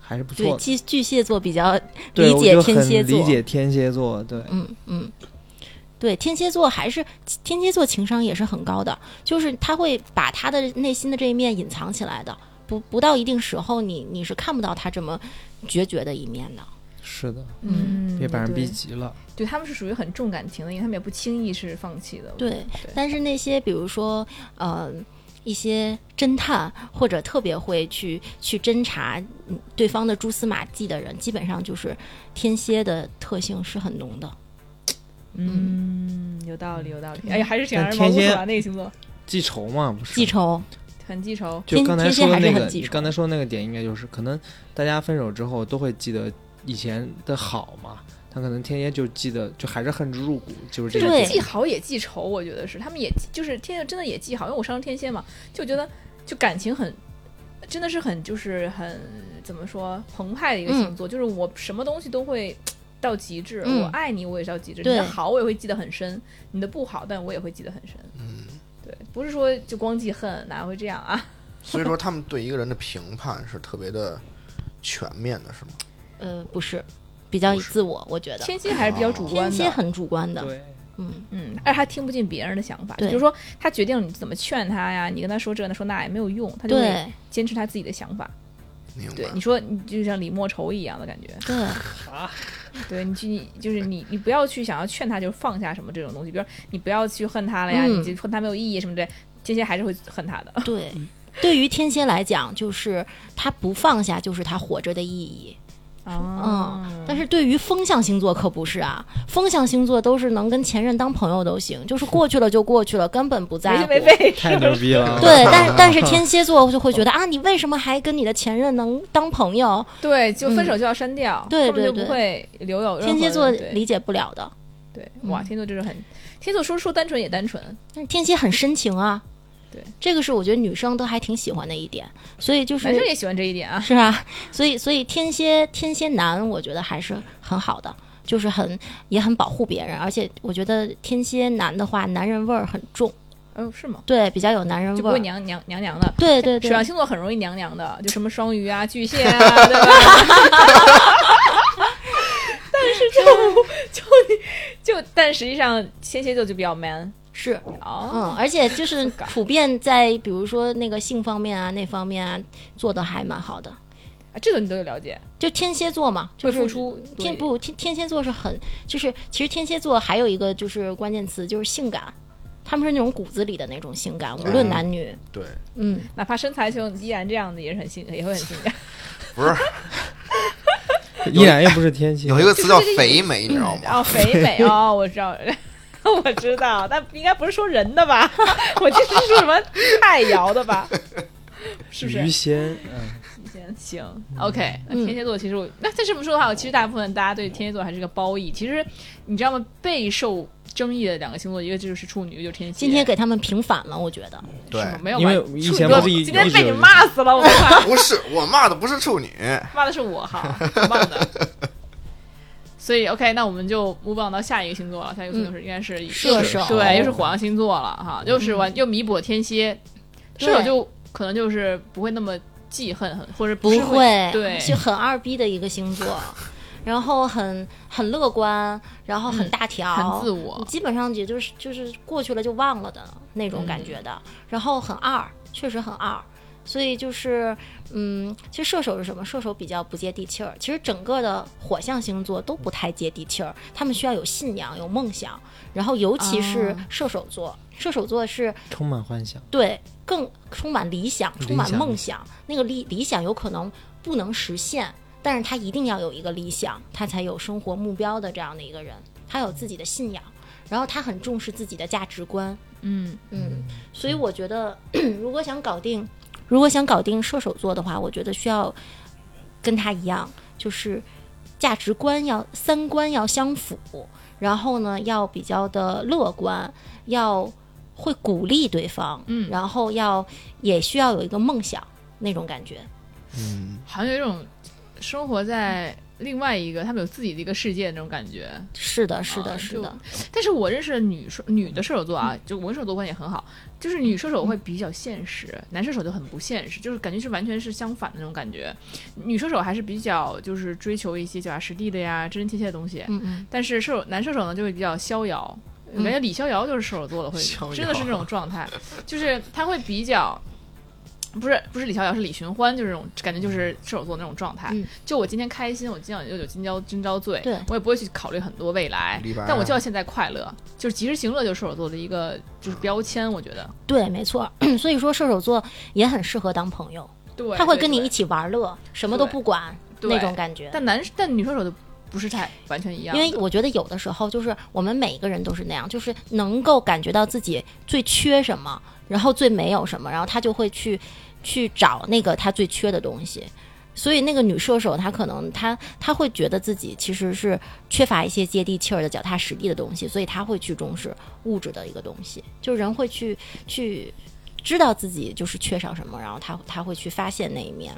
S4: 还是不
S6: 对，
S4: 错的。
S6: 巨巨蟹座比较
S4: 对，
S6: 理
S4: 我
S6: 解
S4: 就
S6: 天
S4: 很
S6: 蝎
S4: 理
S6: 座，
S4: 解天蝎座，对，
S6: 嗯嗯。对天蝎座还是天蝎座情商也是很高的，就是他会把他的内心的这一面隐藏起来的，不不到一定时候你你是看不到他这么决绝的一面的。
S4: 是的，
S2: 嗯，
S4: 别把人逼
S2: 对
S4: 急了。
S2: 对，他们是属于很重感情的，因为他们也不轻易是放弃的。
S6: 对，但是那些比如说，呃，一些侦探或者特别会去去侦查嗯对方的蛛丝马迹的人，基本上就是天蝎的特性是很浓的。
S2: 嗯，有道理，有道理。哎呀，还是挺让
S4: 但
S2: 人毛
S4: 天
S2: 骨悚
S4: 蝎
S2: 然的一个星座，
S4: 记仇嘛，不是
S6: 记仇，
S2: 很记仇。
S4: 就
S6: 天
S4: 刚才
S6: 天蝎
S4: 说的
S6: 还是
S4: 那
S6: 很
S4: 个，
S6: 记
S4: 你
S6: 仇
S4: 刚才说的那个点，应该就是可能大家分手之后都会记得以前的好嘛，他可能天蝎就记得，就还是恨之入骨，就是这
S2: 就
S4: 个
S6: 对
S2: 是记
S4: 点。
S2: 好也记仇，我觉得是他们也记就是天蝎真的也记好，因为我上升天蝎嘛，就觉得就感情很真的是很就是很怎么说澎湃的一个星座，就是我什么东西都会到极致，
S6: 嗯
S2: 我爱你我也是到极致，你
S6: 对
S2: 的好我也会记得很深，你的不好但我也会记得很深。
S5: 嗯，
S2: 对，不是说就光记恨，哪会这样啊？
S5: 所以说他们对一个人的评判是特别的全面的，是吗？
S6: 呃，不是，比较
S5: 不是
S6: 自我，我觉得
S2: 天蝎还是比较主观的，
S6: 天蝎很主观的。
S4: 对，
S6: 嗯，
S2: 嗯，而且他听不进别人的想法，
S6: 对
S2: 比如说他决定你怎么劝他呀，你跟他说这那说那也没有用，他就会
S6: 对
S2: 坚持他自己的想法。
S5: 明
S2: 对
S5: 白，
S2: 你。说你就像李莫愁一样的感觉，
S6: 对，
S2: 对你去你就是你你不要去想要劝他，就是放下什么这种东西，比如说你不要去恨他了呀，
S6: 嗯
S2: 你就恨他没有意义什么之类，天蝎还是会恨他的。
S6: 对，对于天蝎来讲，就是他不放下，就是他活着的意义。嗯，但是对于风象星座可不是啊，风象星座都是能跟前任当朋友都行，就是过去了就过去了，根本不在
S2: 没
S6: 乎
S2: 心。没肺，
S4: 太牛逼 *laughs* 了。
S6: 对，但但是天蝎座就会觉得啊，你为什么还跟你的前任能当朋友？
S2: 对，就分手就要删掉，
S6: 嗯对
S2: 根本就
S6: 对对
S2: 不会留有任何
S6: 天蝎座
S2: 对
S6: 理解不了的。
S2: 对，
S6: 嗯
S2: 哇，天蝎座就是很天蝎座说说单纯也单纯，
S6: 但是天蝎很深情啊，
S2: 对，
S6: 这个是我觉得女生都还挺喜欢的一点，所以就是
S2: 男生也喜欢这一点啊。
S6: 是啊，所以所以天蝎天蝎男，我觉得还是很好的，就是很也很保护别人，而且我觉得天蝎男的话，男人味儿很重，
S2: 哦，是吗？
S6: 对，比较有男人
S2: 就不
S6: 味儿
S2: 会。娘娘娘娘的。
S6: 对对对
S2: 水，象星座很容易娘娘的，就什么双鱼啊、巨蟹啊，对吧？ *laughs* 但是 *laughs* 就就就，但实际上天蝎座就比较 man
S6: 是，
S2: 哦，
S6: 嗯，而且就是
S2: God
S6: 普遍在比如说那个性方面啊那方面啊做的还蛮好的，
S2: 啊这个你都有了解，
S6: 就天蝎座嘛，就
S2: 会
S6: 是
S2: 付出
S6: 天
S2: 对
S6: 不天天蝎座是很，就是其实天蝎座还有一个就是关键词就是性感，他们是那种骨子里的那种性感，无论
S5: 嗯
S6: 男女，
S5: 对，
S6: 嗯，
S2: 哪怕身材就依然这样子，也是很性，也会很性感。
S5: 不是
S4: 依然又不是天蝎，
S5: 有一个词叫肥美，你知道吗？
S2: 哦，肥美哦，我知道， *laughs* 我知道，但应该不是说人的吧？ *laughs* 我这是说什么太瑶的吧？ *laughs* 是不是
S4: 鱼？仙，嗯，
S2: 行，OK，那
S6: 嗯
S2: 天蝎座其实我、那再这么说的话，我其实大部分大家对天蝎座还是个褒义。其实你知道吗？备受争议的两个星座，一个就是处女，一个就是天蝎。
S6: 今天给他们平反了，我觉得。
S2: 嗯
S5: 对，
S2: 没有
S4: 因
S2: 吧？
S4: 为
S2: 处女
S4: 以前
S2: 座
S4: 不是一
S2: 今天
S4: 一直
S2: 被
S4: 有
S2: 你
S4: 这个
S2: 骂死了，
S4: *laughs*
S2: 我靠，
S5: *laughs* 不是我骂的不是处女，
S2: 骂的是我哈，忘的。所以 OK，那我们就 move on 到下一个星座了。下一个星座是、应该是
S6: 嗯射手嗯
S2: 对，又是火象星座了哈，又是完、又弥补了天蝎，射手
S6: 对
S2: 就可能就是不会那么记恨，很或者
S6: 不
S2: 是
S6: 会，
S2: 对
S6: 就很二逼的一个星座，然后很很乐观，然后很大条，
S2: 嗯很自我，
S6: 基本上也就是就是过去了就忘了的那
S2: 嗯
S6: 种感觉的，然后很二，确实很二。所以就是，嗯，其实射手是什么？射手比较不接地气儿。其实整个的火象星座都不太接地气儿，他们需要有信仰、有梦想，然后尤其是
S2: 啊
S6: 射手座，射手座是
S4: 充满幻想。
S6: 对，更充满理想，充满
S4: 理想
S6: 梦想。那个理理想有可能不能实现，但是他一定要有一个理想，他才有生活目标的这样的一个人，他有自己的信仰，然后他很重视自己的价值观。
S2: 嗯，
S6: 嗯，所以我觉得， *clears throat* 如果想搞定，如果想搞定射手座的话，我觉得需要跟他一样，就是价值观要三观要相符，然后呢要比较的乐观，要会鼓励对方，
S2: 嗯
S6: 然后要也需要有一个梦想那种感觉，
S5: 嗯，
S2: 好像有一种生活在另外一个他们有自己的一个世界的那种感觉。
S6: 是的，是的，
S2: 啊
S6: 是
S2: 就
S6: 的，
S2: 但是我认识的女射女的射手座啊，就我跟射手座关系也很好，就是女射手会比较现实，男射手就很不现实，就是感觉是完全是相反的那种感觉。女射手还是比较就是追求一些脚踏实地的呀、真真切切的东西，
S6: 嗯嗯，
S2: 但是射手男射手呢就会比较逍遥，
S6: 嗯
S2: 感觉李逍遥就是射手座的，会
S5: 逍遥
S2: 真的是这种状态，就是他会比较。不是不是李逍遥，是李寻欢，就是这种感觉，就是射手座那种状态。
S6: 嗯
S2: 就我今天开心，我今晚又有今朝今朝醉，
S6: 对
S2: 我也不会去考虑很多未来
S5: 李白啊，
S2: 但我就要现在快乐，就是及时行乐，就是射手座的一个就是标签，我觉得。
S6: 对，没错。 *clears throat* 所以说射手座也很适合当朋友，
S2: 对，
S6: 他会跟你
S2: 对
S6: 一起玩乐，什么都
S2: 对
S6: 不管
S2: 对
S6: 那种感觉。
S2: 但男但女射手就不是太完全一样
S6: 因
S2: 的，
S6: 为我觉得有的时候就是我们每一个人都是那样，就是能够感觉到自己最缺什么，然后最没有什么，然后他就会去去找那个他最缺的东西。所以那个女射手，她可能她她会觉得自己其实是缺乏一些接地气儿的、脚踏实地的东西，所以她会去重视物质的一个东西。就人会去去知道自己就是缺少什么，然后他他会去发现那一面。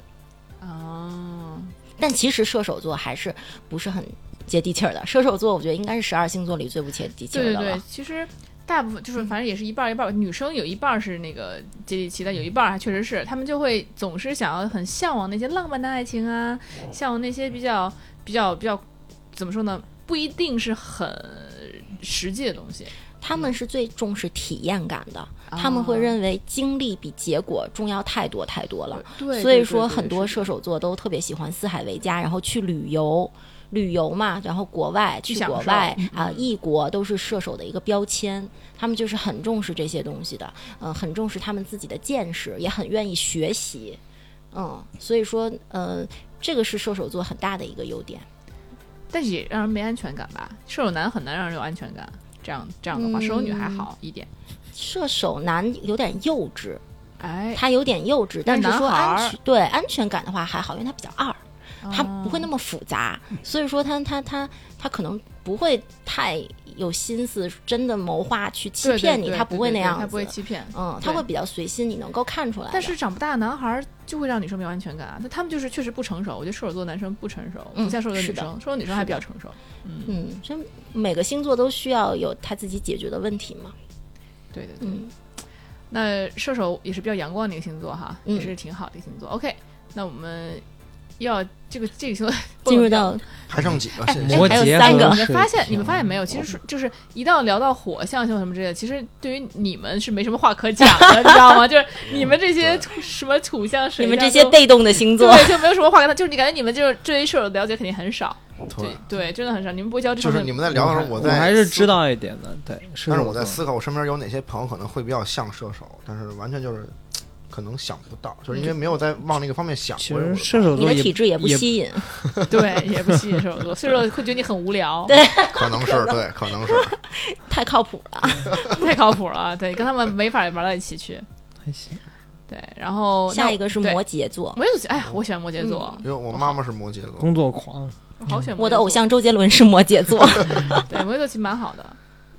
S2: 哦，
S6: 但其实射手座还是不是很接地气儿的。射手座，我觉得应该是十二星座里最不接地气儿
S2: 对
S6: 的
S2: 对
S6: 了。
S2: 对，其实大部分就是反正也是一半儿一半儿吧，女生有一半儿是那个接地气，但有一半儿还确实是，她们就会总是想要很向往那些浪漫的爱情啊，向往那些比较比较比较怎么说呢，不一定是很实际的东西。
S6: 他们是最重视体验感的，
S2: 嗯
S6: 他们会
S2: 为
S6: 认为经历比结果重要太多太多了。
S2: 对，
S6: 所以说，很多
S2: 是
S6: 射手座都特别喜欢四海为家，然后去旅游。旅游嘛，然后国外去
S2: 享
S6: 国
S2: 受嗯
S6: 外啊、异国都是射手的一个标签，他们就是很重视这些东西的，呃，很重视他们自己的见识，也很愿意学习，嗯，所以说，呃，这个是射手座很大的一个优点。
S2: 但是也让人没安全感吧。射手男很难让人有安全感，这样这样的话，射手女还好一点。
S6: 射手男有点幼稚，
S2: 哎，
S6: 他有点幼稚，但是
S2: 男
S6: 说安
S2: 孩儿哦
S6: 全对安全感的话还好，因为他比较二，他不会那
S2: 么
S6: 么复杂，所以说他他他他可能不会太有心思真的谋划去欺
S2: 对对
S6: 骗你，
S2: 对
S6: 他
S2: 对
S6: 不会
S2: 对
S6: 那
S2: 对
S6: 样子，
S2: 他不会欺骗。
S6: 嗯，他
S2: 对
S6: 会比较随心，你能够看出来的。
S2: 但是长不大的男孩儿就会让女生没有安全感啊，那他们就是确实不成熟。我觉得射手座男生不成熟，
S6: 嗯
S2: 不像射手座
S6: 是
S2: 女
S6: 的
S2: 生，射手女生还比较成熟。
S6: 嗯，这每个星座都需要有他自己解决的问题嘛。
S2: 对对对，
S6: 嗯，
S2: 那射手也是比较阳光的一个星座哈，
S6: 嗯
S2: 也是挺好的一个星座。OK，那我们要这个这个星座
S6: *laughs* 进入到
S5: 还剩几个？
S4: 哎
S5: 谢
S4: 摩
S5: 谢。
S6: 还有
S4: 羯
S6: 三
S4: 和
S6: 个
S2: 你们发现
S4: 水，
S2: 你们发现
S4: 瓶
S2: 没有？其实是就是一到聊到火象星座什么之类的，其实对于你们是没什么话可讲
S6: *laughs*
S2: 的，你知道吗？就是你们这些
S5: 对
S2: 土什么土象、水
S6: 你们
S2: 象
S6: 这些
S2: 都
S6: 被动的星座，
S2: 对，就没有什么话跟他，就是你感觉你们就是对于射手的了解肯定很少，对
S5: 对，
S2: 对，真的很少。你们不会交这
S5: 就
S2: 方
S5: 是
S2: 面
S5: 你们在聊的时候，
S4: 我
S5: 在我
S4: 还是
S5: 思
S4: 知，道一点的，对。
S5: 但是我
S4: 手
S5: 在
S4: 座
S5: 思考，我身边有哪些朋友可能会比较像射手，但是完全就是可能想不到，就是因为没有在往那个方面想
S4: 其
S5: 过。
S4: 实射手
S6: 你
S4: 座
S6: 的
S4: 也
S6: 体质也不
S4: 也
S6: 吸引。
S2: 对， *laughs* 也不吸引射手座，所以说会觉得你很无聊，
S6: 对
S5: 可能是对，可能是
S6: 太靠谱了。
S2: 太靠谱了，对，跟他们没法玩到一起去。
S4: 还行。
S2: 对，然后
S6: 下一个是摩
S2: 羯，
S6: 羯座，
S2: 摩羯座，哎呀，我喜欢摩羯座，
S5: 因为我妈妈是摩羯座，
S4: 工作狂，
S2: 我好喜欢摩羯座
S6: 我的偶，像周杰伦是摩
S2: *laughs*
S6: 羯座，
S2: 对，摩羯座其实蛮好的，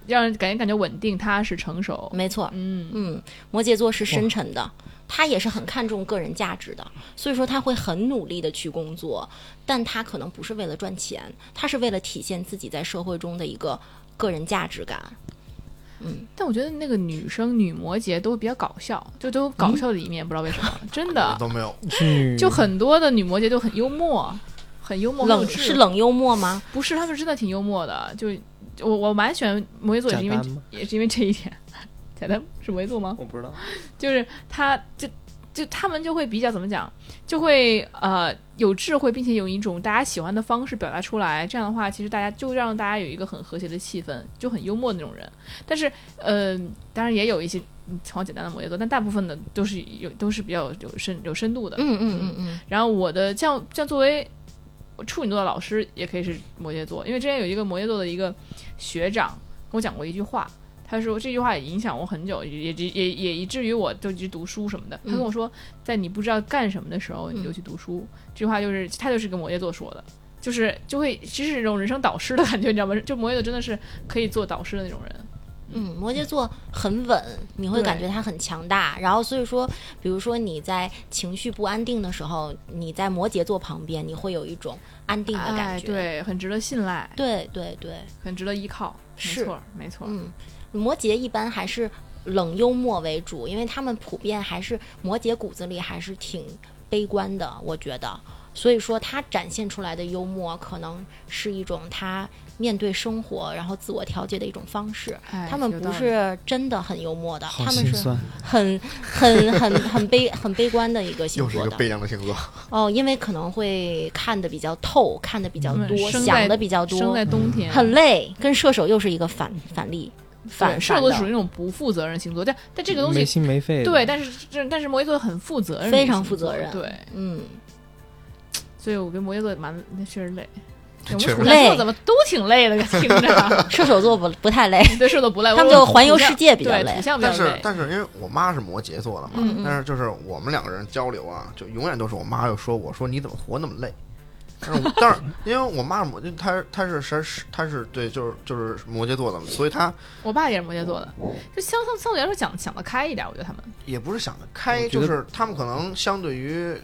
S2: 让人感觉感觉稳定、踏实、成熟。
S6: 没错。
S2: 嗯，
S6: 嗯，摩羯座是深沉的，他也是很看重个人价值的，所以说他会很努力的去工作，但他可能不是为了赚钱，他是为了体现自己在社会中的一个个人价值感。
S2: 但我觉得那个女生女摩羯都比较搞笑，就都有搞笑的一面，不知道为什么，
S6: 嗯
S2: 真的
S5: *laughs* 都没有。
S4: 是女
S2: 就很多的女摩羯都很幽默，很幽默，很有
S6: 冷
S2: 智
S6: 是
S2: 慧
S6: 冷幽默吗？
S2: 不是，他们真的挺幽默的，就我我蛮喜欢摩羯座，也
S4: 假
S2: 是因为
S4: 单吗？
S2: 也是因为这一点。 *laughs* 贾丹是摩羯座吗？
S4: 我不知道，
S2: 就是他就就他们就会比较怎么讲，就会呃有智慧，并且有一种大家喜欢的方式表达出来。这样的话，其实大家就让大家有一个很和谐的气氛，就很幽默的那种人。但是呃，当然也有一些嗯情况简单的摩羯座，但大部分的都是有都是比较有有深有深度的。
S6: 嗯嗯嗯嗯，
S2: 然后我的像像作为呃处女座的老师，也可以是摩羯座，因为之前有一个摩羯座的一个学长跟我讲过一句话，他说这句话也影响我很久，也也也也以至于我就一直读书什么的。他
S6: 嗯
S2: 跟我说，在你不知道干什么的时候，
S6: 嗯
S2: 你就去读书。这句话就是他就是跟摩羯座说的。就是就会，其实是这种人生导师的感觉，你知道吗？ *laughs* 就摩羯座真的是可以做导师的那种人，
S6: 嗯，摩羯座很稳，你会
S2: 对
S6: 感觉他很强大。然后所以说，比如说你在情绪不安定的时候，你在摩羯座旁边，你会有一种安定的感
S2: 哎，
S6: 觉。
S2: 对，很值得信赖，
S6: 对对对，
S2: 很值得依靠，没
S6: 是
S2: 错，没错，
S6: 嗯，摩羯一般还是冷幽默为主，因为他们普遍还是摩羯骨子里还是挺悲观的，我觉得。所以说，他展现出来的幽默，可能是一种他面对生活，然后自我调节的一种方式。
S2: 哎
S6: 他们
S2: 有道
S6: 不
S2: 理
S6: 是真的很幽默的，
S4: 好
S6: 他们
S4: 心
S6: 是
S4: 酸。
S6: 很很很很悲很悲观的一个星
S5: 又是一
S6: 座
S5: 个
S6: 的
S5: 悲凉的星座，
S6: 哦，因为可能会看的比较透，看的比较
S2: 嗯
S6: 多，
S2: 生
S6: 想
S2: 在
S6: 的比较
S2: 生
S6: 多
S2: 在，冬天，
S6: 很累，跟射手又是一个反反例，反
S2: 对，射手
S6: 反
S2: 座
S6: 的
S2: 属于那种不负责任星座，但但这个东
S4: 没
S2: 西
S4: 心没肺的。
S2: 对，但是这但是摩羯座很负责任，
S6: 非常负责任
S2: 对，
S6: 嗯，
S2: 所以我跟摩羯座蛮那确实累。对我
S5: 确
S2: 们
S5: 实
S2: 处男座
S6: 累
S2: 怎么都挺累的，听
S5: *laughs*
S2: 着，
S6: 射手座不不太
S2: *laughs*
S6: 累，
S2: 对射手不累，
S6: 他们
S2: 我
S6: 就环游
S2: 土象
S6: 世界比较
S2: 对，
S6: 累
S2: 土象比较
S5: 但是
S2: 累。
S5: 但是因为我妈是摩羯座的嘛，
S6: 嗯嗯
S5: 但是就是我们两个人交流啊，就永远都是我妈又说我说你怎么活那么累。但是我，但是，
S4: *laughs*
S5: 因为我妈是摩，她她是谁？她是对，就是就是摩羯座的嘛，所以她
S2: 我爸也是摩羯座的，就相相相对来说想想得开一点，我觉得他们
S5: 也不是想得开，
S4: 我觉
S5: 就
S4: 得
S5: 是他们可能相对于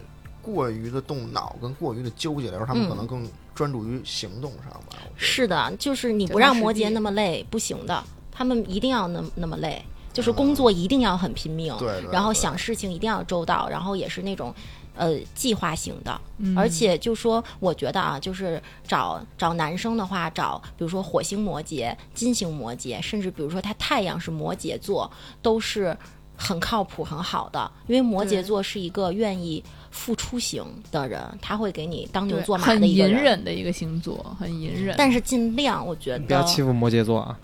S5: 过于的动脑跟过于的纠结来说，他们
S6: 嗯
S5: 可能更专注于行动上吧。我觉得
S6: 是的，就是你不
S2: 脚踏
S6: 让
S2: 实
S6: 摩羯
S2: 地
S6: 那么累不行的，他们一定要那那么累，就是工作一定要很拼命，
S5: 对对
S6: 哦然后
S5: 对
S6: 想事情一定要周到，然后也是那种呃计划型的，
S2: 嗯
S6: 而且就说我觉得啊，就是找找男生的话，找比如说火星摩羯、金星摩羯，甚至比如说他太阳是摩羯座，都是很靠谱、很好的，因为摩羯
S2: 对
S6: 座是一个愿意付出型的人，他会给你当牛
S2: 对
S6: 做马
S2: 很
S6: 的一个
S2: 隐
S6: 人。
S2: 忍的一个星座，很隐忍。
S6: 但是尽量，我觉
S4: 不要欺
S6: 得
S4: 负摩羯座啊！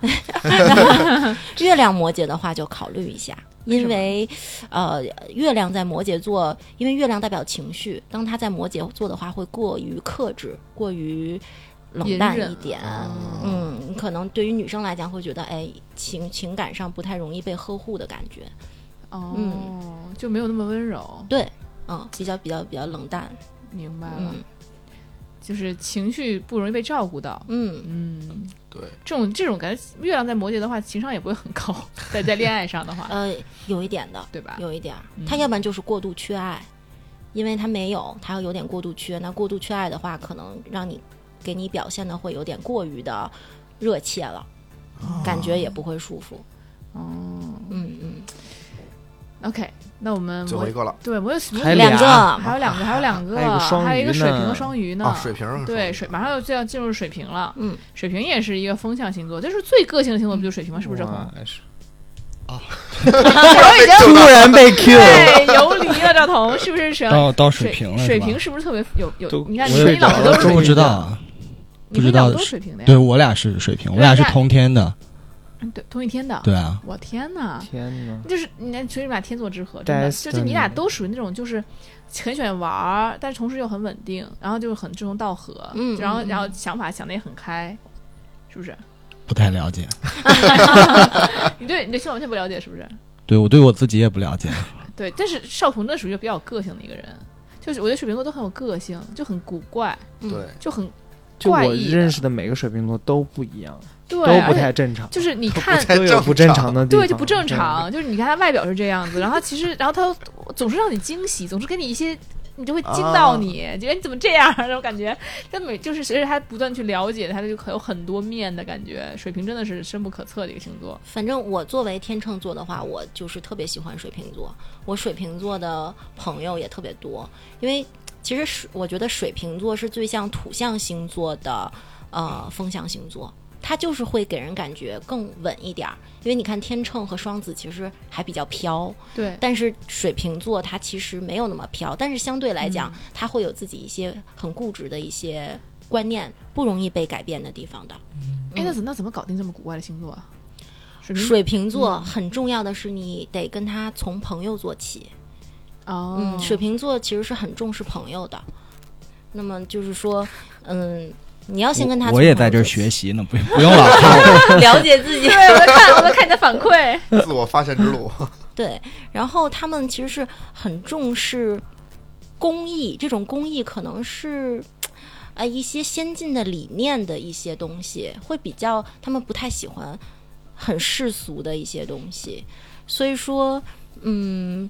S6: 月亮摩羯的话就考虑一下，因
S2: 什么
S6: 为，呃，月亮在摩羯座，因为月亮代表情绪，当它在摩羯座的话，会过于克制，过于冷
S2: 隐
S6: 淡
S2: 忍
S6: 一点。嗯，可能对于女生来讲，会觉得哎，情情感上不太容易被呵护的感觉。
S2: 哦，
S6: 嗯
S2: 就没有那么温柔，
S6: 对，嗯，比较比较比较冷淡。
S2: 明白了，
S6: 嗯
S2: 就是情绪不容易被照顾到。
S6: 嗯，
S2: 嗯，
S5: 对，
S2: 这种这种感觉，月亮在摩羯的话，情商也不会很高， *laughs* 在在恋爱上的话，
S6: 呃，有一点的，
S2: 对吧？
S6: 有一点儿
S2: 嗯，
S6: 他要不然就是过度缺爱，因为他没有，他要有点过度缺。那过度缺爱的话，可能让你给你表现的会有点过于的热切了，感觉也不会舒服。
S2: 哦
S6: 嗯嗯，
S2: ，OK，那我们
S5: 最
S2: 摩
S5: 后一个了
S2: 对摩羯摩
S4: 还
S2: 羯
S4: 有俩
S6: 两个
S2: 还有两个，还有两个，
S4: 还有一个双鱼呢
S2: 还有一个水瓶和双鱼呢。
S5: 啊，水瓶儿
S2: 对水马上就要进入水瓶了，
S6: 嗯，
S2: 水瓶也是一个风象星座，就是最个性的星座，不就是水瓶吗？是不是？
S4: 哇是
S2: *laughs*
S4: 啊
S2: 我已经
S4: 突然被 Q，
S2: 对游离了，赵彤是不是水
S3: 到到
S2: 水
S3: 哦水平了是吧，
S2: 水瓶是不是特别有有
S4: 都？
S2: 你看
S4: 我
S2: 你
S4: 也
S2: 跟你老婆都是水
S3: 不
S2: 瓶
S3: 知道
S2: 的，
S3: 啊，
S2: 你跟
S3: 不知
S2: 你
S3: 道
S2: 老婆都是水瓶的
S3: 对
S2: 呀，
S3: 我俩是水平，我
S2: 对
S3: 俩是
S2: 那
S3: 同天的，
S2: 嗯对，同一天的。
S3: 对啊，
S2: 我天哪！
S4: 天哪！
S2: 就是你看，所以你们俩天作之合，真的，就
S4: Destiny
S2: 就你俩都属于那种就是很喜欢玩儿，但是同时又很稳定，然后就是很志同道合，
S6: 嗯
S2: 然后
S6: 嗯嗯
S2: 然后想法想的也很开，是不是？
S3: 不太了解，
S2: 你对你对星座完全不了解，是不是？
S3: 对我对我自己也不了解，
S2: 对，但是少彤真的属于比较有个性的一个人，就是我觉得水瓶座都很有个性，就很古怪，
S6: 嗯
S5: 对，
S2: 就很
S4: 就
S2: 怪
S4: 我
S2: 异的
S4: 认识的每个水瓶座都不一样，
S2: 对，
S4: 都不
S2: 而且
S4: 太正常，
S2: 就是你看
S5: 不太
S4: 都有不正常的地方，
S2: 对，就不正常。就是你看他外表是这样子，然后其实，然后他总是让你惊喜，总是给你一些，你就会惊
S4: 啊
S2: 到你，觉得你怎么这样儿， *laughs* 这种感觉。但每就是随着他不断去了解，他就可有很多面的感觉。水瓶真的是深不可测的一个星座，
S6: 反正我作为天秤座的话，我就是特别喜欢水瓶座，我水瓶座的朋友也特别多，因为其实水我觉得水瓶座是最像土象星座的呃风象星座。它就是会给人感觉更稳一点儿，因为你看天秤和双子其实还比较飘，
S2: 对，
S6: 但是水瓶座它其实没有那么飘，但是相对来讲，它会有自己一些很固执的一些观念，不容易被改变的地方的。
S2: 哎，那怎那怎么搞定这么古怪的星座啊？水瓶
S6: 水瓶座很重要的是，你得跟他从朋友做起。
S2: 哦，
S6: 嗯，水瓶座其实是很重视朋友的。那么就是说，嗯，你要先跟他
S3: 我也在这儿
S6: 从朋
S3: 学
S6: 友
S3: 习呢，不不用老 *laughs* 看我。
S2: 哦
S6: 做起，了解自己
S2: 对，。我在看，我在看你的反 *laughs* 馈。
S5: 自我发现之路， *laughs*
S6: 对，然后他们其实是很重视公益，这种公益可能是呃一些先进的理念的一些东西，会比较他们不太喜欢很世俗的一些东西，所以说，嗯。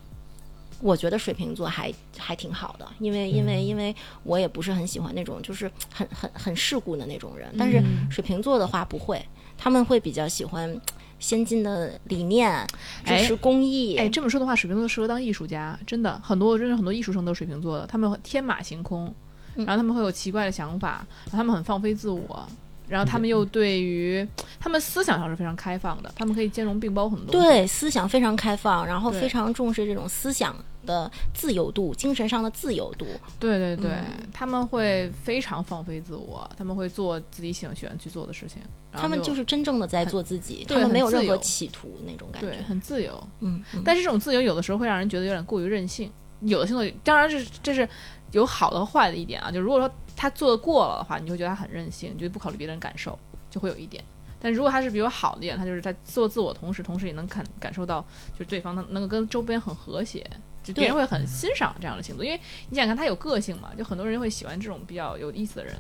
S6: 我觉得水瓶座还还挺好的，因为因为因为我也不是很喜欢那种就是很很很世故的那种
S2: 嗯
S6: 人，但是水瓶座的话不会，他们会比较喜欢先进的理念，支
S2: 哎
S6: 持公益。
S2: 哎，这么说的话，水瓶座适合当艺术家，真的，很多我认识很多艺术生都是水瓶座的，他们天马行空，
S6: 嗯
S2: 然后他们会有奇怪的想法，然后他们很放飞自我，然后他们又对于他们思想上是非常开放的，他们可以兼容并包很多。，
S6: 对，思想非常开放，然后
S2: 对
S6: 非常重视这种思想的自由度、精神上的自由度。
S2: 对对对，
S6: 嗯
S2: 他们会非常放飞自我，他们会做自己喜欢喜欢去做的事情，然后
S6: 他们就是是真正的在做自己，
S2: 对
S6: 他们没有
S2: 很自
S6: 任何
S2: 由
S6: 企图那种感
S2: 对
S6: 觉。
S2: 很自由，
S6: 嗯，嗯
S2: 但是这种自由有的时候会让人觉得有点过于任性。有的星座当然这是这是有好的和坏的一点啊，就如果说他做的过了的话，你就会觉得他很任性，你就不考虑别人感受，就会有一点。但如果他是比较好的一点，他就是在做自我同时，同时也能感感受到，就是对方能能够跟周边很和谐，就别人会很欣赏这样的星座，因为你想看他有个性嘛，就很多人会喜欢这种比较有意思的人。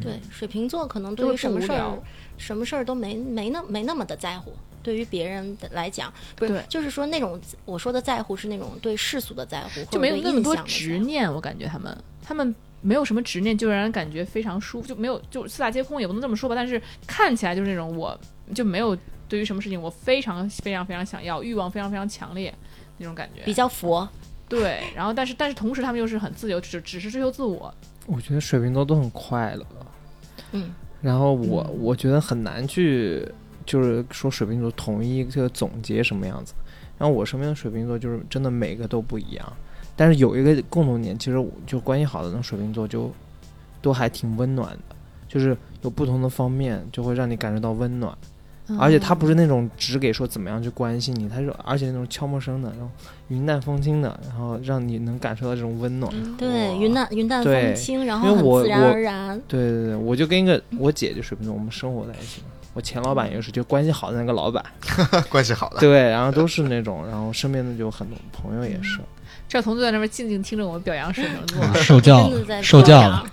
S6: 对水瓶座可能
S2: 就
S6: 对
S2: 是
S6: 于什
S2: 不
S6: 么
S2: 无
S6: 事
S2: 聊
S6: 儿、什么事儿都没没那没那么的在乎。对于别人的来讲，不
S2: 对
S6: 是，就是说那种我说的在乎是那种对世俗的在乎，
S2: 就
S6: 或者
S2: 没有
S6: 对
S2: 那么
S6: 印
S2: 多
S6: 象的
S2: 执
S6: 在乎
S2: 念，我感觉他们他们没有什么执念，就让人感觉非常舒服，就没有就四大皆空也不能这么说吧，但是看起来就是那种我就没有对于什么事情我非常非常非常想要，欲望非常非常强烈那种感
S6: 比
S2: 觉。
S6: 较佛，
S2: 对，然后但是但是同时他们又是很自由，只只是追求自我。
S4: 我觉得水瓶座都很快乐，
S6: 嗯，
S4: 然后我我觉得很难去就是说水瓶座统一这个总结什么样子。然后我身边的水瓶座就是真的每个都不一样，但是有一个共同点，其实我就关系好的那种水瓶座就都还挺温暖的，就是有不同的方面就会让你感受到温暖。而且他不是那种只给说怎么样去关心你，他是而且那种悄默声的，然后云淡风轻的，然后让你能感受到这种温暖。
S6: 对，云淡云淡
S4: 对
S6: 风轻，然
S4: 因
S6: 后
S4: 为我
S6: 很自然
S4: 我
S6: 而然。
S4: 对对对，我就跟一个我姐姐水瓶座，我们生活在一起嘛。我前老板也是，就关系好的那个
S3: *laughs*
S4: 老板，
S5: 关系好的，
S4: 对，然后都是那种，然后身边的就很多朋友也是。
S2: 赵彤就在那边静静听着我们表扬水瓶座。
S3: 受教
S6: 真的在
S3: 受
S6: 表
S3: 教
S6: 扬
S3: 了，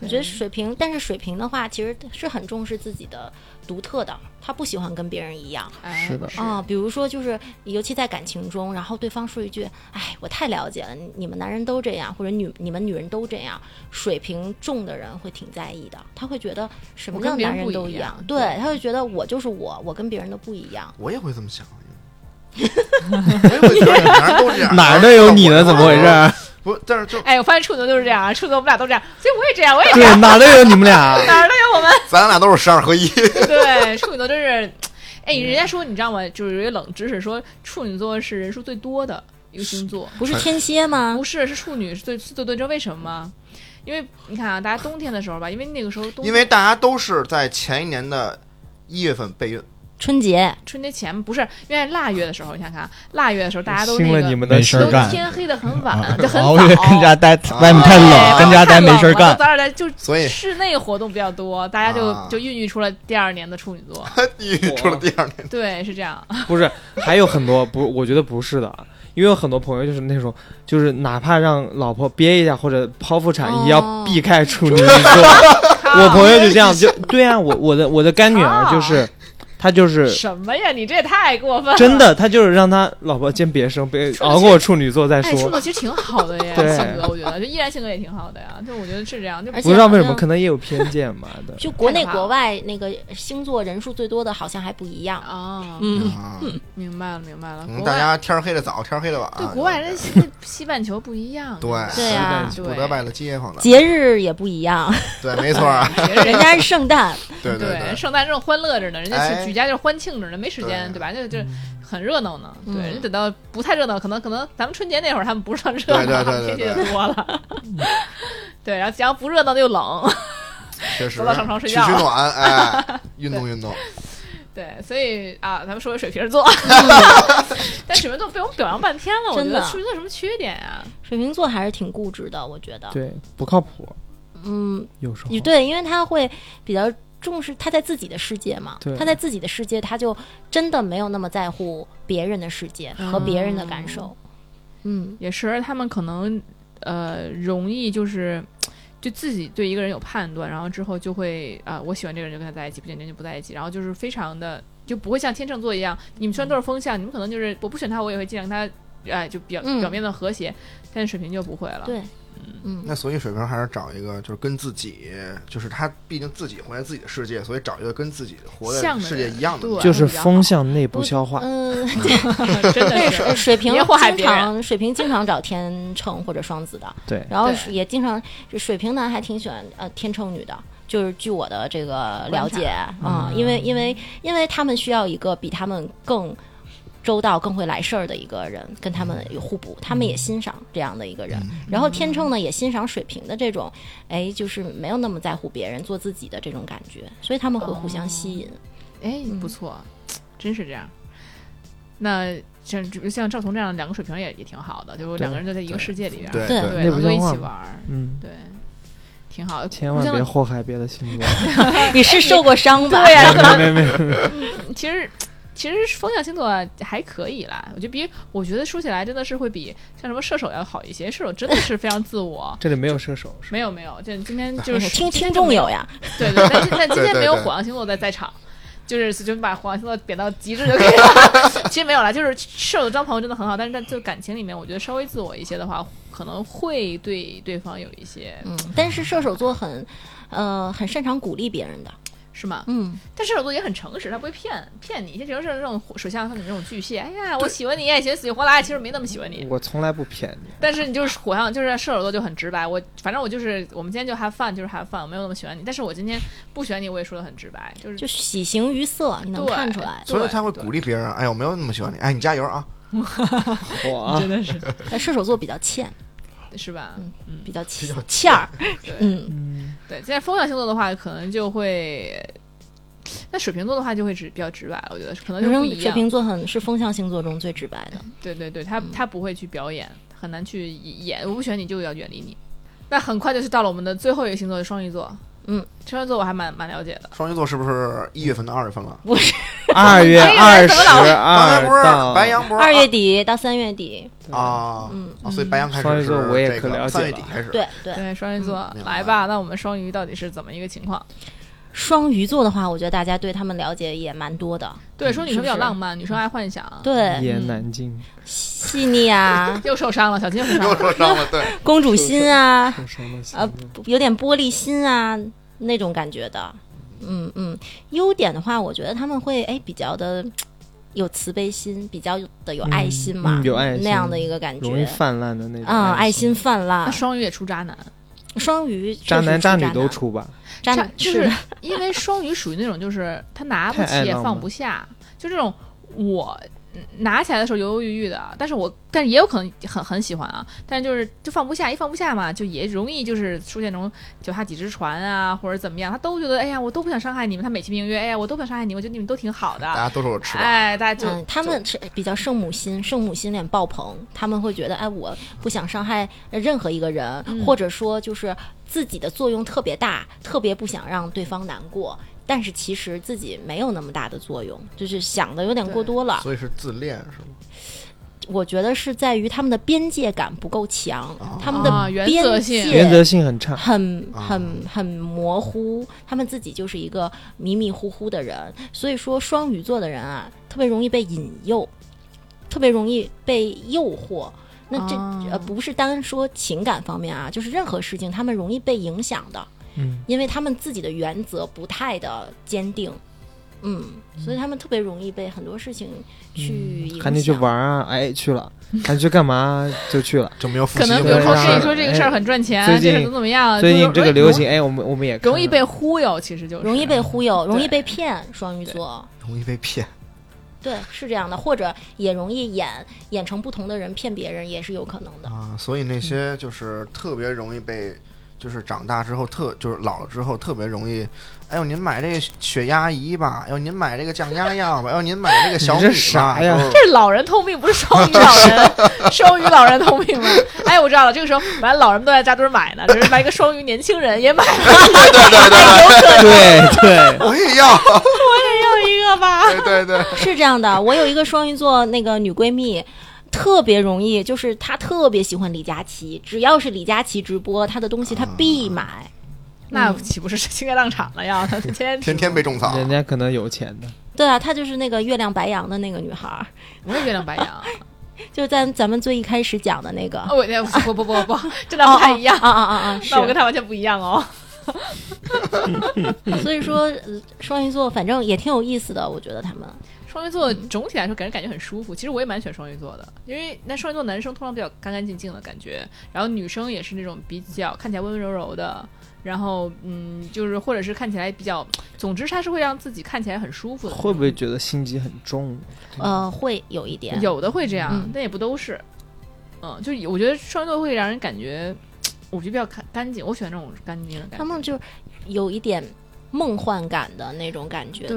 S6: 我觉得水瓶，但是水瓶的话，其实是很重视自己的独特的，他不喜欢跟别人一样。
S2: 哎
S4: *laughs* 是的
S6: 啊、比如说就是，尤其在感情中，然后对方说一句“哎，我太了解了，你你们男人都这样，或者女你们女人都这样”，水平重的人会挺在意的，他会觉得什么
S2: 我
S6: 叫
S2: 跟别人
S6: 男人
S2: 不
S6: 都
S2: 一
S6: 一
S2: 样
S6: 样，
S2: 对
S6: 对，他会觉得我就是我，我跟别人的不
S2: *laughs*
S6: 一样。
S5: 我也会这么想。我也会觉得哪儿都这样，
S3: *laughs* 哪儿都有你的，怎么回事？
S5: *laughs* 不，但是就
S2: 哎，我发现处女座都是这样啊，处女座我们俩都这样，所以我也这样，
S4: *laughs*
S2: 我也
S3: 对，哪儿都有你们俩。
S2: 哪儿都有我们。
S5: 咱俩都是十二合一，
S2: 对，处女座真是，哎，
S5: 嗯
S2: 人家说你知道吗？就是有一个冷知识说，处女座是人数最多的一个星座，
S6: 不是天蝎吗
S2: 不？是是处女是最最多，你知道为什么吗？因为你看啊，大家冬天的时候吧，因为那个时候冬
S5: *laughs* 因为大家都是在前一年的一月份 *laughs* 备孕，
S6: 春节
S2: 春节前不是，因为腊月的时候，你想看啊腊月的时候，大家都
S4: 信
S2: 那
S4: 了
S2: 个
S4: 你们的
S3: 没事儿
S2: 都
S4: 事，
S3: 干
S2: 天黑的很晚，
S3: 啊
S2: *laughs* 就哎很早，哦
S3: 熬夜跟家待，外面太
S2: 对
S3: 冷，跟家
S2: 太
S3: 待
S2: 冷
S3: 没事儿
S2: 了
S3: 干
S2: 就。早点来，就
S5: 所以
S2: 室内活动比较多，大家就
S5: 啊
S2: 就孕育出了第二年的处女座。
S5: *laughs* 孕育出了第二年。
S2: 对，是这样。 *laughs*
S4: 不是还有很多不，我觉得不是的，因为有很多朋友就是那种，就是哪怕让老婆憋一下或者剖腹产，也要
S6: 哦
S4: 避开处
S2: *laughs*
S4: 女座。我朋友就这样，就对啊，我我的我的干女
S2: *laughs*
S4: 儿就是，她就是
S2: 什么呀？你这也太过分了！
S4: 真的，他就是让他老婆先别生，别
S2: 处女
S4: 熬过处女座再
S2: 哎，处
S4: 说。
S2: 女其实挺好
S4: *laughs*
S2: 的耶，
S4: 对
S2: 性格我觉得，就依然性格也挺好的呀。就我觉得是这样，就
S6: 而且
S4: 不知道为什么，
S6: 好像
S4: 可能也有偏见
S6: *laughs*
S4: 吧的。
S6: 就国内
S2: 太可怕了
S6: 国外那个星座人数最多的好像还不一样。
S2: 啊，
S6: 嗯，
S5: 啊，
S2: 明白了，明白了。
S5: 可
S2: 国
S5: 嗯能大
S2: 外
S5: 家天儿黑的早，天儿黑的晚。啊
S2: 对国外人西西半球不一样，
S5: 对
S6: 对啊，
S5: 不得拜了街坊的，
S6: 节日也不一样，
S5: 对，没
S2: *laughs*
S5: 错啊，
S6: 人家是圣诞，
S5: 对
S2: 对，
S5: 对，
S2: 圣诞正欢乐着呢，人家
S5: 哎
S2: 去举家就是欢庆着呢，没时间，
S5: 对
S2: 对吧？就
S4: 嗯
S2: 就很热闹呢。对，
S6: 嗯
S2: 人家等到不太热闹，可能可能咱们春节那会儿他们不上热闹，
S5: 对对
S2: 他
S5: 对
S2: 们
S5: 对
S2: 天气
S5: 对
S2: 就多了。 *laughs* 对，然后然后不热闹的又冷，
S5: 确实
S2: 走到上床
S5: 取
S2: 睡
S5: 取
S2: 觉
S5: 暖，
S2: *laughs*
S5: 哎，运动运动。
S2: 对，所以啊，咱们说回水瓶座，嗯 *laughs* 但水瓶座被我们表扬半天了，我觉
S6: 真的
S2: 得水瓶座有什么缺点啊？
S6: 水瓶座还是挺固执的，我觉得。
S4: 对，不靠谱，
S6: 嗯，
S4: 有时候
S6: 也。对，因为他会比较重视他在自己的世界嘛
S4: 对，
S6: 他在自己的世界，他就真的没有那么在乎别人的世界和别人的感受。嗯，
S2: 也是，他们可能呃容易就是就自己对一个人有判断，然后之后就会啊、我喜欢这个人就跟他在一起，不喜欢这个人就不在一起，然后就是非常的就不会像天秤座一样，你们虽然都是风象，你们可能就是我不选他，我也会尽量跟他哎、就表
S6: 嗯
S2: 表面的和谐，但是水瓶就不会了。
S6: 对，嗯，
S5: 那所以水平还是找一个，就是跟自己，就是他毕竟自己活在自己的世界，所以找一个跟自己活
S2: 像
S5: 在
S2: 的
S5: 世界
S2: 人
S5: 一样的
S2: 对
S5: 人。
S4: 就是风向内部消化，
S6: 嗯， *laughs*
S2: 真的
S6: 对，
S2: 是
S6: 水水瓶
S2: 别祸害
S6: 经
S2: 别人
S6: 常水瓶经常找天秤或者双子的，
S4: 对，
S6: 然后
S2: 对
S6: 是也经常就水瓶男还挺喜欢呃天秤女的，就是据我的这个
S2: 观
S6: 了
S2: 察嗯
S6: 解啊、因为因为因为他们需要一个比他们更周到、更会来事儿的一个人，跟他们有互补，他们也
S2: 嗯
S6: 欣赏这样的一个人。然后天秤呢也欣赏水瓶的这种，哎，就是没有那么在乎别人，做自己的这种感觉，所以他们会互相吸引。
S2: 哎，不错，真是这样。那像像赵彤这样两个水平也也挺好的，就是两个人就在一个世界里边儿，
S5: 对
S6: 对
S2: 对，
S4: 内部
S2: 能够一起
S4: 交换
S2: 玩儿，
S4: 嗯，
S2: 对，挺好的。
S4: 千
S2: 互
S4: 万
S2: 相
S4: 别祸害别的星
S6: *laughs*
S4: 座。
S6: 你是受过伤吧？
S2: *laughs* 对啊呀、
S4: 没没没，，
S2: 其实其实风象星座还可以啦，我觉得比我觉得说起来真的是会比像什么射手要好一些。射手真的是非常自我 *laughs*
S4: 这里没有射手，是吧
S2: 没有没有，就今天
S6: 就
S2: 就是是
S6: *laughs* 听听众有呀，
S2: 对对，但是但今
S5: 对
S2: 天
S5: 对
S2: 没有
S5: 对
S2: 火象星座在在场。就是就把火象星座贬到极致就可以了， *laughs* 其实没有啦，就是射手当朋友真的很好，但是在就感情里面，我觉得稍微自我一些的话，可能会对对方有一些，
S6: 嗯，但是射手座很，呃，很擅长鼓励别人的，
S2: 是吗？
S6: 嗯。
S2: 但射手座也很诚实，他不会骗骗你。像比如说这种水象，像你这种巨蟹，哎呀，我喜欢你，也寻死去活来，其实没那么喜欢你。
S4: 我从来不骗你。
S2: 但是你就是火象，就是射手座就很直白。我反正我就是，我们今天就 have fun，就是 have fun，我没有那么喜欢你。但是我今天不喜欢你，我也说的很直白，就是
S6: 就喜形于色，你能
S2: 对
S6: 看出来。
S5: 所以
S2: 对
S5: 他会鼓励别人，哎呀，我没有那么喜欢你，哎，你加油啊！
S6: *laughs*
S4: 我啊，
S2: 真的是
S6: 但射手座比较欠，
S2: 是吧？
S6: 嗯比较欠欠儿，嗯，
S2: 对，在风象星座的话，可能就会。那水瓶座的话就会直比较直白，我觉得可能就不一
S6: 水
S2: 样。嗯
S6: 瓶座很是风象星座中最直白的。
S2: 对对对，
S6: 嗯
S2: 他他不会去表演，很难去演。我不喜欢你就要远离你。那很快就是到了我们的最后一个星座，双鱼座。
S6: 嗯，
S2: 双鱼座我还蛮蛮了解的。
S5: 双鱼座是不是一月份到二月份了？
S6: 不是，
S4: 二月
S6: 哎
S4: 二十
S5: 刚才不是
S4: 二到
S5: 白羊不是
S6: 二
S2: 啊
S6: 月底到三月底，
S5: 啊，
S6: 嗯，
S5: 啊所以白羊开
S4: 双
S5: 始
S4: 鱼
S5: 是
S4: 座我也
S5: 这
S4: 可了解
S5: 个
S4: 了
S5: 三月底开始。
S6: 对对。
S7: 对双鱼座
S5: 明白
S7: 来吧，那我们双鱼到底是怎么一个情况？
S6: 双鱼座的话，我觉得大家对他们了解也蛮多的，
S2: 对，说女
S7: 是
S2: 生
S7: 不
S2: 比较
S7: 是
S2: 浪漫，女生爱幻想。
S6: 对，
S4: 言难尽，
S6: 嗯细
S4: *laughs*
S6: 腻啊，
S2: 又受伤了，小金又受伤
S5: *laughs* 又
S2: 了。
S5: 受伤了，
S2: *laughs*
S5: 对，
S6: 公主心啊，
S4: 受伤了心
S6: 啊，有点玻璃心啊那种感觉的。嗯嗯，优点的话，我觉得他们会哎比较的有慈悲心，比较的有爱心嘛，
S4: 嗯嗯有爱心
S6: 那样的一个感
S4: 容易
S6: 觉。
S4: 泛滥的那种。
S6: 嗯，爱心泛
S2: 那
S6: 滥，
S2: 双鱼也出渣男，
S6: 双鱼确实
S4: 渣男
S6: 出渣
S4: 渣女都，出吧？
S6: 渣
S2: 渣
S6: 男
S2: 就是是因为双鱼属于那种就是他拿不
S4: 太爱
S2: 起也
S4: 浪
S2: 放
S4: 漫
S2: 不下，就这种我嗯拿起来的时候犹犹豫豫的，但是我但是也有可能很很喜欢啊，但是就是就放不下，一放不下嘛，就也容易就是出现那种脚踏几只船啊或者怎么样，他都觉得哎呀我都不想伤害你们，他美其名曰哎呀我都不想伤害你们，我觉得你们都挺好
S5: 大
S2: 的，
S5: 家都是我吃的，
S2: 哎大家就
S6: 嗯，他们是比较圣母心，圣母心脸爆棚，他们会觉得，哎，我不想伤害任何一个人，
S2: 嗯
S6: 或者说就是自己的作用特别大，特别不想让对方难过，但是其实自己没有那么大的作用，就是想的有点过多了。
S5: 所以是自恋是吗？
S6: 我觉得是在于他们的边界感不够强，
S5: 哦
S6: 他们的
S2: 啊原
S6: 边
S2: 则
S6: 界
S2: 性
S4: 原则性很差，
S6: 很
S5: 啊
S6: 很很模糊，他们自己就是一个迷迷糊糊的人，所以说双鱼座的人啊，特别容易被引诱，特别容易被诱惑。那这、呃不是单说情感方面啊，就是任何事情他们容易被影响的，
S4: 嗯，
S6: 因为他们自己的原则不太的坚定，嗯，所以他们特别容易被很多事情去影响。
S4: 喊你去玩啊，哎去
S6: *laughs*
S4: 了，喊你去干嘛就去了。
S5: 就没有复
S2: 可
S5: 习，
S2: 能比
S5: 没
S2: 如
S5: 有
S2: 说
S5: 考
S2: 跟
S4: 对
S5: 试
S2: 你说这个事儿很赚钱，
S4: 啊哎最
S2: 这
S4: 近
S2: 个怎么怎么
S6: 啊
S2: 样，
S4: 最近
S2: 就是
S4: 这个
S2: 哎
S4: 流行，哎，我们我们也看
S2: 容易被忽悠，其实就是
S6: 容易被忽悠，容易被骗，双鱼座。
S5: 容易被骗。
S6: 对，是这样的，或者也容易演演成不同的人骗别人，也是有可能的。
S5: 啊，所以那些
S2: 嗯
S5: 就是特别容易被，就是长大之后特就是老了之后特别容易，哎呦您买这个血压仪吧，哎呦您买这个降压药吧，哎呦您买这个小
S4: 你这
S5: 米吧，
S4: 啥呀 *laughs*
S5: 都
S2: 这是老人通病，不是双鱼老人，双鱼老人通病吗？哎，我知道了，这个时候本来老人都在扎堆儿买呢，这是来一个双鱼年轻人也买了，
S5: *laughs*
S4: 对对，
S5: 我也要，
S2: 我也要一个吧。
S5: 对对对，
S6: 是这样的，我有一个双鱼座那个女闺蜜，特别容易，就是她特别喜欢李佳琦，只要是李佳琦直播，她的东西她必
S2: 啊
S6: 买。
S2: 那岂不是情感浪场了呀？他天天
S5: 天天被种草，
S4: 人家可能有钱的，
S6: 对啊，她就是那个月亮白羊的那个女孩儿，
S2: 不是月亮白羊，
S6: 就是在咱们最一开始讲的那个。
S2: 哦， *laughs* 我那不不不不，真的不太一样。
S6: 啊啊啊啊！是
S2: 那我跟他完全不一样哦。
S6: 所以说，呃双鱼座反正也挺有意思的，我觉得他们
S2: 双鱼座总体来说给人感觉很舒服，其实我也蛮喜欢双鱼座的，因为那双鱼座男生通常比较干干净净的感觉，然后女生也是那种比较看起来温温柔柔的，然后嗯，就是或者是看起来比较，总之他是会让自己看起来很舒服的。
S4: 会不会觉得心机很重？
S6: 呃会有一点
S2: 有的会这样，
S6: 嗯
S2: 但也不都是。嗯，就是我觉得双鱼座会让人感觉，我觉得比较干干净，我喜欢这种干净的感觉。
S6: 他们就有一点梦幻感的那种感觉的。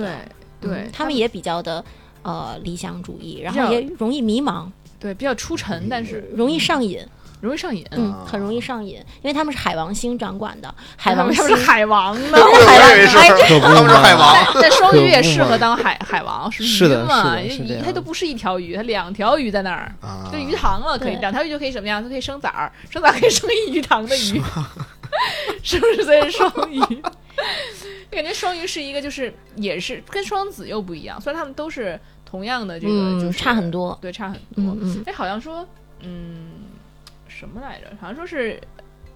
S2: 对对
S6: 嗯，他们也比较的呃理想主义，然
S2: 比
S6: 后
S2: 较嗯
S6: 也容易迷茫，
S2: 对比较出尘，但是
S6: 容易上瘾，
S2: 容易上瘾。
S6: 嗯，很容易上瘾，因为他们是海王星掌管的，
S2: 海
S6: 海王
S2: 王
S6: 星
S2: 是不是海王呢？
S5: *laughs* 我以为是
S4: 可不
S5: 他们是
S4: 嘛 *laughs*
S5: 海王，
S2: 但
S6: *laughs*
S2: 双鱼也
S4: 可恶
S2: 适合
S4: 了
S2: 当海海王，是
S4: 是的
S2: 鱼嘛？
S4: 是的是这
S2: 鱼
S4: 样
S2: 它都不是一条鱼，它两条鱼在那儿，
S5: 啊
S2: 就鱼塘了，可以
S6: 对
S2: 两条鱼就可以什么样？就可以生崽儿，生崽儿可以生一鱼塘的鱼， *laughs* 是不是？所以是双鱼， *laughs* 感觉双鱼是一个就是也是跟双子又不一样，虽然他们都是同样的这个，
S6: 嗯
S2: 就是
S6: 差很，多，
S2: 对，差很多。
S6: 嗯嗯，
S2: 哎，好像说，嗯，什么来着？好像说是，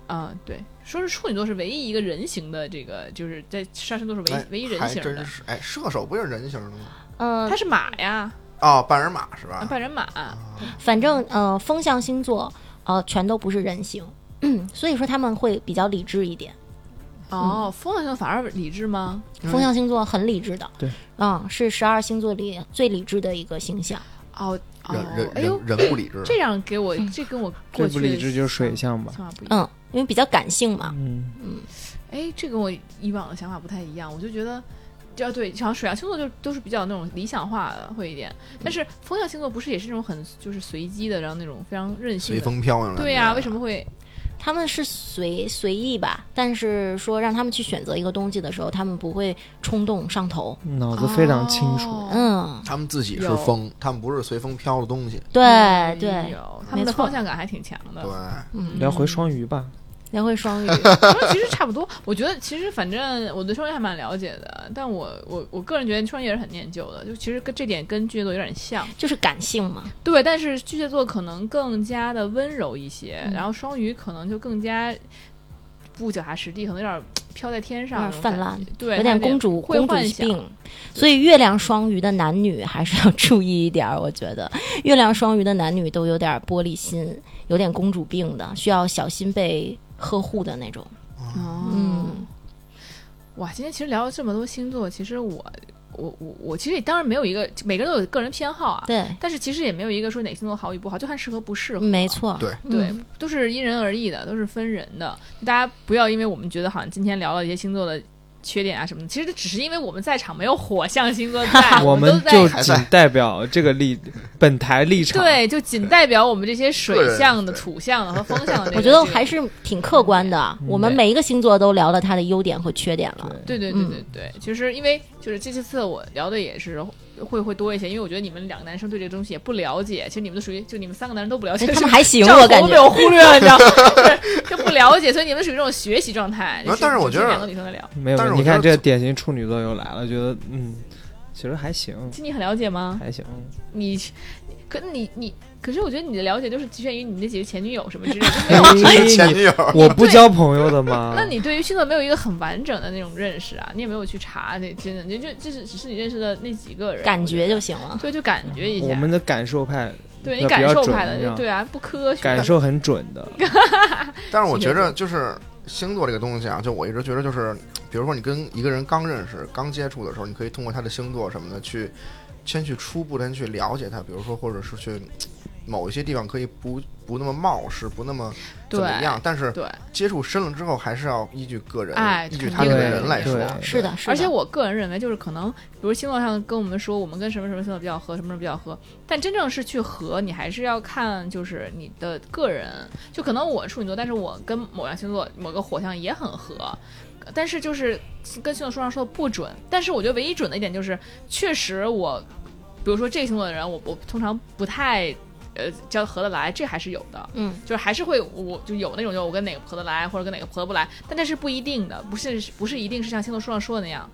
S2: 啊、对，说是处女座是唯一一个人形的，这个就是在上升座是唯一、
S5: 哎
S2: 唯一人
S5: 还
S2: 形
S5: 真
S2: 的。
S5: 是，哎，射手不就是人形的吗？
S6: 呃
S2: 它，是马呀，
S5: 哦，半人马啊是吧？
S2: 啊半人马。
S6: 反正呃风象星座呃全都不是人形，嗯所以说他们会比较理智一点。
S2: 哦，风象星座反而理智吗？
S6: 风象星座很理智的，
S4: 对，
S6: 嗯，是十二星座里最理智的一个星象。
S2: 哦
S5: 人
S2: 哦
S5: 人，
S2: 哎呦，
S5: 人人不理智，
S2: 这样给我，这跟我过
S4: 最
S2: 去
S4: 不
S2: 的
S4: 理智就是水象吧。
S2: 想法不一样。
S6: 嗯，因为比较感性嘛，
S4: 嗯，
S2: 哎，这跟我以往的想法不太一样，我就觉得。就对，好像水象星座就都是比较那种理想化的，会一点。但是风象星座不是也是那种很就是随机的，然后那种非常任性
S5: 随
S2: 的。
S5: 风飘扬。
S2: 对呀、为什么会？
S6: 他们是随随意吧，但是说让他们去选择一个东西的时候，他们不会冲动上头。
S4: 脑子非常清楚。
S7: 哦
S6: 嗯，
S5: 他们自己是
S7: 有
S5: 风，他们不是随风飘的东西。
S2: 哎
S6: 对对，
S7: 有
S2: 他们
S6: 没
S2: 的
S6: 错
S2: 方向感还挺强的。
S5: 对，
S6: 嗯，
S4: 聊回双鱼吧，
S6: 聊回双鱼，
S2: 说其实差不多，我觉得其实反正我对双鱼还蛮了解的，但我我我个人觉得双鱼也是很念旧的，就其实跟这点跟巨蟹座有点像，
S6: 就是感性嘛。
S2: 对，但是巨蟹座可能更加的温柔一些，
S6: 嗯
S2: 然后双鱼可能就更加不脚踏实地，可能有点飘在天上
S6: 有点
S2: 那种感觉，
S6: 泛滥
S2: 对，
S6: 有点公主
S2: 会
S6: 公主
S2: 幻想
S6: 病，所以月亮双鱼的男女还是要注意一点儿。我觉得 *laughs* 月亮双鱼的男女都有点玻璃心，有点公主病的，需要小心被呵护的那种。
S2: 嗯
S6: 嗯，
S2: 哇，今天其实聊了这么多星座，其实我我我我其实也当然没有一个每个人都有个人偏好啊，
S6: 对，
S2: 但是其实也没有一个说哪个星座好与不好，就看适合不适合，
S6: 没。错，
S5: 对
S2: 对
S6: 嗯，
S2: 都是因人而异的，都是分人的。大家不要因为我们觉得好像今天聊了一些星座的缺点啊什么的，其实只是因为我们在场没有火象星座 *laughs* 在，
S4: 我
S2: 们都
S4: 们
S2: 在
S4: 就
S5: 还
S4: 仅
S5: 在
S4: 代表这个立本台立场。，
S2: 对，就仅代表我们这些
S5: 个
S2: 水
S5: 人
S2: 象的、
S5: 对
S2: 土象的和风象的这个。
S6: 我觉得
S2: 这个
S6: 还是挺客观的。我们每一个星座都聊了它的优点和缺点了。
S2: 对对对对对，其实因为就是这些次我聊的也是会会多一些，因为我觉得你们两个男生对这个东西也不了解，其实你们都属于就你们三个男生都不了解，
S6: 哎他
S2: 就
S6: 们
S2: 是
S6: 还行，
S2: 这样
S6: 我感
S2: 们被
S6: 觉
S2: 我忽略了，你知道吗？ *laughs* 就是就不了解，所以你们属于这种学习状态。
S5: 那但是我觉得
S2: 两个女生在聊，
S4: 没有
S5: 但是。我
S4: 你
S5: 觉
S4: 看
S5: 得
S4: 这典型处女座又来了，觉得嗯，其实还行，
S2: 其实你很了解吗？
S4: 还行。
S5: *laughs*
S2: 你，可你你，可是我觉得你的了解就是局限于你那几个前女友什么之类的，
S4: *laughs*
S2: 就没
S4: 哎
S2: 有。
S5: 前 *laughs* 女
S4: 你
S5: 友，
S4: 我不交朋友的吗？ *laughs*
S2: 那你对于星座没有一个很完整的那种认识啊，你也没有去查，那真的，你就就是只是你认识的那几个人，
S6: 感
S2: 我
S6: 觉
S2: 得
S6: 就行了。
S2: 对，就感觉一下。
S4: 我们的感受派，
S2: 对你
S4: 比
S2: 感
S4: 较
S2: 受
S4: 准
S2: 派的，
S4: 你知道
S2: 就对啊，不科学。
S4: 感受很准的。
S5: 但是我觉着就是星座这个东西啊，就我一直觉得就是，比如说你跟一个人刚认识、刚接触的时候，你可以通过他的星座什么的去，先去初步的去了解他，比如说或者是去某一些地方可以不不那么冒失，不那么怎么
S2: 对
S5: 样，但是
S2: 对，
S5: 接触深了之后，还是要依据个人，
S2: 哎
S5: 依据
S2: 肯
S5: 他这个
S2: 定
S5: 人来说啊
S4: 对，
S6: 是的，是的。
S2: 而且我个人认为，就是可能，比如星座上跟我们说，我们跟什么什么星座比较合，什么什么比较合，但真正是去合，你还是要看就是你的个人。就可能我处女座，但是我跟某样星座、某个火象也很合，但是就是跟星座书上说的不准。但是我觉得唯一准的一点就是，确实我，比如说这个星座的人，我我通常不太呃交合得来，这还是有的。
S6: 嗯，
S2: 就是还是会，我就有那种，就我跟哪个合得来，或者跟哪个合不来，但这是不一定的，不是不是一定是像星座书上说的那样，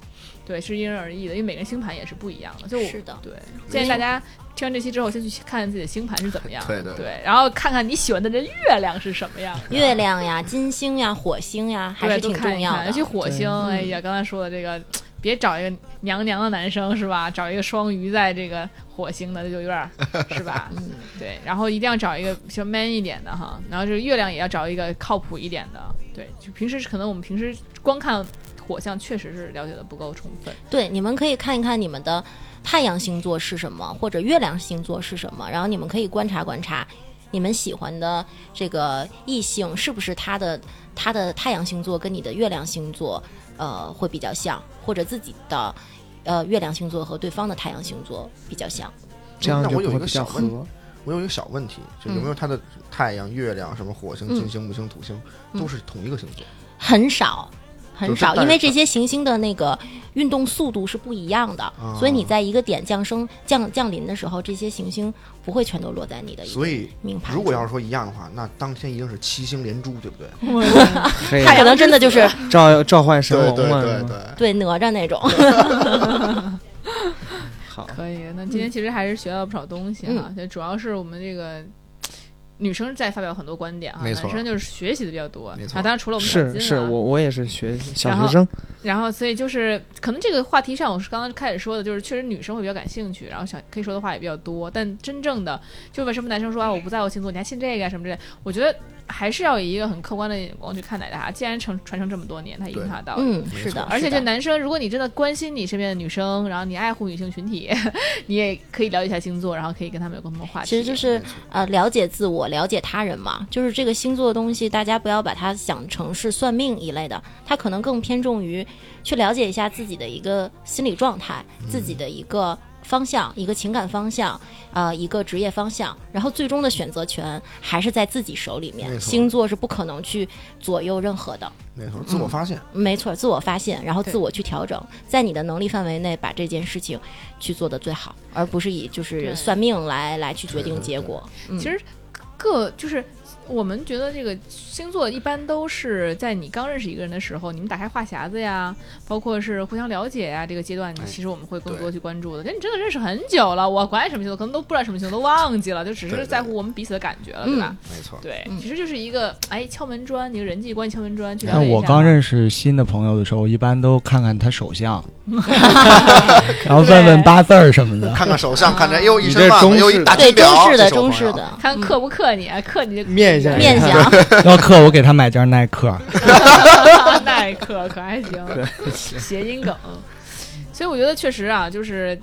S2: 对，是因人而异的，因为每个人星盘也是不一样的。就我
S6: 是的
S2: 对，建议大家听完这期之后，先去看看自己的星盘是怎么样的，
S5: 对对
S2: 然后看看你喜欢的这月亮是什么样的，
S6: 月亮呀、金星呀、火星呀，还
S2: 对
S6: 是
S2: 都
S6: 挺
S2: 看
S6: 重
S2: 一
S6: 要
S2: 看尤其
S6: 的。
S2: 火星，
S6: 嗯
S2: 哎呀，刚才说的这个，别找一个娘娘的男生是吧？找一个双鱼在这个火星的就有点儿是
S6: *laughs*
S2: 吧？
S6: 嗯，
S2: 对，然后一定要找一个比较 man 一点的哈，然后就是月亮也要找一个靠谱一点的。对，就平时可能我们平时光看火象，确实是了解的不够充分。
S6: 对，你们可以看一看你们的太阳星座是什么，或者月亮星座是什么，然后你们可以观察观察，你们喜欢的这个异性是不是他的他的太阳星座跟你的月亮星座呃会比较像，或者自己的呃月亮星座和对方的太阳星座比较像。
S4: 这样
S5: 那
S4: 就
S5: 我有
S4: 不
S5: 一
S4: 会
S5: 个
S4: 比较
S5: 小问
S4: 合。
S5: 我有一个小问题，就有
S2: 嗯
S5: 没有他的太阳、月亮、什么火星、
S6: 嗯
S5: 金星、木星、土星
S2: 嗯
S5: 都是同一个星座？
S6: 很少。很
S5: 就是
S6: 少，
S5: 但
S6: 因
S5: 是
S6: 为
S5: 它
S6: 这些行星的那个运动速度是不一样的，
S5: 哦
S6: 所以你在一个点降生降降临的时候，这些行星不会全都落在你的一个
S5: 所以
S6: 命盘中。
S5: 如果要是说一样的话，那当天一定是七星连珠，对不对？
S6: 嗯 *laughs*
S2: 嗯
S4: 嘿
S6: 可
S5: 啊
S6: 能真的就是
S4: 召召唤神龙嘛。是
S5: 对对
S4: 吗
S5: 对。
S6: 对哪吒那种，
S4: 好，
S2: 可以，那今天
S6: 嗯
S2: 其实还是学到不少东西哈，就主要是我们这个。女生在发表很多观点啊，
S5: 没
S2: 男
S5: 错
S2: 生就是学习的比较多。
S5: 没错
S2: 啊，当然除了我们小金
S4: 是
S2: 啊
S4: 是，我我也是学小
S2: 然后
S4: 学生，
S2: 然后，所以就是可能这个话题上，我是刚刚开始说的，就是确实女生会比较感兴趣，然后想可以说的话也比较多。但真正的，就为什么男生说啊我不在乎星座，你还信这个呀、什么之类的，我觉得还是要以一个很客观的眼光去看待它。既然成传承这么多年，它一定
S5: 对
S2: 它道理。
S6: 嗯，
S5: 没
S6: 是的
S5: 错，
S2: 而且
S6: 这
S2: 这男生，如果你真的关心你身边的女生，然后你爱护女性群体， *laughs* 你也可以了解一下星座，然后可以跟他们有共同的话题。
S6: 其实就是呃了解自我、了解他人嘛，就是这个星座的东西，大家不要把它想成是算命一类的，它
S5: 嗯
S6: 可能更偏重于去了解一下自己的一个心理状态、自己的一个方向、一个情感方向，呃，一个职业方向，然后最终的选择权还是在自己手里
S5: 没
S6: 面。
S5: 错
S6: 星座是不可能去左右任何的，
S5: 没错，自我发现，
S6: 没错，自我发现，然后
S2: 对
S6: 自我去调整，在你的能力范围内把这件事情去做的最好，而不是以就是
S2: 对
S6: 算命来来去决
S5: 对
S6: 定
S5: 对
S6: 结
S5: 对
S6: 果。嗯
S2: 其实各就是我们觉得这个星座一般都是在你刚认识一个人的时候，你们打开话匣子呀，包括是互相了解呀这个阶段，
S5: 哎
S2: 其实我们会更
S5: 对
S2: 多去关注的。但你真的认识很久了，我管你什么星座，可能都不知道什么星座，都忘记了，就只
S5: 对
S2: 是
S5: 对
S2: 在乎
S5: 对
S2: 我们彼此的感觉了，
S6: 嗯
S2: 对吧？
S5: 没错，
S2: 对
S6: 嗯，
S2: 其实就是一个哎敲门砖，一个人际关系敲门砖。去了
S3: 但
S2: 解一
S3: 我
S2: 下
S3: 刚认识新的朋友的时候，一般都看看他
S2: *laughs*
S3: 手相，然后问问八字儿什么
S2: *laughs*
S3: 的。
S5: 看看手相，看着，哎呦一
S4: 你
S5: 身
S4: 这
S5: 腕
S4: 中
S5: 子，又一
S4: 式
S5: 大
S6: 对
S5: 金
S6: 中
S5: 表，
S6: 式的
S5: 这是我
S6: 中
S5: 朋
S6: 式
S5: 友
S6: 的
S2: 看克不克你，克你这
S4: 面相
S6: *laughs* 面
S4: 看
S6: 相，
S3: 要克我给他买件耐克。
S2: *laughs* 耐克可还行，谐音梗。所以我觉得确实啊，就是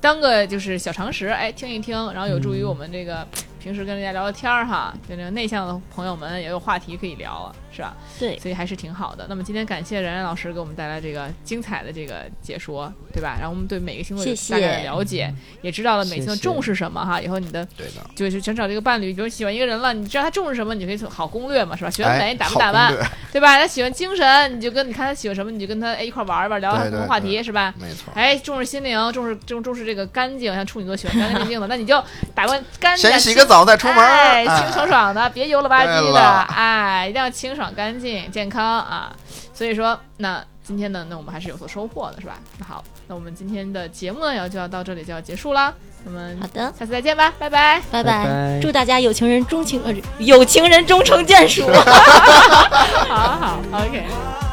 S2: 当个就是小常识，哎，听一听，然后有助于我们这个平时跟人家聊聊天儿哈，就那个内向的朋友们也有话题可以聊啊，是吧？
S6: 对
S2: 所以还是挺好的。那么今天感谢冉冉老师给我们带来这个精彩的这个解说，对吧？然后我们对每个星座有
S6: 谢谢
S2: 大概的了解，也知道了每个星座
S4: 谢谢
S2: 重视什么哈。以后你的
S5: 对的，
S2: 就是想找这个伴侣，比如喜欢一个人了，你知道他重视什么，你就可以好攻略嘛，是吧？学得美，
S5: 哎，
S2: 你打不
S5: 好
S2: 打
S5: 攻
S2: 扮
S5: 略，
S2: 对吧？他喜欢精神，你就跟你看他喜欢什么，你就跟他哎一块儿玩儿玩儿，聊聊
S5: 对
S2: 共同
S5: 对
S2: 话题是吧？
S5: 没错，
S2: 哎，重视心灵，重视重重视这个干净，像处女座喜欢干干净净的，那你就打扮干净，
S5: 先洗个澡再出门儿，
S2: 哎，清
S5: 哎
S2: 爽爽的，别油了吧唧
S5: 对
S2: 的，
S5: 了
S2: 哎，一定要清爽干净、健康啊。所以说，那今天呢，那我们还是有所收获的，是吧？那好，那我们今天的节目呢，要就要到这里就要结束啦，我们
S6: 好的，
S2: 下次再见吧，拜拜。
S6: 拜
S4: 拜拜
S6: 祝大家有情人终情，呃，有情人终成眷属。
S2: 好好，OK。
S8: Why